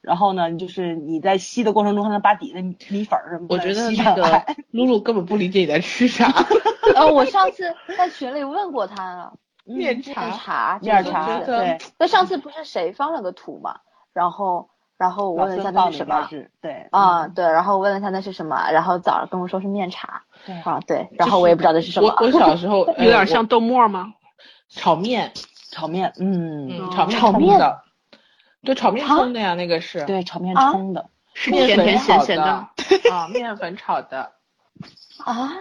S3: 然后呢，就是你在吸的过程中，还能把底的米粉儿什么的
S1: 我觉得
S3: 吸
S1: 那
S3: 上
S1: 个
S3: 来。
S1: 露露根本不理解你在吃啥，
S2: 呃，我上次在群里问过他了，
S1: 面
S2: 面
S1: 茶。
S2: 茶，
S3: 面
S1: 我
S3: 茶，
S1: 觉得
S3: 对，
S2: 那上次不是谁放了个图嘛，然后然后我
S3: 老
S2: 问了一
S3: 孙
S2: 下
S3: 到
S2: 那是
S3: 哪
S2: 什
S3: 边
S2: 么。
S3: 去？对嗯
S2: 啊、，对，然后我问了一下那是什么，然后早上跟我说是面茶
S3: 对
S2: 啊，对，然后我也不知道那是什么
S1: 我，我小时候呃
S4: 有点
S1: 我
S4: 像豆沫吗？
S1: 炒面，
S3: 炒面，嗯，
S4: 嗯
S1: 炒面
S3: 炒
S1: 冲
S3: 面
S1: 的，对，炒面冲的呀，那个是
S3: 对，炒面
S2: 啊
S3: 冲的，
S4: 是
S1: 面
S4: 甜
S1: 粉
S4: 甜咸
S1: 炒
S4: 咸的。
S1: 啊，面粉炒的。
S2: 啊，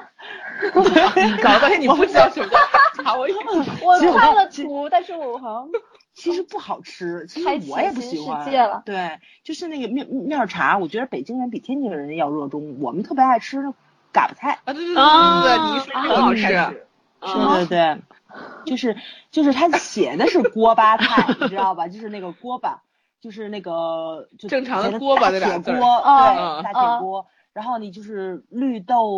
S1: 你搞半天你不知道什么叫奶茶，我以为
S2: 我
S3: 其实我
S2: 看
S3: 看
S2: 了
S3: 其
S2: 图，但是我好像
S3: 其实不好吃，其实
S2: 开启
S3: 我也不
S2: 新
S3: 喜
S2: 世
S3: 欢。
S2: 界了
S3: 对，就是那个面面儿茶，我觉得北京人比天津人要热衷，我们特别爱吃那嘎巴菜。
S1: 啊，对对对对
S4: 啊
S1: 对，你一说这
S4: 很
S1: 个
S4: 好
S1: 我就开
S4: 吃
S1: 始
S4: 啊
S3: 对对对， 就是就是他写的是锅巴菜，你知道吧？就是那个锅巴，就是那个就
S1: 正常的
S3: 写的
S1: 锅巴
S3: 大
S1: 这
S3: 铁
S1: 俩
S3: 锅，
S1: 字
S3: 对
S1: 儿，嗯
S3: 大铁
S2: 嗯
S3: 锅。然后你就是绿豆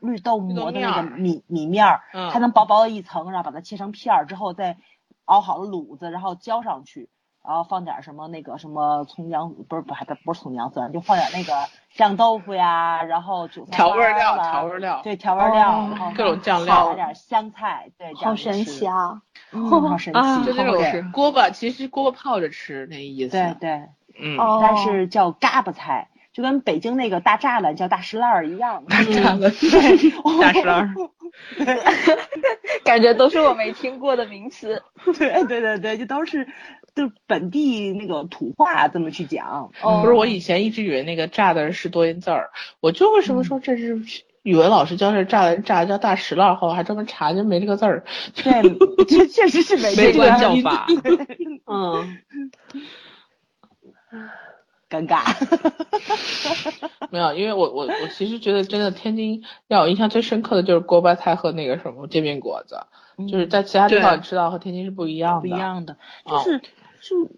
S3: 绿豆
S1: 绿豆
S3: 磨的
S1: 面
S3: 那
S1: 儿
S3: 个米米面儿，
S1: 嗯
S3: 它能薄薄的一层，然后把它切成片儿之后，再熬好了卤子，然后浇上去，然后放点什么那个什么葱姜，不是不还不不是葱姜蒜，就放点那个酱豆腐呀，然后韭菜
S1: 调味
S3: 花
S1: 料，
S3: 啦
S1: 调味料，
S3: 对调味料，
S2: 哦
S3: 然后
S1: 各种酱
S3: 放
S1: 料
S3: 点儿香菜，对，这
S2: 好
S3: 样子
S2: 神
S3: 吃
S2: 奇，啊，
S3: 嗯
S2: 哦
S3: 好神
S4: 啊
S3: 奇，
S4: 就这
S1: 种
S4: 对
S1: 是锅巴，其实锅巴泡着吃那意思。
S3: 对，对，
S1: 嗯，
S2: 哦，
S3: 但 是叫嘎巴菜，就跟北京那个大栅栏叫大石烂儿一 样，大
S1: 栅栏
S4: 大石烂儿
S2: 感觉都是我没听过的名词，
S3: 对对对对，就都是就是本地那个土话这么去讲。
S2: 哦，
S1: 不是，我以前一直以为那个“炸”的是多音字儿，我就为什么说这是语文老师教这“炸”的“炸”叫大石烂儿，后来还专门查，就没这个字儿。
S3: 对，确确实是没
S4: 没
S3: 这个
S4: 关叫法。嗯，
S3: 尴 尬。
S1: 没有，因为我我我其实觉得真的天津让我印象最深刻的就是锅巴菜和那个什么煎饼果子，就是在其他地方
S4: 对
S1: 吃到和天津是嗯不一样的。
S3: 不一样的，就
S1: 哦
S3: 是、就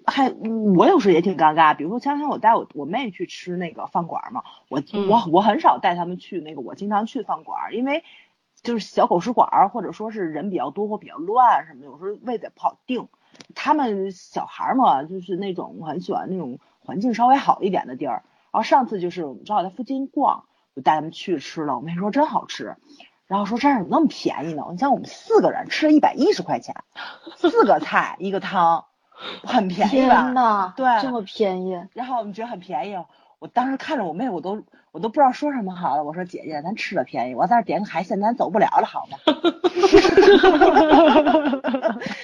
S3: 还嗯我有时候也挺尴尬。比如说前两天我带我我妹去吃那个饭馆嘛，我、
S1: 嗯
S3: 我我很少带他们去那个我经常去饭馆，因为就是小狗食馆儿或者说是人比较多或比较乱什么的，有时候位置不好定。他们小孩儿嘛，就是那种很喜欢那种环境稍微好一点的地儿。然后上次就是我们正好在附近逛，就带他们去吃了。我妹说真好吃，然后说这儿怎么那么便宜呢？你像我们四个人吃了一百一十块钱，四个菜一个汤，很便宜
S2: 天
S3: 吧？
S2: 呐，
S3: 对
S2: 这么便宜，
S3: 然后我们觉得很便宜，哦我当时看着我妹，我都我都不知道说什么好了。我说姐姐，咱吃的便宜，我要在这儿点个海鲜，咱走不了了，好吗？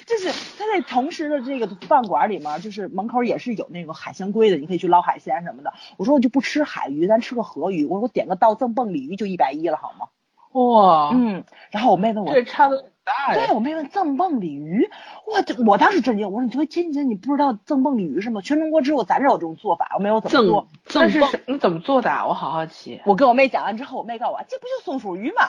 S3: 就是他在同时的这个饭馆里面，就是门口也是有那种海鲜柜的，你可以去捞海鲜什么的。我说我就不吃海鱼，咱吃个河鱼。我说我点个倒赠蹦鲤鱼就一百一了，好吗？
S1: 哇，
S3: 嗯，然后我妹问我
S1: 这差的很大呀
S3: 对，。我妹问赠蹦鲤鱼，我这我当时震惊，我说你作为天津，你不知道赠蹦鲤鱼是吗？全中国只有咱这有这种做法，我没有怎么
S4: 赠
S3: 做。
S1: 但
S4: 赠
S1: 是
S4: 蹦
S1: 是你怎么做的啊？我好好奇。
S3: 我跟我妹讲完之后，我妹告诉我，这不就松鼠鱼 吗？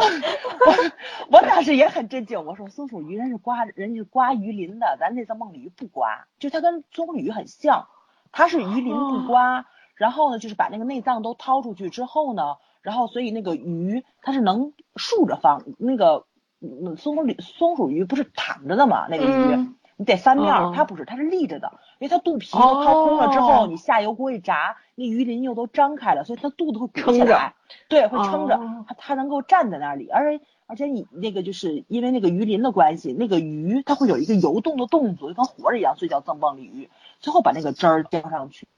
S3: 我我当时也很震惊，我说松鼠鱼人是刮人家刮鱼鳞的，咱这赠蹦鲤鱼不刮，就它跟棕榈鱼很像，它是鱼鳞
S4: 哦
S3: 不刮，然后呢就是把那个内脏都掏出去之后呢，然后所以那个鱼它是能竖着放，那个嗯松鼠鲤松鼠鱼不是躺着的嘛，那个鱼。
S2: 嗯
S3: 你得翻面
S4: 哦
S3: 儿，它不是，它是立着的，因为它肚皮都掏空了之后，
S4: 哦
S3: 你下油锅一炸，那鱼鳞又都张开了，所以它肚子会鼓
S4: 撑
S3: 起
S4: 着
S3: 来，对，会撑着
S4: 哦，
S3: 它它能够站在那里，而且而且你那个就是因为那个鱼鳞的关系，那个鱼它会有一个游动的动作，就跟活着一样，所以叫赠蹦鲤鱼。最后把那个汁儿浇上去，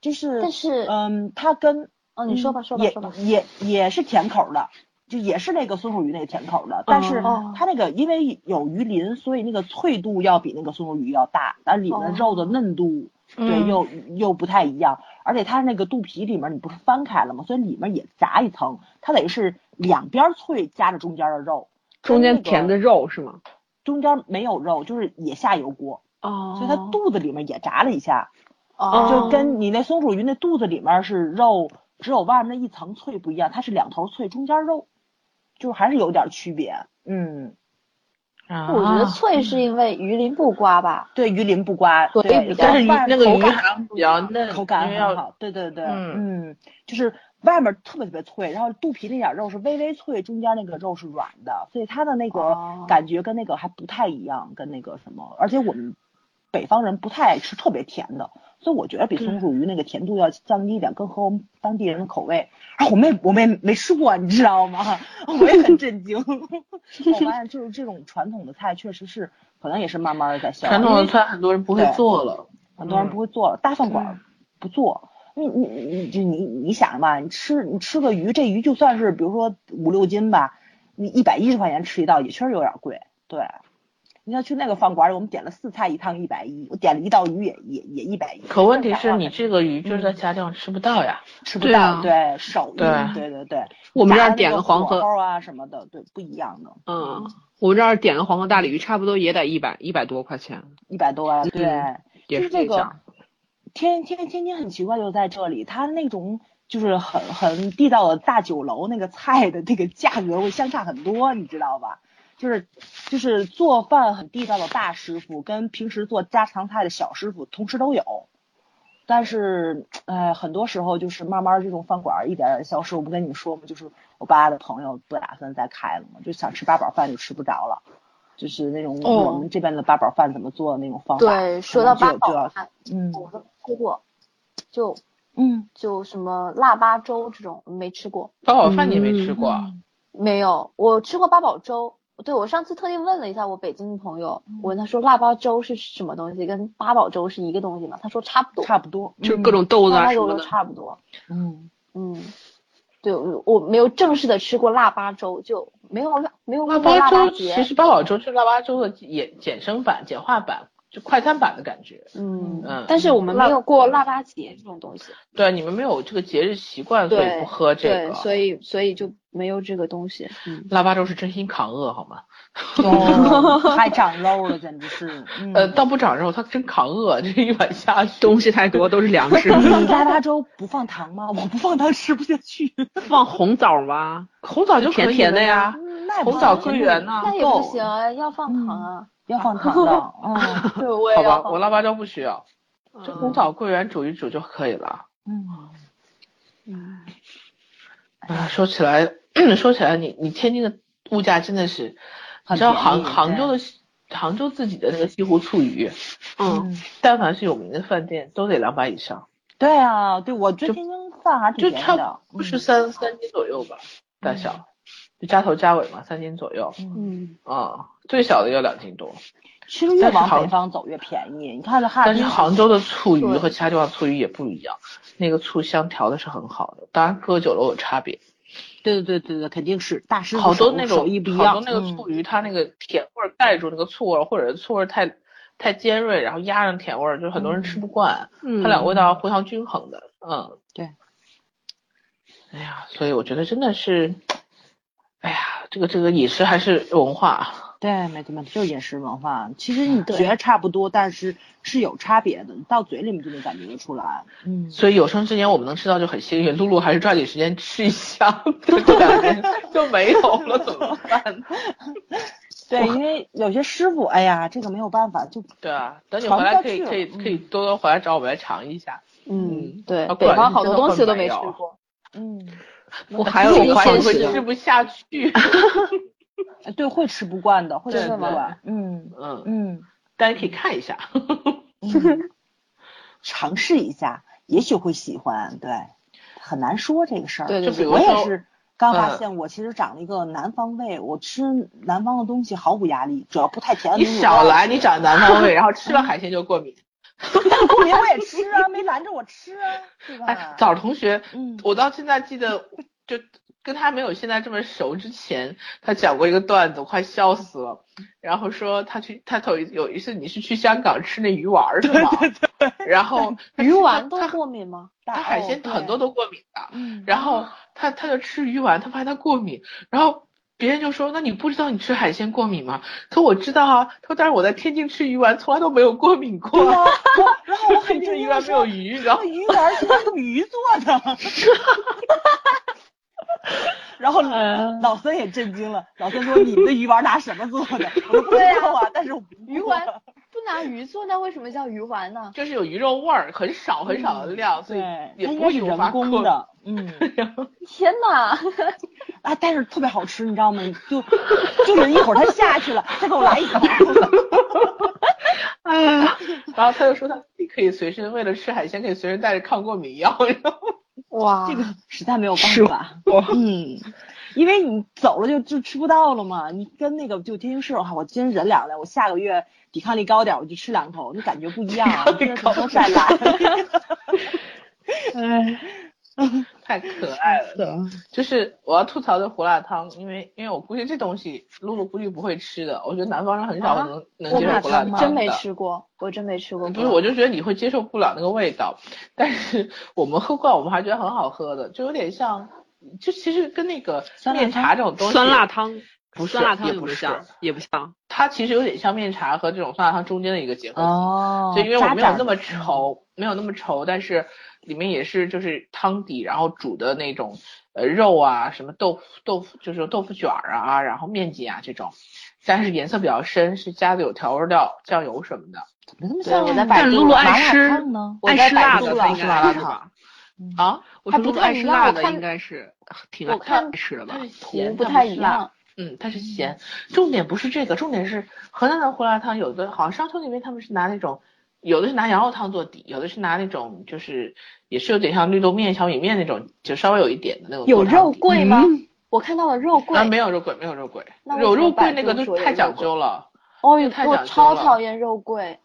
S3: 就是，
S2: 但是，
S3: 嗯，它跟
S2: 哦，你说吧，
S3: 嗯
S2: 说吧，说吧，
S3: 也也也是甜口的，就也是那个松鼠鱼那个甜口的，但是
S2: 哦
S3: 它那个因为有鱼鳞，所以那个脆度要比那个松鼠鱼要大，但里面
S2: 哦
S3: 肉的嫩度、对
S4: 嗯
S3: 又又不太一样，而且它那个肚皮里面你不是翻开了吗？所以里面也炸一层，它等于是两边脆夹着中间的肉，
S4: 中间
S3: 跟那个
S4: 甜的肉是吗？
S3: 中间没有肉，就是也下油锅，
S4: 哦
S3: 所以它肚子里面也炸了一下。
S2: 哦，
S3: 就跟你那松鼠鱼那肚子里面是肉，只有外面那一层脆不一样，它是两头脆，中间肉，就是还是有点区别。嗯，
S1: 啊
S2: 我觉得脆是因为鱼鳞不刮吧，
S3: 对，鱼鳞不刮，
S2: 所以
S3: 对
S2: 比较
S3: 然
S1: 但
S3: 后
S1: 是鱼
S3: 外
S1: 那
S3: 面
S1: 个
S3: 口
S1: 鱼
S3: 感
S1: 好像比较嫩，
S3: 口感
S1: 因为
S3: 很
S1: 要
S3: 好，对对对，
S1: 嗯
S3: 嗯，就是外面特别特别脆，然后肚皮那点肉是微微脆，中间那个肉是软的，所以它的那个
S2: 哦
S3: 感觉跟那个还不太一样，跟那个什么，而且我们北方人不太爱吃特别甜的，所以我觉得比松鼠鱼那个甜度要降低一点，更合我们当地人的口味。然后我妹我妹没吃过，你知道吗？ 我也很震惊。 我发现就是这种传统的菜，确实是可能也是慢慢的在消亡
S1: 传统
S3: 因
S1: 的
S3: 为
S1: 菜很多人不会
S3: 嗯对
S1: 做了。
S3: 很多人
S1: 嗯
S3: 不会做了，大饭馆
S4: 嗯
S3: 儿不做。你你你就你你想吧，你吃你吃个鱼，这鱼就算是比如说五六斤吧，你一百一十块钱吃一道也确实有点贵。对，你要去那个饭馆里，我们点了四菜一汤一百一，我点了一道鱼也也也一百一。
S1: 可问题是你
S3: 这
S1: 这个鱼就是在其他地方吃不到呀。
S3: 吃不
S4: 对
S3: 到，
S4: 啊
S3: 对手艺，
S1: 对
S3: 对对对。
S4: 我们这
S3: 炸
S4: 儿
S3: 的那
S4: 点
S3: 个
S4: 个黄
S3: 火
S4: 河
S3: 候啊什么的，对，不一样的，
S4: 嗯，我们这儿点个黄河大鲤鱼，差不多也得一百一百多块钱，
S3: 一百多万，对。
S4: 嗯也
S3: 就是是这
S4: 这
S3: 个
S4: 样。
S3: 天天天津很奇怪，就在这里，它那种就是很很地道的大酒楼那个菜的这个价格会相差很多，你知道吧？就是就是做饭很地道的大师傅跟平时做家常菜的小师傅同时都有，但是哎，很多时候就是慢慢这种饭馆一点点消失。我不跟你说嘛，就是我爸的朋友不打算再开了嘛，就想吃八宝饭就吃不着了。就是那种
S2: 哦
S3: 我们这边的八宝饭怎么做的那种方法，
S2: 对，说到
S3: 可能
S2: 八
S3: 就就
S2: 宝
S3: 要
S2: 饭，
S3: 嗯
S2: 我都吃过，就
S3: 嗯，
S2: 就什么腊八粥这种没吃过，
S1: 八宝饭你没吃
S4: 嗯
S1: 过啊？
S2: 没有，我吃过八宝粥。对，我上次特地问了一下我北京的朋友，我问他说腊八粥是什么东西，跟八宝粥是一个东西吗？他说差不多，
S3: 嗯差不多，
S4: 就是各种豆子
S2: 腊
S4: 啊
S2: 八
S4: 什
S2: 粥
S4: 么
S2: 都
S4: 的，
S2: 差不多。
S3: 嗯，
S2: 嗯，对，我我没有正式的吃过腊八粥，就没有腊没有
S1: 腊
S2: 过
S1: 八
S2: 腊
S1: 粥
S2: 八
S1: 其
S2: 节。
S1: 实八宝粥是腊八粥的简简称版、简化版，就快餐版的感觉。嗯
S2: 嗯，但是我们没有过腊八节这种东西。
S1: 对，啊你们没有这个节日习惯，所以
S2: 对
S1: 不喝这
S2: 对，
S1: 个。
S2: 所以所以就没有这个东西。嗯，
S1: 腊八粥是真心扛饿，好吗？
S3: 太长肉了，简直是。嗯
S1: 呃，倒不长肉，它真扛饿，这一碗下去。
S4: 东西太多，都是粮 食。
S3: 你腊八粥不放糖吗？我不放糖吃不下去。
S4: 放红枣吗？
S1: 红枣就可以
S4: 甜甜的呀
S3: 嗯那也不
S1: 红枣
S3: 行
S1: 桂圆呐
S2: 那也不行，，要放糖啊。
S3: 要放糖的。 嗯
S2: 对，我
S1: 好
S2: 也要
S1: 吧，
S2: 放
S1: 我腊八粥不需要，就
S4: 嗯
S1: 红枣桂圆煮一煮就可以了。
S3: 嗯，
S2: 嗯
S1: 啊，说起来， 说起来你，你天津的物价真的是，你
S3: 很
S1: 知道
S3: 便
S1: 杭
S3: 宜
S1: 杭州
S3: 对
S1: 的西杭州自己的那个西湖醋鱼，
S4: 嗯，
S1: 但凡是有名的饭店都得两百以上，
S3: 对啊，对我觉
S1: 就
S3: 得天津饭还
S1: 就
S3: 挺便宜
S1: 差
S3: 的，嗯
S1: 不多是三三斤左右吧，大小，就加头加尾嘛，三斤左右，
S3: 嗯，
S2: 嗯，
S1: 啊，最小的要两斤多。
S3: 其实越
S1: 但是
S3: 往
S1: 杭
S3: 北方走越便宜。你看这哈尔
S1: 但是
S3: 滨，
S1: 杭州的醋鱼
S2: 对
S1: 和其他地方醋鱼也不一样，那个醋香调的是很好的，当然各酒楼有差别。
S3: 对对对对对，肯定是大师傅
S1: 好多
S3: 手
S1: 那种
S3: 手艺不一
S1: 好
S3: 样
S1: 多，那个
S3: 嗯
S1: 醋鱼，它那个甜味儿盖住那个醋味儿，或者是醋味儿太太尖锐，然后压上甜味儿，就是很多人吃不惯。
S4: 嗯
S1: 它俩味道互相均衡的，嗯，
S3: 对。
S1: 哎呀，所以我觉得真的是，哎呀，这个这个饮食还是文化，啊
S3: 对，没错没错，就是饮食文化。其实你
S2: 对
S3: 觉得差不多，但是是有差别的，到嘴里面就能感觉得出来。嗯，
S1: 所以有生之年我们能吃到就很幸运。露露还是抓紧时间吃一下， 这两天就没有了，怎么办？
S3: 对，因为有些师傅，哎呀，这个没有办法，就
S1: 对啊，等你
S3: 传
S1: 回
S3: 不
S1: 来
S3: 下
S1: 可以
S3: 去了
S1: 可以
S3: 嗯
S1: 可以多多回来找我们来尝一下。
S2: 嗯，对
S1: 啊，
S2: 北
S1: 果然
S2: 方
S1: 是
S2: 好多
S1: 真的
S2: 东西
S1: 会
S2: 都
S1: 没
S2: 没吃
S1: 有
S2: 过。
S3: 嗯，
S4: 我 还有
S2: 这个
S4: 怀
S2: 现
S1: 会
S4: 疑
S2: 实
S1: 吃不下去。
S3: 哎对，会吃不惯的，会
S1: 对
S3: 吃不
S1: 对
S3: 惯。嗯
S1: 嗯，
S3: 嗯，
S1: 大家可以看一下。
S3: 嗯尝试一下，也许会喜欢。对，很难说这个事儿。
S2: 对对
S1: 就比
S2: 对，
S1: 如
S3: 我也
S1: 说
S3: 是刚发
S1: 嗯
S3: 现，我其实长了一个南方胃，我吃南方的东西毫无压力，只要不太 甜的
S1: 你
S3: 东西。
S1: 少来，你长南方胃，然后吃了海鲜就过敏。
S3: 但过敏我也吃啊，没拦着我吃啊，对吧？
S1: 哎，枣儿同学，
S3: 嗯
S1: 我到现在记得，就跟他没有现在这么熟之前，他讲过一个段子，我快笑死了。然后说他去，他头一有一次你是去香港吃那鱼丸儿是吗？然后
S2: 鱼丸都
S1: 他
S2: 过敏吗？
S1: 他海鲜很多
S3: 都，
S1: 都过敏的。
S3: 哦嗯，
S1: 然后他他就吃鱼丸，他发现他过敏，然后别人就说：“那你不知道你吃海鲜过敏吗？”可我知道啊。他说：“但是我在天津吃鱼丸从来都没有过敏
S3: 对呀
S1: 过，
S3: 我 然后我很
S1: 天津的鱼
S3: 震惊
S1: 丸
S3: 的
S1: 没有
S3: 说，哎
S1: 鱼，你哦知
S3: 这
S1: 道
S3: 个鱼丸是用鱼做 的。然后
S1: 哎
S3: 老森也震惊了，老森说：“你们的鱼丸拿什么做的？”我说：“不知道啊，但是我不
S2: 鱼丸不拿鱼做，那为什么叫鱼丸呢？
S1: 就是有鱼肉味儿，很少很少的量，所以
S3: 嗯对，
S1: 也
S3: 它应
S1: 不
S3: 该
S1: 会
S3: 是
S1: 诱发
S3: 人
S1: 过
S3: 工
S1: 敏。
S3: 的，嗯
S2: 天 哪！
S3: 啊，但是特别好吃，你知道吗？就就是一会儿它下去了，再给我来一口。
S1: 哎呀，然后他就说他自己可以随身为了吃海鲜可以随 身带着抗过敏药，然后
S2: 哇，
S3: 这个实在没有办
S4: 是
S3: 法，嗯，因为你走了就就吃不到了嘛。你跟那个就天津市的话，我今天忍两天，我下个月抵抗力高点，我就吃两口，你感觉不一样啊，真的不能再来。 哎，
S1: 太可爱了。 就是我要吐槽的胡辣汤，因为因为我估计这东西露露估计不会吃的，我觉得南方人很少
S2: 啊
S1: 能、能
S2: 我
S1: 接受胡辣汤的。
S2: 真没吃过，我真没吃过。
S1: 不是，我就觉得你会接受不了那个味道，但是我们喝惯，我们还觉得很好喝的，就有点像，就其实跟那个
S3: 酸辣
S1: 面茶这种东西，
S4: 酸辣汤
S1: 不是
S4: 酸辣汤
S1: 也
S4: 有
S1: 不
S4: 没有
S1: 是
S4: 像？也不像。
S1: 它其实有点像面茶和这种酸辣汤中间的一个结合体。
S3: 哦，
S1: 就因为我没有那么
S3: 渣渣的，
S1: 稠，没有那么稠，但是里面也是就是汤底，然后煮的那种呃肉啊，什么豆腐豆腐就是豆腐卷儿啊，然后面筋啊这种，但是颜色比较深，是加的有调味料、酱油什么的
S3: 怎么那么
S2: 对
S3: 像
S2: 我在百
S4: 但
S2: 度
S4: 露露
S2: 麻
S4: 爱
S2: 辣
S4: 吃
S2: 烫呢，
S1: 我
S4: 爱
S1: 在
S4: 吃
S1: 百
S4: 辣
S1: 度
S4: 的
S1: 了
S4: 不应该
S1: 是麻辣
S4: 是
S1: 烫
S4: 吧？嗯
S1: 啊。
S4: 我
S2: 还
S4: 说
S2: 不
S4: 露露
S2: 太
S4: 爱
S2: 一
S4: 吃
S2: 样
S4: 辣
S2: 我
S4: 的
S2: 看
S4: 应该是挺
S2: 我
S4: 爱
S2: 看
S4: 爱吃的吧
S1: 它？是
S2: 图
S1: 咸，
S2: 不
S1: 它
S2: 太
S1: 是
S2: 一
S1: 辣
S2: 样。
S1: 嗯，它是咸，重点不是这个，重点是河南的胡辣汤，有的好像商丘那边他们是拿那种，有的是拿羊肉汤做底，有的是拿那种就是也是有点像绿豆面、小米面那种，就稍微有一点的那种
S2: 有
S1: 做汤
S2: 肉
S1: 底。
S2: 桂吗
S4: 嗯？
S2: 我看到了肉桂
S1: 啊，，没有肉桂，没有肉桂，
S2: 那为
S1: 有
S2: 什么
S1: 肉桂
S2: 百
S1: 那
S2: 度
S1: 个都
S2: 说有
S1: 太
S2: 肉
S1: 讲
S2: 桂
S1: 究了。
S2: 哦
S1: 这太，
S2: 我
S1: 讲究
S2: 超
S1: 了
S2: 讨厌肉桂。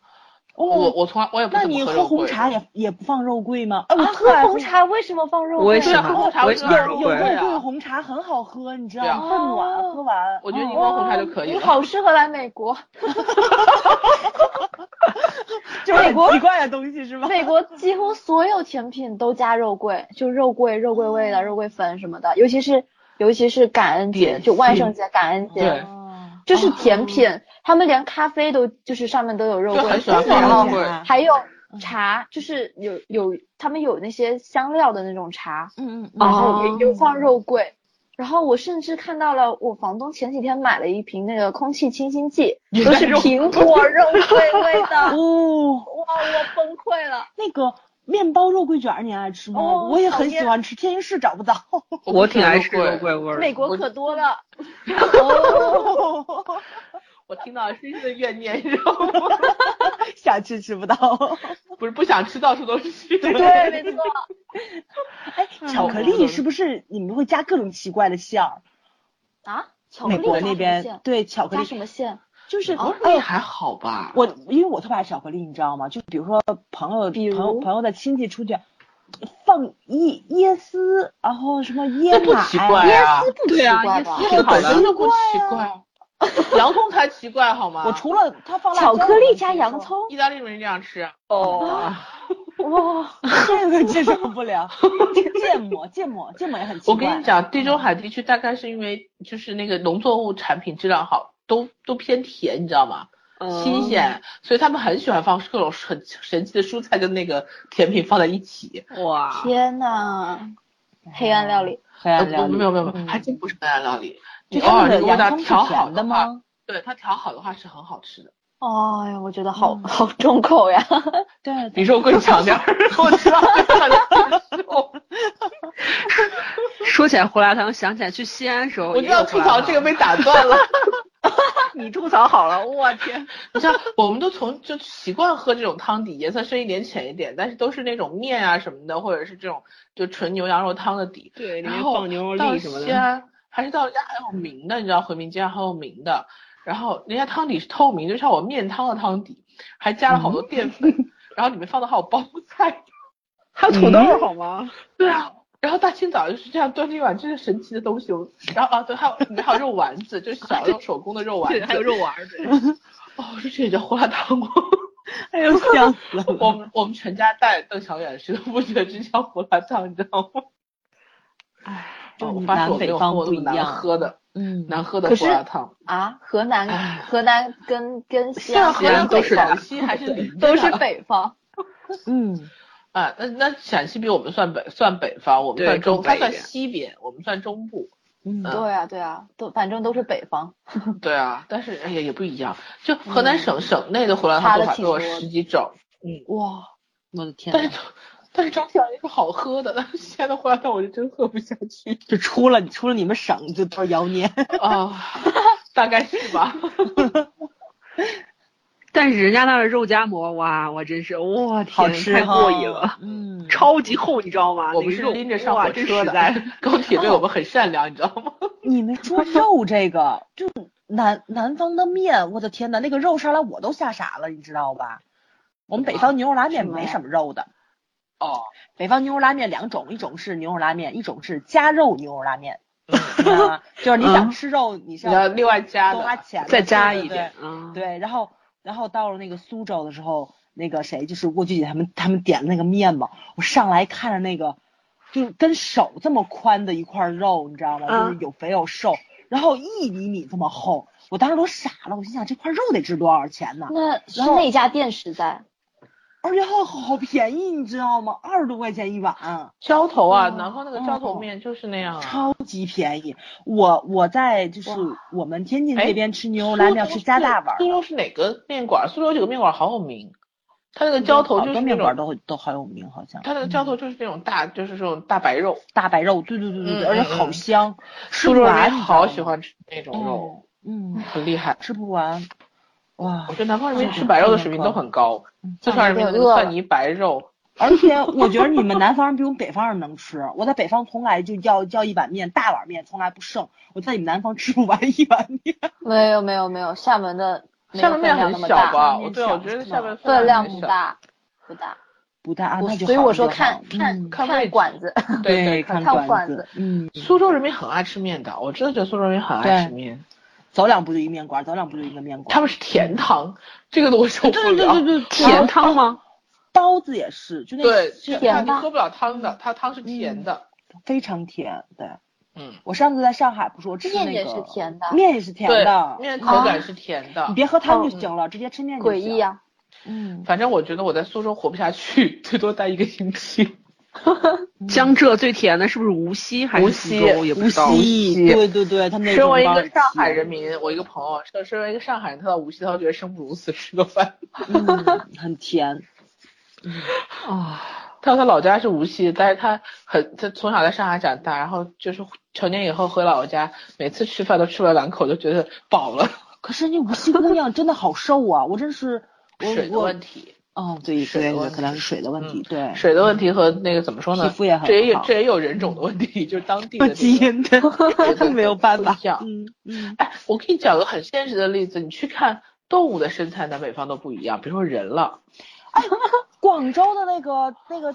S1: 我我从来我也不
S3: 哦那
S1: 怎么
S3: 你
S1: 喝
S3: 喝
S1: 肉
S3: 红
S1: 桂
S3: 茶
S1: 的
S3: 也也不放肉桂吗？哎，我
S2: 啊
S3: 特爱
S2: 喝红茶为什么放肉
S4: 我也
S2: 桂？
S1: 对啊，喝红茶
S4: 我
S1: 我
S4: 也
S1: 就
S4: 喜
S1: 爱
S4: 欢
S1: 肉
S3: 有有
S4: 桂
S3: 肉桂
S1: 啊。
S3: 红茶很好喝，你知道
S1: 对啊
S3: 吗？很暖，
S2: 哦
S3: 喝完。
S1: 我觉得
S3: 嗯
S1: 柠檬红茶就可以
S2: 你
S1: 了。
S2: 好适合来美国，
S3: 就是
S2: 美国
S3: 很奇怪的东西是吧？
S2: 美国几乎所有甜品都加肉桂，就肉桂、肉桂味的、肉桂粉什么的，尤其是尤其是感恩
S1: 嗯
S2: 节，
S1: 点
S2: 就万圣节、感恩
S1: 对
S2: 节，
S3: 哦
S2: 就是甜品，他们连咖啡都就是上面都有肉
S1: 就
S2: 桂
S1: 很喜欢
S2: 粉，
S3: 真的
S1: 放
S2: 然
S3: 吗
S1: 肉
S2: 后
S1: 桂，嗯
S3: 啊
S2: 还有茶，就是有有他们有那些香料的那种茶，
S3: 嗯嗯嗯
S2: 然后
S4: 哦
S2: 也有放肉桂。然后我甚至看到了，我房东前几天买了一瓶那个空气清新剂，
S1: 也
S2: 都
S1: 带
S2: 是
S1: 肉
S2: 苹果肉桂味的，
S3: 哦，
S2: 哇，我崩溃了。
S3: 那个面包肉桂卷儿你爱吃吗？
S2: 哦
S3: 我也
S2: 讨
S3: 很
S2: 厌
S3: 喜欢吃，天津市找不到。
S1: 我
S4: 我
S1: 不喜
S4: 挺
S1: 欢
S4: 爱
S1: 肉
S4: 吃肉桂味儿的。
S2: 美国可多了，
S3: 哦，
S1: 我听到了深深的怨念，你知道吗？
S3: 想吃吃 不到。
S1: 不是不想吃，到处都是。
S2: 对，没错，
S3: 哎，巧克力是不是你们会加各种奇怪的馅儿？
S2: 啊，巧克
S3: 美
S2: 力
S3: 国
S2: 加
S3: 那
S2: 什么
S3: 边
S2: 馅
S3: 对巧克
S2: 加
S3: 力
S2: 什么哦馅？
S3: 就是
S1: 不
S3: 哎
S1: 是哦还好吧？
S3: 我因为我特别爱巧克力，你知道吗？就比如说朋友、
S2: 比如
S3: 朋友、朋友的亲戚出去，放椰椰丝，然后什么
S1: 这
S3: 椰
S1: 不
S3: 奶，
S1: 奇怪啊，
S2: 不
S4: 对啊，
S2: 奇怪
S4: 椰
S2: 吧
S4: 丝挺好
S1: 本身
S4: 的。
S1: 就不奇怪，啊 洋葱才奇怪好吗？
S3: 我除了他放辣椒
S2: 巧克力加
S3: 我能接受
S2: 洋，葱，
S1: 意大利人这样吃，啊
S4: 哦，
S2: 哇，
S3: 这个接受不了。芥末，芥末，芥末也很奇怪。
S1: 我跟你，讲，地中海地区大概是因为就是那个农作物产品质量好，都都偏甜，你知道吗？新鲜，所以他们很喜欢放各种很神奇的蔬菜跟那个甜品放在一起。
S4: 哇，
S2: 天呐，黑暗料理，
S3: 黑
S1: 呃，
S3: 暗
S1: 不
S3: 料理
S1: 没有没有没有，
S3: 嗯
S1: 还真不是黑暗料理。你
S3: 就
S1: 偶
S3: 他
S1: 尔
S3: 们
S1: 那
S3: 的
S1: 个味道
S3: 洋葱
S1: 调
S3: 是
S1: 好
S3: 甜
S1: 的
S3: 的
S1: 话，
S3: 吗？
S1: 对它调好的话是很好吃的，
S2: 哎呀，我觉得好好重口呀，
S3: 对，对
S1: 比肉桂强点儿。我知道，强点儿接 受。
S4: 说起来胡辣汤，想起来去西安的时候，
S1: 我就要吐槽这个，被打断了。
S4: 你吐槽好了，我天，
S1: 你像我们都从就习惯喝这种汤底，颜色深一点、浅一点，但是都是那种面啊什么的，或者是这种就纯牛羊肉汤的底。
S4: 对，里
S1: 然
S4: 面
S1: 后
S4: 放牛肉
S1: 到
S4: 粒什么
S1: 西
S4: 的，
S1: 安还是到人家还有名的，你知道回民街还有名的，哦然后人家汤底是透明，就像我面汤的汤底，还加了好多淀 粉，然后里面放的还有包菜。
S4: 还有土豆儿好吗？
S1: 对啊。然后大清早就是这样端着一碗这个神奇的东西，我然后啊对，还有里面还有肉丸子，就是小肉手工的肉丸
S4: 对，
S1: 子，
S4: 还有肉丸儿，对
S1: 哦，我说这也叫胡辣汤吗？
S3: 哎 呦，香死了！
S1: 我们我们全家带邓小远，谁都不觉得这叫胡辣汤，你知道吗？
S4: 哎，
S3: 就
S1: 哦
S3: 你
S1: 我发
S3: 南
S1: 誓我没
S3: 北
S1: 有
S3: 方
S1: 喝过
S3: 不
S1: 那么
S3: 一
S1: 难
S3: 样
S1: 喝的
S3: 嗯
S1: 难喝的胡
S2: 可是
S1: 辣汤。
S2: 啊，河南河南跟跟西
S1: 虽然
S2: 安
S1: 河
S4: 西安
S1: 南和陕
S2: 啊跟北方
S4: 都是
S1: 西还是邻居
S2: 都是北方，
S3: 嗯，
S1: 啊，那那陕西比我们算北算北方，我们
S4: 对
S1: 算中，
S4: 更
S1: 它
S4: 北一
S1: 算
S4: 点
S1: 西边，我们算中部。
S3: 嗯
S1: 嗯
S2: 对啊对啊，都反正都是北方，
S1: 对啊，但是哎呀也不一样，就河南省省内的胡辣汤
S2: 差
S1: 做
S2: 得
S1: 法
S2: 挺
S1: 都有
S2: 多的
S1: 十几种，
S2: 嗯哇，
S3: 我的天
S1: 但是但是整体而言是好喝的，但是西安的胡辣汤我是真喝不下去
S3: 就出了出了你们省，就都是妖孽。
S1: 啊，大概是吧。
S4: 但是人家那儿的肉夹馍，哇，我真是，我
S3: 好
S4: 天，
S3: 吃
S4: 太
S3: 哈
S4: 过瘾了，
S3: 嗯
S4: 超级厚，你知道吗？
S1: 我
S4: 那
S1: 们
S4: 个
S1: 是
S4: 肉
S1: 拎着上
S4: 哇
S1: 火
S4: 真
S1: 车
S4: 实
S1: 的
S4: 在，
S1: 高铁对我们很善良，你知道吗？
S3: 你们说肉这个，就南南方的面，我的天呐，那个肉上来我都吓傻了，你知道吧？我们北方牛肉拉面
S1: 什么
S3: 没
S1: 呀
S3: 什么肉的，
S1: 哦，
S3: 北方牛肉拉面两种，一种是牛肉拉面，一种是加肉牛肉拉面，你知道吗？ 就是你想
S4: 嗯
S3: 吃肉，你是
S1: 你要
S3: 要
S1: 另外加
S3: 多花
S1: 的，
S3: 钱的，
S4: 再加
S3: 对
S4: 一点，，嗯，
S1: 啊
S3: 对对对，然后然后到了那个苏州的时候，那个谁就是郭菊姐他们他们点的那个面嘛，我上来看着那个，就是跟手这么宽的一块肉，你知道吗？
S4: 嗯
S3: 就是有肥有瘦，然后一厘米这么厚，我当时都傻了，我心想这块肉得值多少钱呢？
S2: 那是
S3: 然后
S2: 那家店实在，
S3: 而且好好便宜，你知道吗？二十多块钱一碗。
S1: 浇头啊，
S2: 嗯
S1: 南方那个浇头面就是那样啊。
S3: 超级便宜。我我在就是
S2: 哇
S3: 我们天津
S1: 哎
S3: 这边吃牛肉拉面
S1: 苏
S3: 是
S1: 州
S3: 加大碗儿
S1: 苏
S3: 的，
S1: 州是哪个面馆？苏州有个面馆好有名，它那个浇头
S3: 嗯好
S1: 就是
S3: 多
S1: 那
S3: 面馆
S1: 种，
S3: 都都好有名，好像嗯
S1: 它那个浇头就是那种大，就是这种大白肉。
S3: 大白肉，对对对对
S1: 嗯
S3: 对，
S1: 嗯
S3: 而且好香，吃
S1: 苏
S3: 不
S1: 州
S3: 完，
S1: 人
S3: 你知道
S1: 好
S3: 吗
S1: 喜，欢吃那种肉，
S3: 嗯，
S1: 很厉害。
S3: 吃不完，哇
S1: 我！觉得南方人民吃白肉的水平都很高，四川人民能蒜泥白肉，
S3: 而且我觉得你们南方人比我们北方人能吃，我在北方从来就要要一碗面，大碗面从来不剩，我在你们南方吃不完一碗面，
S2: 没有没有没有，厦门的没有
S1: 厦门面
S2: 分
S1: 很
S2: 量那么
S1: 小
S2: 大嗯
S1: 吧？
S3: 面
S1: 我对，
S3: 小
S1: 我觉得
S3: 是
S1: 厦
S3: 吧
S1: 门
S2: 分量
S1: 很
S2: 不
S1: 小，
S2: 大不大，
S3: 不大，啊
S2: 我
S3: 那就
S2: 所以
S3: 好
S2: 我
S3: 那
S2: 说
S3: 就
S2: 看
S3: 好
S2: 看
S3: 嗯
S1: 看位
S2: 看
S1: 置
S2: 馆子，
S1: 对
S3: 对，
S1: 看
S3: 看
S2: 看馆
S3: 子
S2: 子，
S3: 嗯，
S1: 苏州人民很爱吃面的，我真的觉得苏州人民很爱吃面，
S3: 走两步就一面馆儿，走两步就一个面馆儿。
S1: 他们是甜汤，这个我受不了。
S3: 对对，
S4: 甜汤吗？
S3: 包子也是，就那
S1: 对，
S3: 是
S1: 这样
S2: 甜
S1: 你
S2: 的
S1: 喝不了汤的，它汤是甜的。
S3: 非常甜。对
S1: 嗯，
S3: 我上次在上海不是我吃那
S2: 面
S3: 个
S2: 也是甜的
S3: 面也是甜
S1: 对
S3: 的，，
S1: 面
S3: 嗯
S1: 口感是甜的
S3: 你。别喝汤就
S1: 嗯
S3: 行了，直接吃面就
S2: 诡
S3: 行。
S2: 异！啊！
S3: 嗯，
S1: 反正我觉得我在苏州活不下去，最多待一个星期。
S4: 江浙最甜的是不是嗯无锡还是
S1: 无
S4: 苏
S1: 锡
S4: 州？也不知道
S1: 无。
S3: 咦
S1: 西
S3: 对对对，他们那
S1: 身
S3: 种
S1: 为一
S3: 包
S1: 个
S3: 也
S1: 上海
S3: 甜
S1: 人，民，我一个朋友，身身为一个上海人，他到无锡，他都觉得生不如死吃个饭。
S3: 嗯，很甜。
S4: 啊，
S1: 他说他老家是无锡，但是他很他从小在上海长大，然后就是成年以后回老家，每次吃饭都吃不了两口就觉得饱了。
S3: 可是人家无锡姑娘真的好瘦啊，我 真是我
S1: 水的
S3: 我
S1: 问题，
S3: 哦，对
S1: 水
S3: 对
S1: 的问
S3: 对，
S1: 题嗯
S3: 可能是水的问题，对，
S1: 水的问题和那个怎么说呢？
S3: 皮肤也很
S1: 这也有
S3: 好
S1: 这也有人种的问题，就是当 地的那个
S3: 基因的没有办法
S1: 不一。样
S3: 嗯嗯，
S1: 哎，我给你讲个很现实的例子，你去看动物的身材，南北方都不一样，别说人了。
S3: 广州的那个那个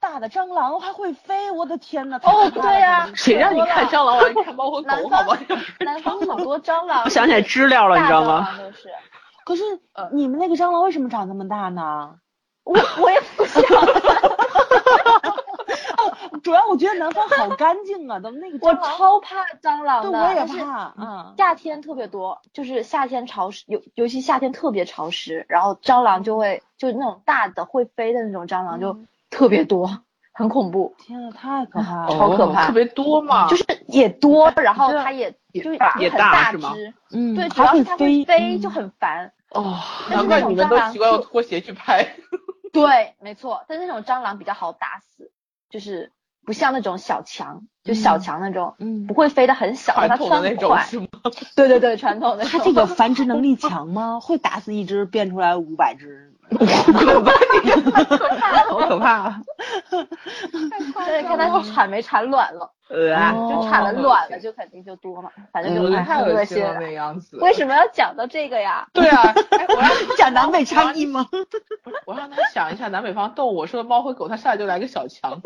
S3: 大的蟑螂还会飞，我的天呐！
S2: 哦
S3: 太可怕
S2: 对呀
S3: 了
S1: 谁让你看蟑螂，我让你看猫和狗，好吗？
S2: 南方好多蟑螂，
S4: 我想起来知了了，你
S2: 大
S4: 知道
S2: 蟑
S4: 吗？
S2: 螂都是，
S3: 可是
S1: 呃
S3: 你们那个蟑螂为什么长这么大呢？
S2: 我我也不想，
S3: 主要我觉得南方好干净啊，咱们那个
S2: 我
S3: 蟑螂，
S2: 超怕蟑螂
S3: 对，
S2: 的，
S3: 我也
S2: 但是
S3: 怕啊。
S2: 夏天特别多，就是夏天潮湿，尤尤其夏天特别潮湿，然后蟑螂就会就那种大的会飞的那种蟑螂就特别多，很恐怖，
S3: 天呐，太可怕了！
S2: 超可怕
S1: 哦特别多嘛。
S2: 就是也多，然后它也
S4: 也
S2: 就是
S4: 大也
S2: 很
S4: 大
S2: 大
S4: 是吗
S2: 只，
S3: 嗯
S2: 对，主
S3: 还
S2: 要
S3: 会
S2: 是它会
S3: 飞，
S2: 飞就
S3: 嗯
S2: 很烦。
S4: 哦，
S2: 但是
S1: 难怪
S2: 那种
S1: 你们
S2: 蟑
S1: 都
S2: 螂
S1: 习惯用
S2: 就
S1: 拖鞋去拍。
S2: 对，没错，但是那种蟑螂比较好打死，就是不像那种小强，就小
S3: 嗯
S2: 强那种，
S3: 嗯
S2: 不。会飞得很小，让
S1: 传
S2: 它
S1: 统的
S2: 窜
S1: 那
S2: 很
S1: 种
S2: 快。
S1: 是吗？
S2: 对对对，传统的那
S3: 它
S2: 种。
S3: 这个繁殖能力强吗？会打死一只变出来五百只？
S4: 好 可怕啊！
S2: 对，看它产没产卵了，
S4: 呃，
S2: 啊就产了
S1: 哦嗯
S2: 卵了，就肯定就多嘛，反正
S1: 我
S2: 就
S1: 觉
S2: 哎
S1: 得太
S2: 很恶
S1: 恶
S2: 心
S1: 心了那
S2: 了。
S1: 个样子。
S2: 为什么要讲到这个呀？
S1: 对啊，哎，我让你
S3: 讲南北差异吗？
S1: 不是我让他想一下南北方动物，我说猫和狗，他上来就来个小强，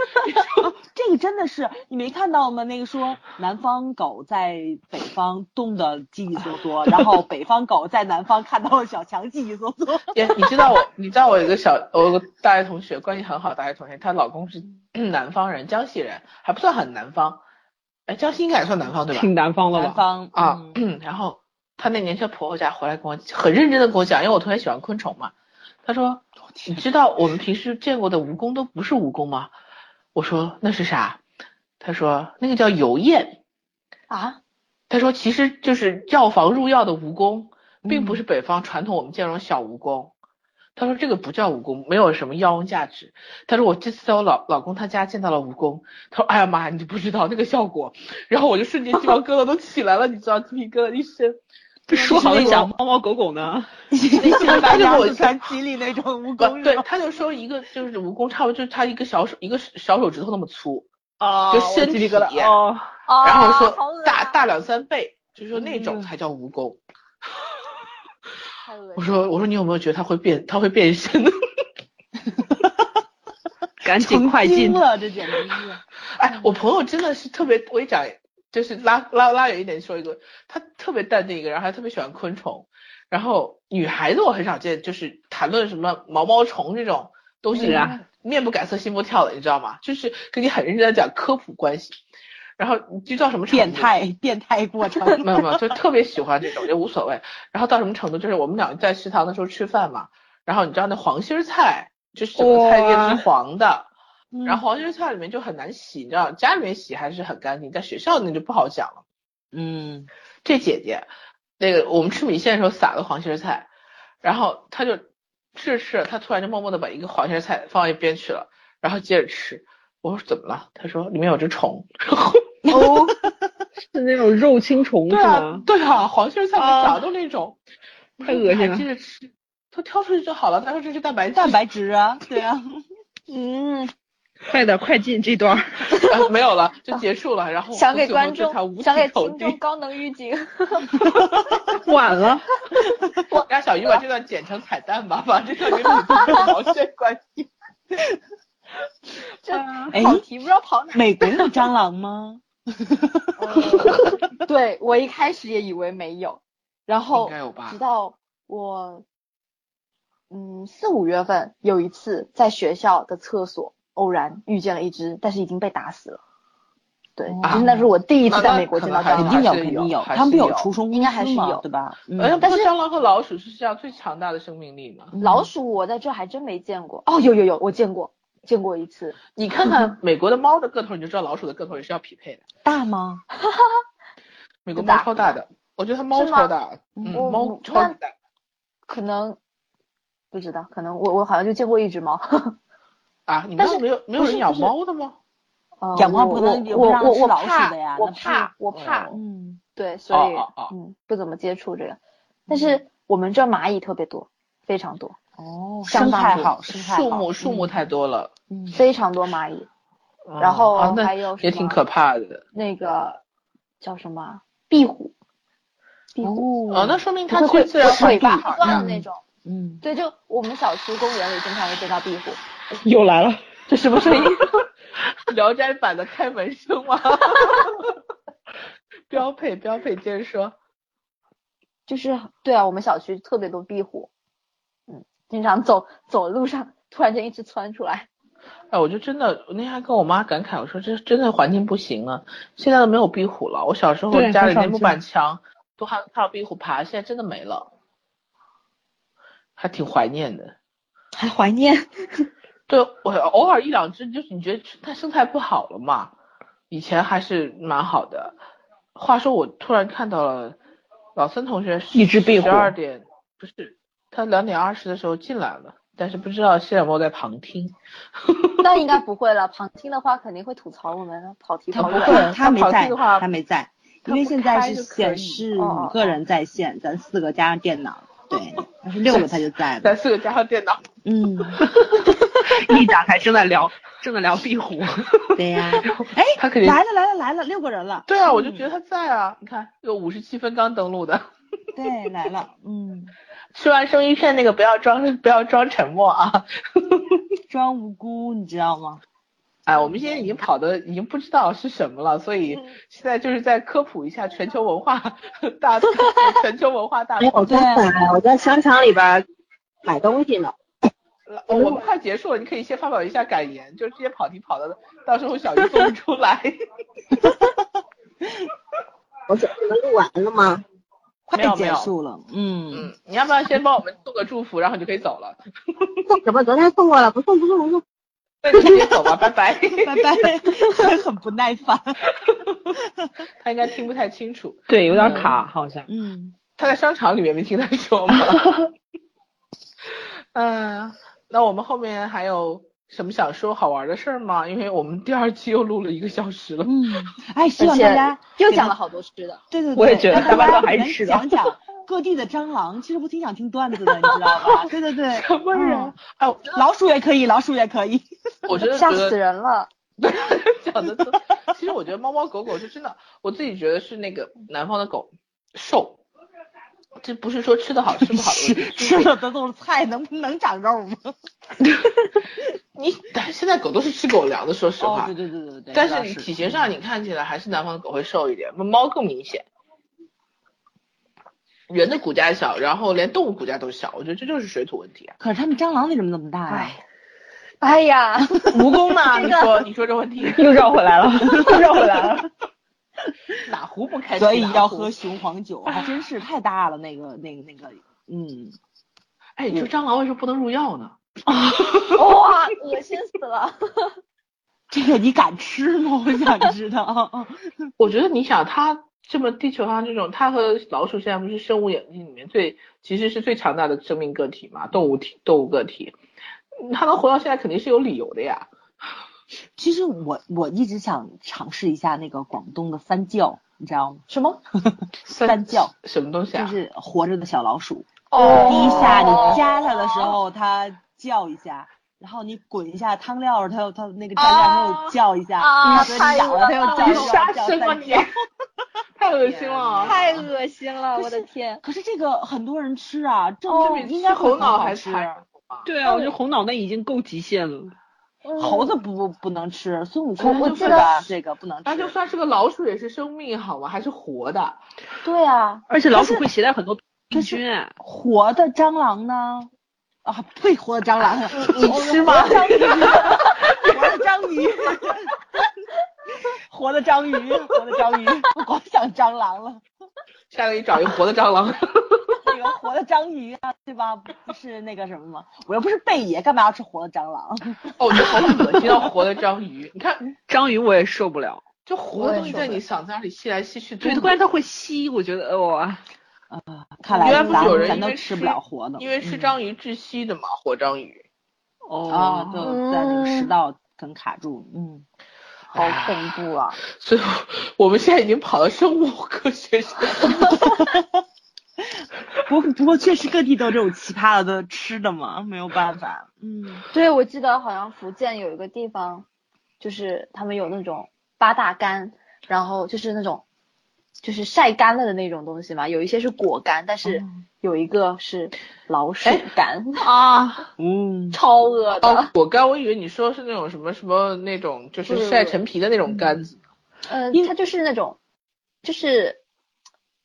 S3: 这个真的是你没看到吗？那个说南方狗在北方冻得叽叽嗦嗦，然后北方狗在南方看到了小强叽叽嗦嗦。
S1: 也你知道我，你知道我有个小，我有个大学同学，关系很好，大学同学，她老公是嗯南方人，江西人，还不算很南方，哎，江西应该也算南方对吧？
S4: 挺南方的
S3: 南
S4: 吧？
S3: 方
S1: 啊
S3: 嗯，
S1: 嗯 然后她那年去婆婆家回来跟我很认真的跟我讲，因为我特别喜欢昆虫嘛，她说你知道我们平时见过的蜈蚣都不是蜈蚣吗？我说那是啥？她说那个叫油燕。
S2: 啊，
S1: 他说，其实就是药房入药的蜈蚣，并不
S3: 嗯
S1: 是北方传统我们见那种小蜈蚣。他说这个不叫蜈蚣，没有什么药用价值。他说我这次在我老老公他家见到了蜈蚣，他说哎呀妈，你就不知道那个效果。然后我就瞬间鸡毛疙瘩都起来了，你知道鸡皮疙瘩一身。
S4: 说好的讲猫猫狗狗呢？
S1: 他就跟我
S3: 全吉利 那种蜈
S1: 不
S3: 蚣，
S1: 对，他就说一个就是
S3: 啊
S1: 蜈蚣，差不多就是他一个小手一个小手指头那么粗，
S4: 哦
S1: 就身体
S4: 哦，
S2: 哦，
S1: 然后
S2: 好
S1: 说
S2: 恶
S1: 大
S2: 啊
S1: 大两三倍，就说那
S4: 嗯
S1: 种才叫蜈蚣。
S2: 太恶
S1: 我
S2: 心
S1: 说我说你有没有觉得它会变它会变身？
S4: 赶紧
S3: 成
S4: 快
S3: 精
S4: 进，
S3: 了，这简直是。
S1: 哎，我朋友真的是特别，我一讲就是拉拉拉远一点说一个，他特别淡定一个人，还特别喜欢昆虫。然后女孩子我很少见，就是谈论什么毛毛虫这种东西，
S4: 是啊
S1: 面不改色心不跳的，你知道吗？就是跟你很认真的讲科普关系，然后你就到什么程度
S3: 变，态变态过程。
S1: 没有没有，就特别喜欢这种，也无所谓。然后到什么程度，就是我们俩在食堂的时候吃饭嘛，然后你知道那黄心儿菜，就是整个菜叶
S4: 哇
S1: 是黄的。然
S3: 后
S1: 后黄心菜里面就很难洗，你知道，家里面洗还是很干净，在学校那就不好讲了。
S3: 嗯，
S1: 这姐姐，那个我们吃米线的时候撒了黄心菜，然后她就吃着吃着，她突然就默默的把一个黄心菜放到一边去了，然后接着吃。我说怎么了？她说里面有只虫。 然后
S4: 哦， 是那种肉青虫是
S1: 对啊
S4: 吗？
S1: 对啊，黄心菜
S4: 啊
S1: 没撒到那种，哎
S4: 太恶心
S1: 还
S4: 了
S1: 接着吃，都挑出去就好了。她说这是蛋白质，
S3: 蛋白质啊，对 啊，
S2: 嗯，
S4: 快点快进这段儿，
S1: 啊没有了，就结束了。然后
S2: 想给
S1: 最后
S2: 观
S1: 这
S2: 众
S1: 条五，
S2: 想
S1: 体
S2: 给
S1: 投
S2: 听
S1: 地
S2: 众高能预 警。
S4: 晚了，
S1: 让小鱼把这段剪成彩蛋吧，把这段给你朋友毛线 关系。
S2: 这
S3: 哎
S2: 跑题不知道跑哪。
S3: 美国有蟑螂吗？
S2: 呃 对我一开始也以为没有，然后
S1: 应该有吧
S2: 直到我嗯四五月份有一次在学校的厕所偶然遇见了一只，但是已经被打死了。对，
S3: 哦
S2: 就是那是我第一次
S1: 那
S2: 在
S1: 那
S2: 美国
S1: 可
S2: 见到
S1: 能
S2: 蟑
S1: 还
S3: 肯
S2: 螂，
S3: 定有，
S1: 还是有
S3: 肯定有，
S1: 还是
S3: 他们不有
S1: 有
S3: 除虫
S2: 应
S3: 公
S2: 该还
S3: 司
S2: 是
S3: 嘛
S2: 有，
S3: 对吧？
S1: 而且
S3: 嗯，
S1: 不
S2: 但
S1: 是
S2: 是
S1: 蟑螂和老鼠是世界上最强大的生命力吗？
S2: 老鼠我在这还真没见过。哦，有有有，我见过，见过一次。
S1: 你看看美国的猫的个头，你就知道老鼠的个头也是要匹配的。
S3: 大吗？
S1: 美国猫超大的，我觉得它猫
S2: 是吗
S1: 超大，嗯，
S2: 我
S1: 猫超
S2: 那
S1: 大。
S2: 可能不知道，可能我我好像就见过一只猫。
S1: 啊，你
S2: 但
S1: 们
S2: 是
S1: 没有没有
S2: 不是
S1: 人养
S2: 不是
S1: 猫的吗？
S2: 呃
S3: 养猫
S2: 我
S3: 不能
S2: 我
S3: 不让
S2: 我
S3: 吃
S2: 我
S3: 老鼠
S2: 怕
S3: 的呀
S2: 我
S3: 那不
S2: 怕我怕，
S1: 哦
S3: 嗯，
S2: 对，所以
S1: 哦哦嗯
S2: 嗯不怎么接触这个。但是我们这儿蚂蚁特别多，非常多，
S3: 哦，
S2: 相
S3: 生
S2: 当
S3: 态
S2: 多
S3: 好，生态
S1: 树
S3: 好，
S1: 木树木太多了，
S3: 嗯，
S2: 非常多蚂蚁。
S1: 嗯
S2: 然后
S1: 啊那
S2: 还有
S1: 也
S2: 什
S1: 挺
S2: 么
S1: 可怕的。
S2: 那个叫什么啊壁虎，壁虎
S1: 哦，
S3: 哦
S1: 那说明它
S2: 会会
S1: 去自然
S2: 会
S1: 环
S2: 尾
S1: 境
S2: 巴
S1: 好
S2: 断的
S1: 呀。
S2: 那种。
S3: 嗯，
S2: 对，就我们小区公园里经常会见到壁虎。
S4: 又来了，
S2: 这什么声音？
S1: 聊斋版的开门声吗？ 标配标配，接着说。
S2: 就是对啊，我们小区特别多壁虎，嗯，经常走走路上突然间一只窜出来，
S1: 哎，我就真的我那天还跟我妈感慨，我说这真的环境不行了，现在都没有壁虎了。我小时候
S4: 对
S1: 家
S4: 很
S1: 里
S4: 少
S1: 那木
S4: 见
S1: 板墙都还能看到壁虎爬，现在真的没了，还挺怀念的。
S2: 还怀念。
S1: 对我偶尔一两只，就是你觉得它生态不好了嘛？以前还是蛮好的。话说我突然看到了老孙同学
S4: 一只壁虎
S1: 十二点不是他两点二十的时候进来了，但是不知道现在有没有在旁听。
S2: 那应该不会了，旁听的话肯定会吐槽我们跑题
S3: 他
S2: 跑
S3: 不
S2: 远
S3: 会
S2: 了。，
S3: 他没
S1: 跑
S3: 在
S1: 题的话，
S3: 他没在，
S1: 他
S3: 因为
S1: 不
S3: 现在
S1: 开就
S3: 是
S1: 可以
S3: 显示
S2: 哦哦
S3: 五个人在线，咱四个加上电脑， 对，要是六个他就在了，
S1: 咱四个加上电脑，
S3: 嗯，
S4: 一打开正在聊正在聊壁虎，
S3: 对 呀，哎，
S1: 他肯定
S3: 来了来了来了，六个人了，
S1: 对啊，我就
S3: 嗯
S1: 觉得他在啊。你看，有五十七分刚登录的，
S3: 对来了，嗯，
S1: 吃完生鱼片那个不要装 不要装沉默啊！
S3: 装无辜你知道吗？
S1: 哎，我们现在已经跑的已经不知道是什么了，所以现在就是在科普一下全球文化大 全球文化大
S5: 哎，我
S1: 同。
S5: 刚才我在商场里边买东西呢，
S1: 哦，我们快结束了，你可以先发表一下感言，就是这些跑题跑的，到时候小鱼做不出来。
S5: 我这你们录完了吗？
S1: 没有没
S3: 快结
S1: 有
S3: 束了，嗯，
S1: 嗯，你要不要先帮我们送个祝福，然后你就可以走了？
S5: 送什么？昨天送过了，不送不送不送。
S1: 那你直接走吧，拜拜。
S3: 拜拜， 很不耐烦，
S1: 他应该听不太清楚，
S4: 对，有点
S1: 嗯
S4: 卡好像。
S3: 嗯，
S1: 他在商场里面没听他说吗？ 嗯，那我们后面还有什么想说好玩的事儿吗？因为我们第二期又录了一个小时了。
S3: 嗯，哎，希
S2: 而
S3: 望
S2: 且
S3: 大家
S2: 又讲了好多吃的，
S3: 对对对，
S4: 我也觉得大
S3: 让大
S4: 家
S3: 家
S4: 都还
S3: 能
S4: 是
S3: 讲讲各地的蟑螂，其实我挺想听段子的，你知道吧？对对对，
S1: 什么人？哎，我真的
S3: 老鼠也可以，老鼠也可以。
S1: 我真的
S2: 吓
S1: 觉
S2: 死
S1: 得
S2: 人了。
S1: 讲的都，其实我觉得猫猫狗狗是真的，我自己觉得是那个南方的狗瘦，这不是说吃的好吃不好的问题，
S3: 吃的 都是菜，能能长肉吗？
S1: 你但现在狗都是吃狗粮的，说实话。
S3: 哦对对对对嗯
S1: 但是你体型上你看起来还是南方的狗会瘦一点，猫更明显。人的骨架小，然后连动物骨架都小，我觉得这就是水土问题啊。
S3: 可是他们蟑螂为什么那么大呀、
S2: 哎，哎 呀，
S1: 蜈蚣呢？ 你说你说这问题，
S5: 又绕回来 了，又绕回来了。
S1: 哪壶不开提
S3: 所以
S1: 哪
S3: 要
S1: 壶
S3: 喝雄黄酒，还真是太大了，那个那个那个，嗯，
S1: 哎，你说蟑螂为什么不能入药呢？
S2: 哇，恶心死 了！
S3: 这个你敢吃吗？我想知道。
S1: 我觉得你想，它这么地球上这种，它和老鼠现在不是生物演进里面最其实是最强大的生命个体嘛，动物体动物个体，它能活到现在肯定是有理由的呀。
S3: 其实我我一直想尝试一下那个广东的三叫，你知道吗？
S2: 什么？
S3: 三叫
S1: 什么东西
S3: 就
S1: 啊？
S3: 是活着的小老鼠，
S2: 哦
S3: 第一下你夹它的时候它叫一下，然后你滚一下汤料，它又它那个蘸料它又叫一下，
S1: 哦
S2: 啊
S3: 所以你打了它又叫
S2: 你
S3: 一下，叫
S1: 生
S3: 三叫。
S1: 太恶心了！
S2: 太恶心了，我的天！
S3: 可是这个很多人吃啊，正
S1: 这
S3: 正
S1: 比
S3: 应该
S1: 哦吃猴
S3: 会很
S1: 脑
S3: 好
S1: 还
S3: 吃。
S1: 残忍吧
S4: 对啊，我觉得红脑袋已经够极限了。
S2: 嗯
S3: 猴子不不不能吃，孙悟
S1: 我
S3: 空
S1: 我
S3: 不
S1: 记
S3: 吃
S1: 得
S3: 吧这个不能
S1: 那就
S3: 吃。
S1: 算是个老鼠也是生命好吗？还是活的。
S2: 对啊，
S4: 而且老鼠会携带很多病菌，哎
S3: 活的蟑螂呢？啊，呸，活的 蟑螂，你
S1: 吃吗
S3: 活的章鱼，活的章鱼， 活的章鱼，活的章鱼，我光想蟑螂了。
S1: 下次你找一活的蟑 螂，
S3: 那个活的章鱼啊，对吧？不是那个什么吗？我又不是贝爷，干嘛要吃活的蟑螂？
S1: 哦，我觉得好恶心，要活的章鱼。你看，
S4: 章鱼我也受不了。
S1: 就活的东西在你嗓子眼里吸来吸去，
S4: 对，
S1: 多
S4: 关键它会吸，我觉得哇，
S3: 看来
S1: 原来不是
S3: 咱
S1: 有人
S3: 咱
S1: 因
S3: 都
S1: 为
S3: 吃
S1: 吃
S3: 不了活的，
S1: 因为吃
S3: 嗯
S1: 章鱼窒息的嘛，活章鱼。
S3: 啊，
S4: 哦，
S3: 就在那个食道可能卡住，嗯。
S2: 好恐怖啊！
S1: 所以我们现在已经跑到生物科学上了。
S3: 不过不过确实各地都有这种奇葩的吃的嘛，没有办法。嗯，
S2: 对，我记得好像福建有一个地方，就是他们有那种八大干，然后就是那种就是晒干了的那种东西嘛，有一些是果干，但
S3: 哦
S2: 是有一个是老 鼠干，
S4: 啊，
S3: 嗯，
S2: 超恶
S1: 哦
S2: 的。，
S1: 我刚我以为你说是那种什么什么那种，就
S2: 不
S1: 是
S2: 是
S1: 晒陈皮的那种杆子。
S2: 嗯、
S3: 因为
S2: 它就是那种就是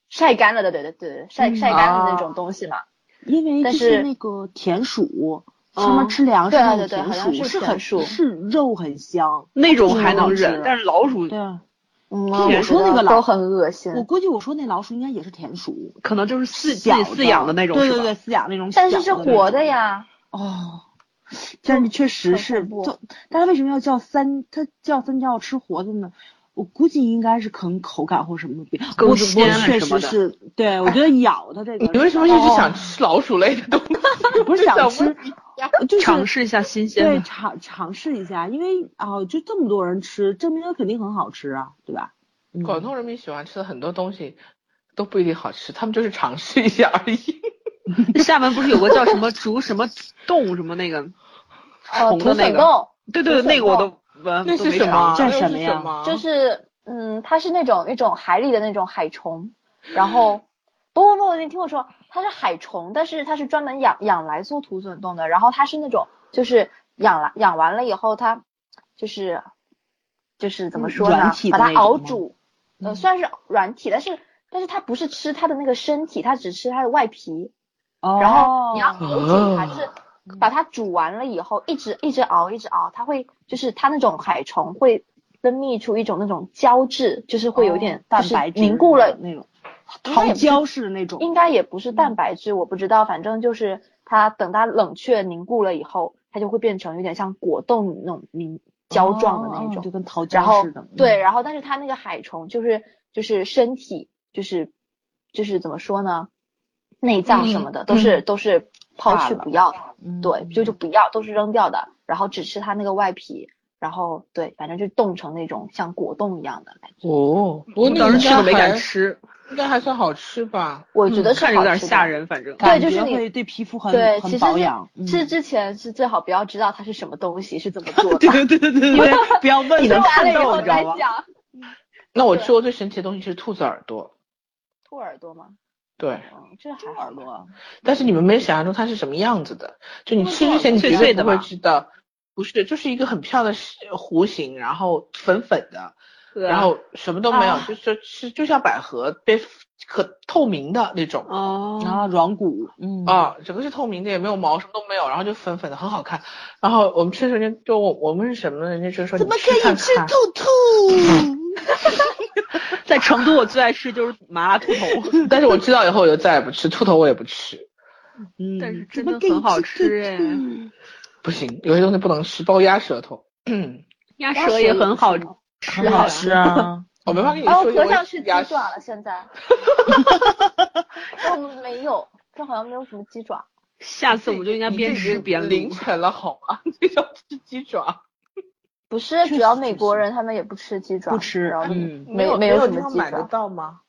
S2: 晒干了的，对对对对，
S3: 嗯
S2: 晒晒干
S3: 啊
S2: 了的那种东西嘛。
S3: 因为
S2: 但
S3: 就是那个田鼠，
S4: 嗯
S3: 上面吃粮食
S2: 对啊
S3: 那种
S2: 对对好
S3: 田
S2: 像
S3: 鼠
S2: 是
S3: 是
S2: 田
S3: 很
S2: 鼠
S3: 是肉很香。
S4: 那种还能
S3: 不
S4: 忍
S3: 能，吃
S4: 但是老鼠
S3: 对啊，
S2: 嗯，
S3: 就
S2: 我
S3: 我说
S2: 觉
S3: 那
S2: 得
S3: 个老
S2: 都很恶心。
S3: 我估计我说那老鼠应该也是田鼠，
S4: 可能就是饲自己
S3: 小的
S4: 饲养的那种，
S3: 对
S4: 是
S3: 对
S4: 吧
S3: 对，饲养那种。
S2: 但是是活的。呀，
S3: 哦。但是确实是，
S2: 很恐怖
S3: 就但是为什么要叫三？它叫三叫吃活的呢？我估计应该是可能口感或什么变。
S4: 更
S3: 我我
S4: 鲜啊
S3: 确
S4: 什么
S3: 实
S4: 的
S3: 是，对我觉得咬它这个。 哦
S1: 你为什么一直想吃老鼠类的东西？
S3: 不是想吃，就是
S4: 尝试一下新鲜
S3: 对
S4: 的。
S3: 尝尝试一下，因为啊、就这么多人吃，证明它肯定很好吃啊，对吧？嗯
S1: 广东人民喜欢吃的很多东西都不一定好吃，他们就是尝试一下而已。
S4: 厦门不是有个叫什么竹什么洞什么那个
S2: 呃，
S4: 虫
S2: 土
S4: 的那
S2: 笋
S4: 个？
S2: 冻
S4: 对
S2: 土
S4: 对，对
S2: 笋
S4: 那个我
S2: 冻
S4: 都呃
S1: 那
S4: 都
S1: 是
S4: 没
S1: 什么啊
S4: 尝？
S3: 这
S1: 那
S3: 是
S1: 又
S3: 什
S1: 什
S3: 么呀
S2: 就是嗯，它是那种那种海里的那种海虫，然后不不不，你听我说，它是海虫，但是它是专门养养来做土笋冻的，然后它是那种就是养来养完了以后，它就是就是怎么说
S3: 软
S2: 呢
S3: 体，的
S2: 把它
S3: 那种
S2: 熬
S3: 吗
S2: 煮，
S3: 嗯
S2: 呃，虽然是软体，但是但是它不是吃它的那个身体，它只吃它的外皮，
S3: 哦
S2: 然后你要熬煮它，
S1: 哦
S2: 就是把它煮完了以后，一直一直熬，一直熬，它会就是它那种海虫会分泌出一种那种胶质，就是会有点、
S3: 哦蛋
S2: 就是
S3: 白质
S2: 凝固了，
S3: 那种
S2: 应该
S3: 桃
S2: 也不是
S3: 胶似的那种，
S2: 应该也不是
S3: 嗯
S2: 蛋白质，我不知道，反正就是它等它冷却凝固了以后，它就会变成有点像果冻那种凝胶状的那
S3: 哦
S2: 种，
S3: 就跟桃
S2: 然
S3: 胶
S2: 后
S3: 似的。
S2: 对，
S3: 嗯，
S2: 然后但是它那个海虫就是就是身体就是就是怎么说呢，内脏什么的、都是都是抛
S3: 化
S2: 去
S3: 嗯了
S2: 不要的，
S3: 嗯
S2: 对，就就不要，都是扔掉的，然后只吃它那个外皮，然后对，反正就冻成那种像果冻一样的感觉。
S1: 哦，不过
S4: 我当时去
S1: 个
S4: 了没敢吃，应该还算好吃吧？
S2: 我觉得
S4: 嗯
S2: 是
S4: 看着有
S2: 好
S4: 点
S2: 吃的
S4: 吓人，反 正。
S2: 对
S3: 感
S2: 就是
S3: 觉
S2: 你
S3: 会对皮肤很
S2: 对，其
S3: 很
S2: 实
S3: 保养。嗯
S2: 是之前是最好不要知道它是什么东西，是怎么做的
S3: 对。对对对对对， 不要问
S4: 你能
S2: 完了
S4: 看
S2: 以
S4: 到
S2: 后
S4: 你知道
S2: 再
S4: 吗
S2: 讲。
S1: 那我吃过最神奇的东西是兔子耳朵，
S2: 兔耳朵吗？
S1: 对，
S2: 嗯，这还
S3: 猪
S2: 好
S3: 耳
S2: 吧。
S3: 朵，
S1: 但是你们没有想象中它是什么样子的，就你吃之前你
S4: 脆
S1: 绝
S4: 脆
S1: 对
S4: 的
S1: 不会
S4: 吧
S1: 知道，不是，就是一个很漂亮的弧形，然后粉粉的，
S4: 对啊
S1: 然后什么都没有
S2: 啊，
S1: 就就吃就像百合被可透明的那种。
S3: 然
S4: 哦，
S3: 后啊软骨，嗯，
S1: 啊，整个是透明的，也没有毛，什么都没有，然后就粉粉的，很好看。然后我们吃的时候，人家就我我们是什么呢？人家就说你吃看看。
S3: 兔？
S4: 在成都我最爱吃就是麻辣兔 头，嗯
S1: 但是我知道以后我就再也不吃兔头，我也不吃，
S3: 嗯，
S4: 但是真
S3: 怎么
S4: 的
S3: 给你
S4: 很好
S3: 吃
S4: 吃
S3: 兔
S4: 哎
S3: 兔。
S1: 不行，有些东西不能吃，包鸭舌头。嗯
S4: 鸭
S2: 鸭
S4: 舌
S2: 舌
S4: 也
S2: 也
S4: 很
S2: 不
S4: 好
S2: 是吗
S4: 吃，
S3: 很好 吃。啊。
S1: 我没法跟你
S2: 然后
S1: 说，因为
S2: 哦和尚是鸡
S1: 鸭
S2: 爪了，现在。但我们哦没有，这好像没有什么鸡爪。
S4: 下次我们就应该
S1: 你
S4: 边
S1: 这已
S4: 吃
S1: 经
S4: 边
S1: 凌
S4: 录。
S1: 晨了好吗？ 这叫吃鸡 爪，
S2: 不是，
S3: 确
S2: 主要
S3: 实
S2: 美
S3: 确
S2: 国
S3: 实
S2: 人他们也不吃鸡爪，
S3: 不吃
S2: 然后
S3: 嗯
S2: 没
S1: 有
S2: 没
S1: 有
S2: 什
S1: 地
S2: 么
S1: 方
S2: 鸡
S1: 买得
S2: 爪，
S1: 到吗？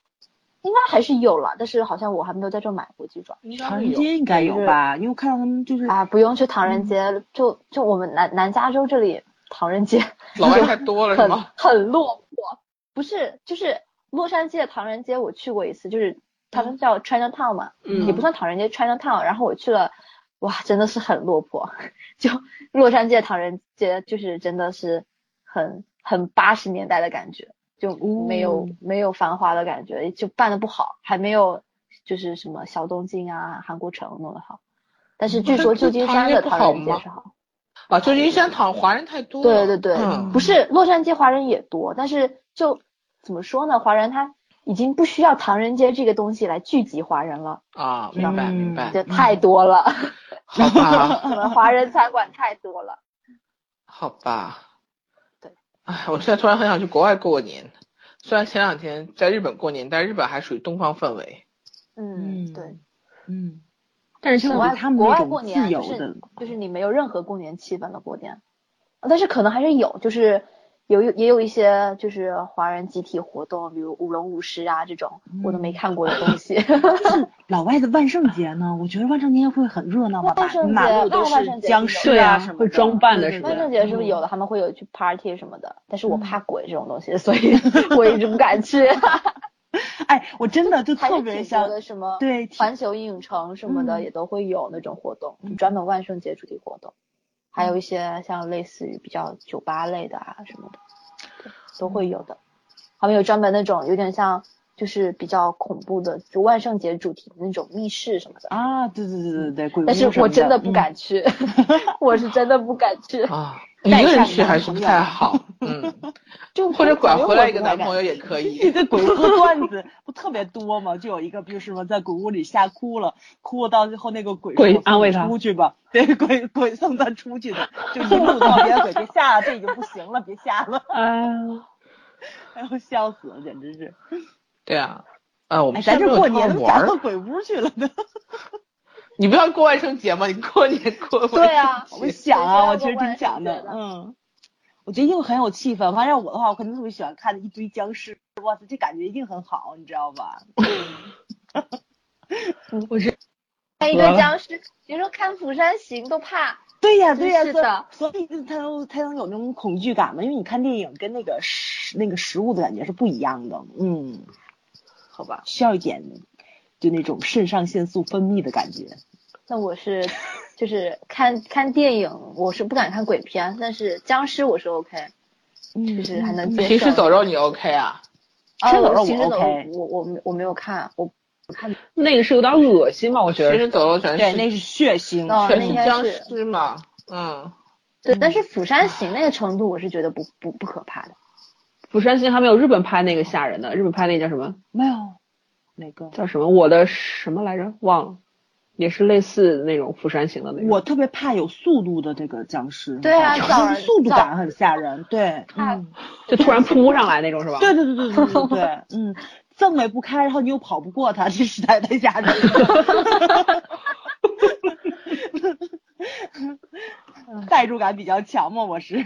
S2: 应该还是有了，但是好像我还没有在这买过鸡爪
S1: 应该
S3: 唐
S1: 会
S3: 人
S1: 有。
S3: 街应该有吧？因为我看到他们就是
S2: 啊。不用去唐人街，就就我们南南加州这里唐人街
S1: 老外太多了是
S2: 很
S1: 吗？
S2: 很落魄，不是就是洛杉矶的唐人街，我去过一次，就是他们叫 Chinatown 嘛，
S4: 嗯
S2: 也不算唐人街 Chinatown，然后我去了，哇，真的是很落魄， 就洛杉矶的唐人街就是真的是很很八十年代的感觉，就没有、
S3: 哦
S2: 没有繁华的感觉，就办的不好，还没有就是什么小东京啊、韩国城弄得好，但是据说旧金山的唐人街是好。
S1: 啊，旧金山唐华人太多了。
S2: 对对对，
S1: 嗯
S2: 不是洛杉矶华人也多，但是就怎么说呢，华人他已经不需要唐人街这个东西来聚集华人了，
S1: 啊，明白
S3: 嗯
S1: 明白，
S2: 就太多了，
S1: 好吧
S2: 我们华人餐馆太多了。
S1: 好吧。
S2: 对。
S1: 哎，我现在突然很想去国外过年，虽然前两天在日本过年，但日本还属于东方氛围。
S2: 嗯，对。，
S3: 嗯，
S4: 但是现
S3: 像
S2: 国
S4: 在
S2: 外
S3: 我他们
S2: 国
S3: 那
S2: 外
S3: 种
S2: 过
S3: 自
S2: 年
S3: 由
S2: 就
S3: 的
S2: 是就是你没有任何过年气氛的过年，但是可能还是有，就是有也有一些就是华人集体活动，比如舞龙舞狮啊这种我都没看过的东
S3: 嗯
S2: 西。
S3: 老外的万圣节呢，我觉得万圣节会很热闹吧，
S2: 万圣节
S3: 满路都
S2: 那万圣
S3: 是
S2: 节
S3: 僵
S2: 是
S3: 尸
S4: 对啊，
S3: 什么
S4: 会
S3: 的嗯
S4: 装扮的
S3: 对
S4: 是
S3: 对
S2: 万？
S4: 吧
S2: 圣节是不是有的？他们会有去 party 什么的，但是我怕鬼这种东西，所以 我一直不敢去。
S3: 哎，我真的就
S2: 还
S3: 特
S2: 是
S3: 别
S2: 挺
S3: 想
S2: 多的什么
S3: 对挺
S2: 环球影城什么的
S3: 嗯
S2: 也都会有那种活动，就专门万圣节主题活动，还
S3: 嗯
S2: 有一些像类似于比较酒吧类的啊什么的，对都
S3: 嗯
S2: 会有的。他们有专门那种有点像就是比较恐怖的，就万圣节主题的那种密室什么的。
S3: 啊，对对对对对，鬼
S2: 但
S3: 屋什
S2: 是
S3: 么
S2: 我真
S3: 的
S2: 的
S3: 嗯
S2: 不，敢去， 我是真的不敢 去，
S1: 啊，一
S2: 带
S1: 个人
S2: 上
S1: 去
S2: 男
S1: 还是不
S2: 朋
S1: 太
S2: 友
S1: 好，嗯，
S2: 就
S1: 或者拐回来一个男
S2: 友。
S1: 朋友也可
S3: 嗯
S1: 以。
S3: 对鬼屋段子不特别多嘛，就有一个，比如什么在鬼屋里吓哭了，哭到最后那个鬼说
S4: 鬼
S3: 送
S4: 安慰
S3: 你
S4: 他
S3: 出去吧， 对，鬼鬼送他出去的，就一路告别鬼，别吓了，这已经不行了，别吓了，
S4: 哎呀，
S3: 哎呦，笑死了，简直是，
S1: 对啊，啊，我
S3: 哎，
S1: 们
S3: 咱
S1: 现在没
S3: 这
S1: 有
S3: 过
S1: 地方
S3: 年怎么
S1: 玩
S3: 咋
S1: 儿
S3: 到鬼屋去了 呢？
S1: 你不要过万圣节吗？你过年过
S2: 对啊，
S3: 我想啊，我其实挺
S2: 讲
S3: 想的，嗯，我觉得一定很有气氛。反正我的话，我肯定特别喜欢看一堆僵尸，哇塞，这感觉一定很好，你知道吧？
S4: 我是
S2: 看一个僵尸，比如说看《釜山行》都怕，
S3: 对呀、
S2: 真
S3: 对呀、
S2: 是
S3: 所以
S2: 的
S3: 所以才能才能有那种恐惧感嘛，因为你看电影跟那个食那个食物的感觉是不一样的，嗯，
S4: 好吧，
S3: 需要一点就那种肾上腺素分泌的感觉。
S2: 那我是就是看看电影，我是不敢看鬼片，但是僵尸我是 OK，就
S3: 嗯，
S2: 是还能接受。
S1: 行尸走肉你 OK 啊？
S2: 啊，
S3: 行尸走肉
S2: 我行
S3: 我
S2: 尸走
S3: OK
S2: 肉我我没我没有看，我
S4: 那个是有点恶心吧？我觉
S1: 行
S4: 得
S1: 尸走肉全
S3: 对，
S1: 是
S3: 那是血腥。
S2: 哦
S1: 全
S2: 那
S1: 是
S2: 应该
S1: 僵
S2: 是
S1: 尸嘛，嗯。
S2: 对，但是《釜山行》那个程度我是觉得不不不可怕的。
S4: 釜山行还没有日本拍那个吓人的，日本拍那叫什么？
S3: 没有哪个？
S4: 叫什么？我的什么来着？忘了，也是类似那种釜山行的那种。
S3: 我特别怕有速度的这个僵尸。
S2: 对啊
S3: 就是
S2: 早上
S3: 速度
S2: 早
S3: 感很吓人。对，
S2: 怕
S3: 嗯
S4: 就突然扑上来那种是吧？
S3: 对对对对对对对，嗯，挣也不开，然后你又跑不过他，这实在太吓人了。 代入感比较强嘛，我 是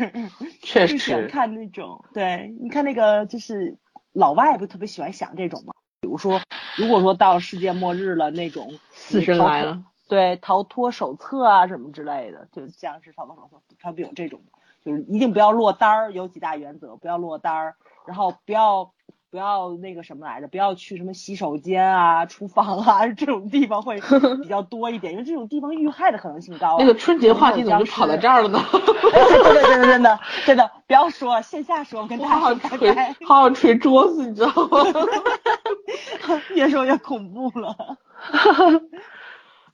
S1: 确
S3: 就喜欢
S1: 实，
S3: 看那种，对，你看那个就是老外不特别喜欢想这种嘛，鬼如说，如果说到世界末日了那种
S4: 死神来了，
S3: 对逃脱手册啊什么之类的，就像是逃脱手册，它不有这种，就是一定不要落单儿，有几大原则，不要落单儿，然后不要不要那个什么来着，不要去什么洗手间啊、厨房啊 这种地 方会比较多一点，因为这种地方遇害的可能性高啊。
S1: 那个 春节话题怎么就跑到这儿了呢？
S3: 哎真的真的真的真的不要说线下说，我跟
S1: 我
S3: 大家
S1: 好
S3: 说
S1: 想
S3: 拜
S1: 捶
S3: 拜，，
S1: 好想捶桌子，你知道 吗？
S3: 越说越恐怖 了。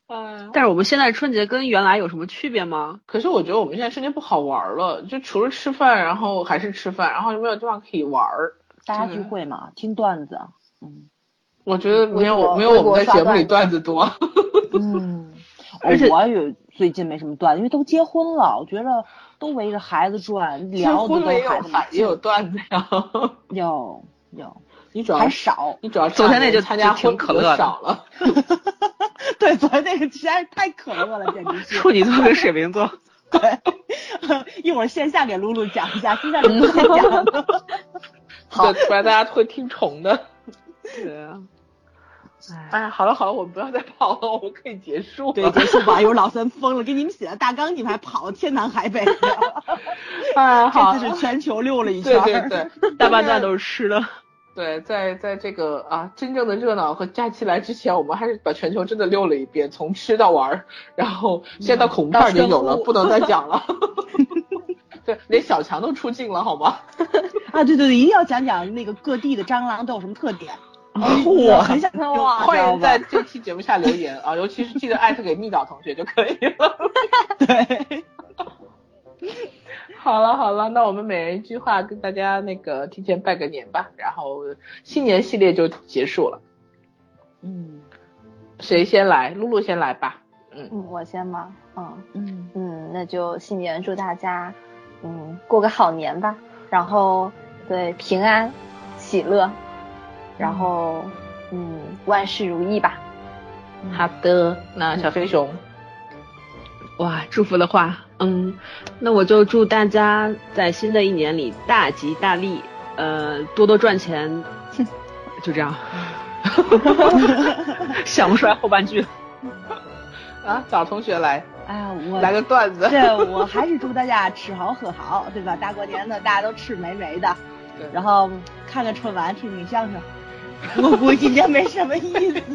S1: 哎
S4: 但是我们现在春节跟原来有什么区别吗？
S1: 可是我觉得我们现在春节不好玩了，就除了吃饭，然后还是吃饭，然后就没有地方可以玩儿。
S3: 大家
S1: 对
S3: 聚会嘛，听段子。啊嗯
S1: 我觉得没
S2: 微
S1: 有
S2: 博
S1: 没有我们在节目
S2: 微
S1: 里
S2: 博
S1: 段子多。
S3: 嗯，
S4: 而且
S3: 我也最近没什么段子，因为都结婚了，我觉着都围着孩子转，聊的
S1: 婚
S3: 都
S1: 了也
S3: 孩
S1: 有
S3: 子们
S1: 孩也有段子呀。
S3: 有有，
S1: 你主要
S3: 还
S1: 是。
S3: 少
S1: 你主要是
S4: 昨天那就
S1: 参加
S4: 就挺
S1: 婚
S4: 可
S1: 礼
S4: 乐的
S1: 少 了。
S3: 对，昨天那个实在是太可乐了，简直 是。
S4: 处女座跟水瓶座，
S3: 对， 一会儿线下给露露讲一下，线下给露露 讲。
S1: 对，不然大家会听重的。
S4: 对啊，哎，
S1: 哎，好了好了，我们不要再跑了，我们 可以结束了。
S3: 对，结束吧，一会儿老三疯了，给你们写的大纲，你们还跑天南海 北的，
S1: 哎，好
S3: 这，次是全球溜了一圈
S1: 对
S3: 儿。
S1: 对对。
S4: 大半段都是吃的。
S1: 对，在在这个啊真正的热闹和假期来之前，我们还是把全球真的溜了一遍，从吃到玩儿，然后现在到恐怖片儿已经有了，不能再讲了。 对，连小强都出镜了，好吗？
S3: 啊，对对对，一定要讲讲那个各地的蟑螂都有什么特点。我很想听，
S2: 哇
S1: 欢迎在
S3: 知
S1: 啊这期节目下留言啊，尤其是记得艾特给蜜岛同学就可以 了。
S3: 道吧对，
S1: 好了好了，那我们每人一句话跟大家那个提前拜个年吧，然后新年系列就结束了。
S3: 嗯
S1: 谁先来？露露先来吧。
S2: 嗯，我先吗？嗯
S3: 嗯，
S2: 嗯，那就新年祝大家，嗯，过个好年吧。然后对平安、喜乐，然后嗯，万事如意吧。
S1: 好的，那小飞熊。
S4: 哇，祝福的话，嗯，那我就祝大家在新的一年里大吉大利，呃，多多赚 钱，就这样。 想不出来后半句了。
S1: 啊，找同学来，
S3: 哎呀，我
S1: 来个段 子。
S3: 对，我还是祝大家吃好喝好，对吧？大过年的，大家都吃美美的，
S1: 对
S3: 然后看看春晚，听听相声。 我估计这没什么意 思，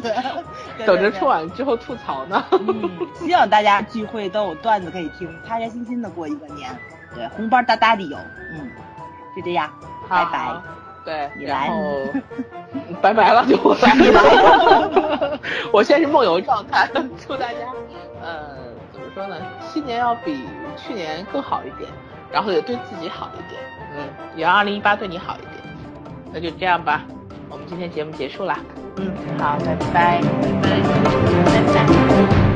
S3: 对
S1: 等着春。晚之后吐槽呢。
S3: 对对嗯，希望大家聚会都有段子可以听，开开心心的过一个年。对，红包大大的有，嗯，就这样，拜拜。
S1: 对，
S3: 你
S1: 然
S3: 来
S1: 后 拜拜了就我来 了。我现在是梦游状态，祝大家呃怎么说呢，新年要比去年更好一点，然后也对自己好一点，嗯，也让二零一八对你好一点。那就这样吧，我们今天节目结束啦。嗯，好，拜拜，拜拜，拜拜。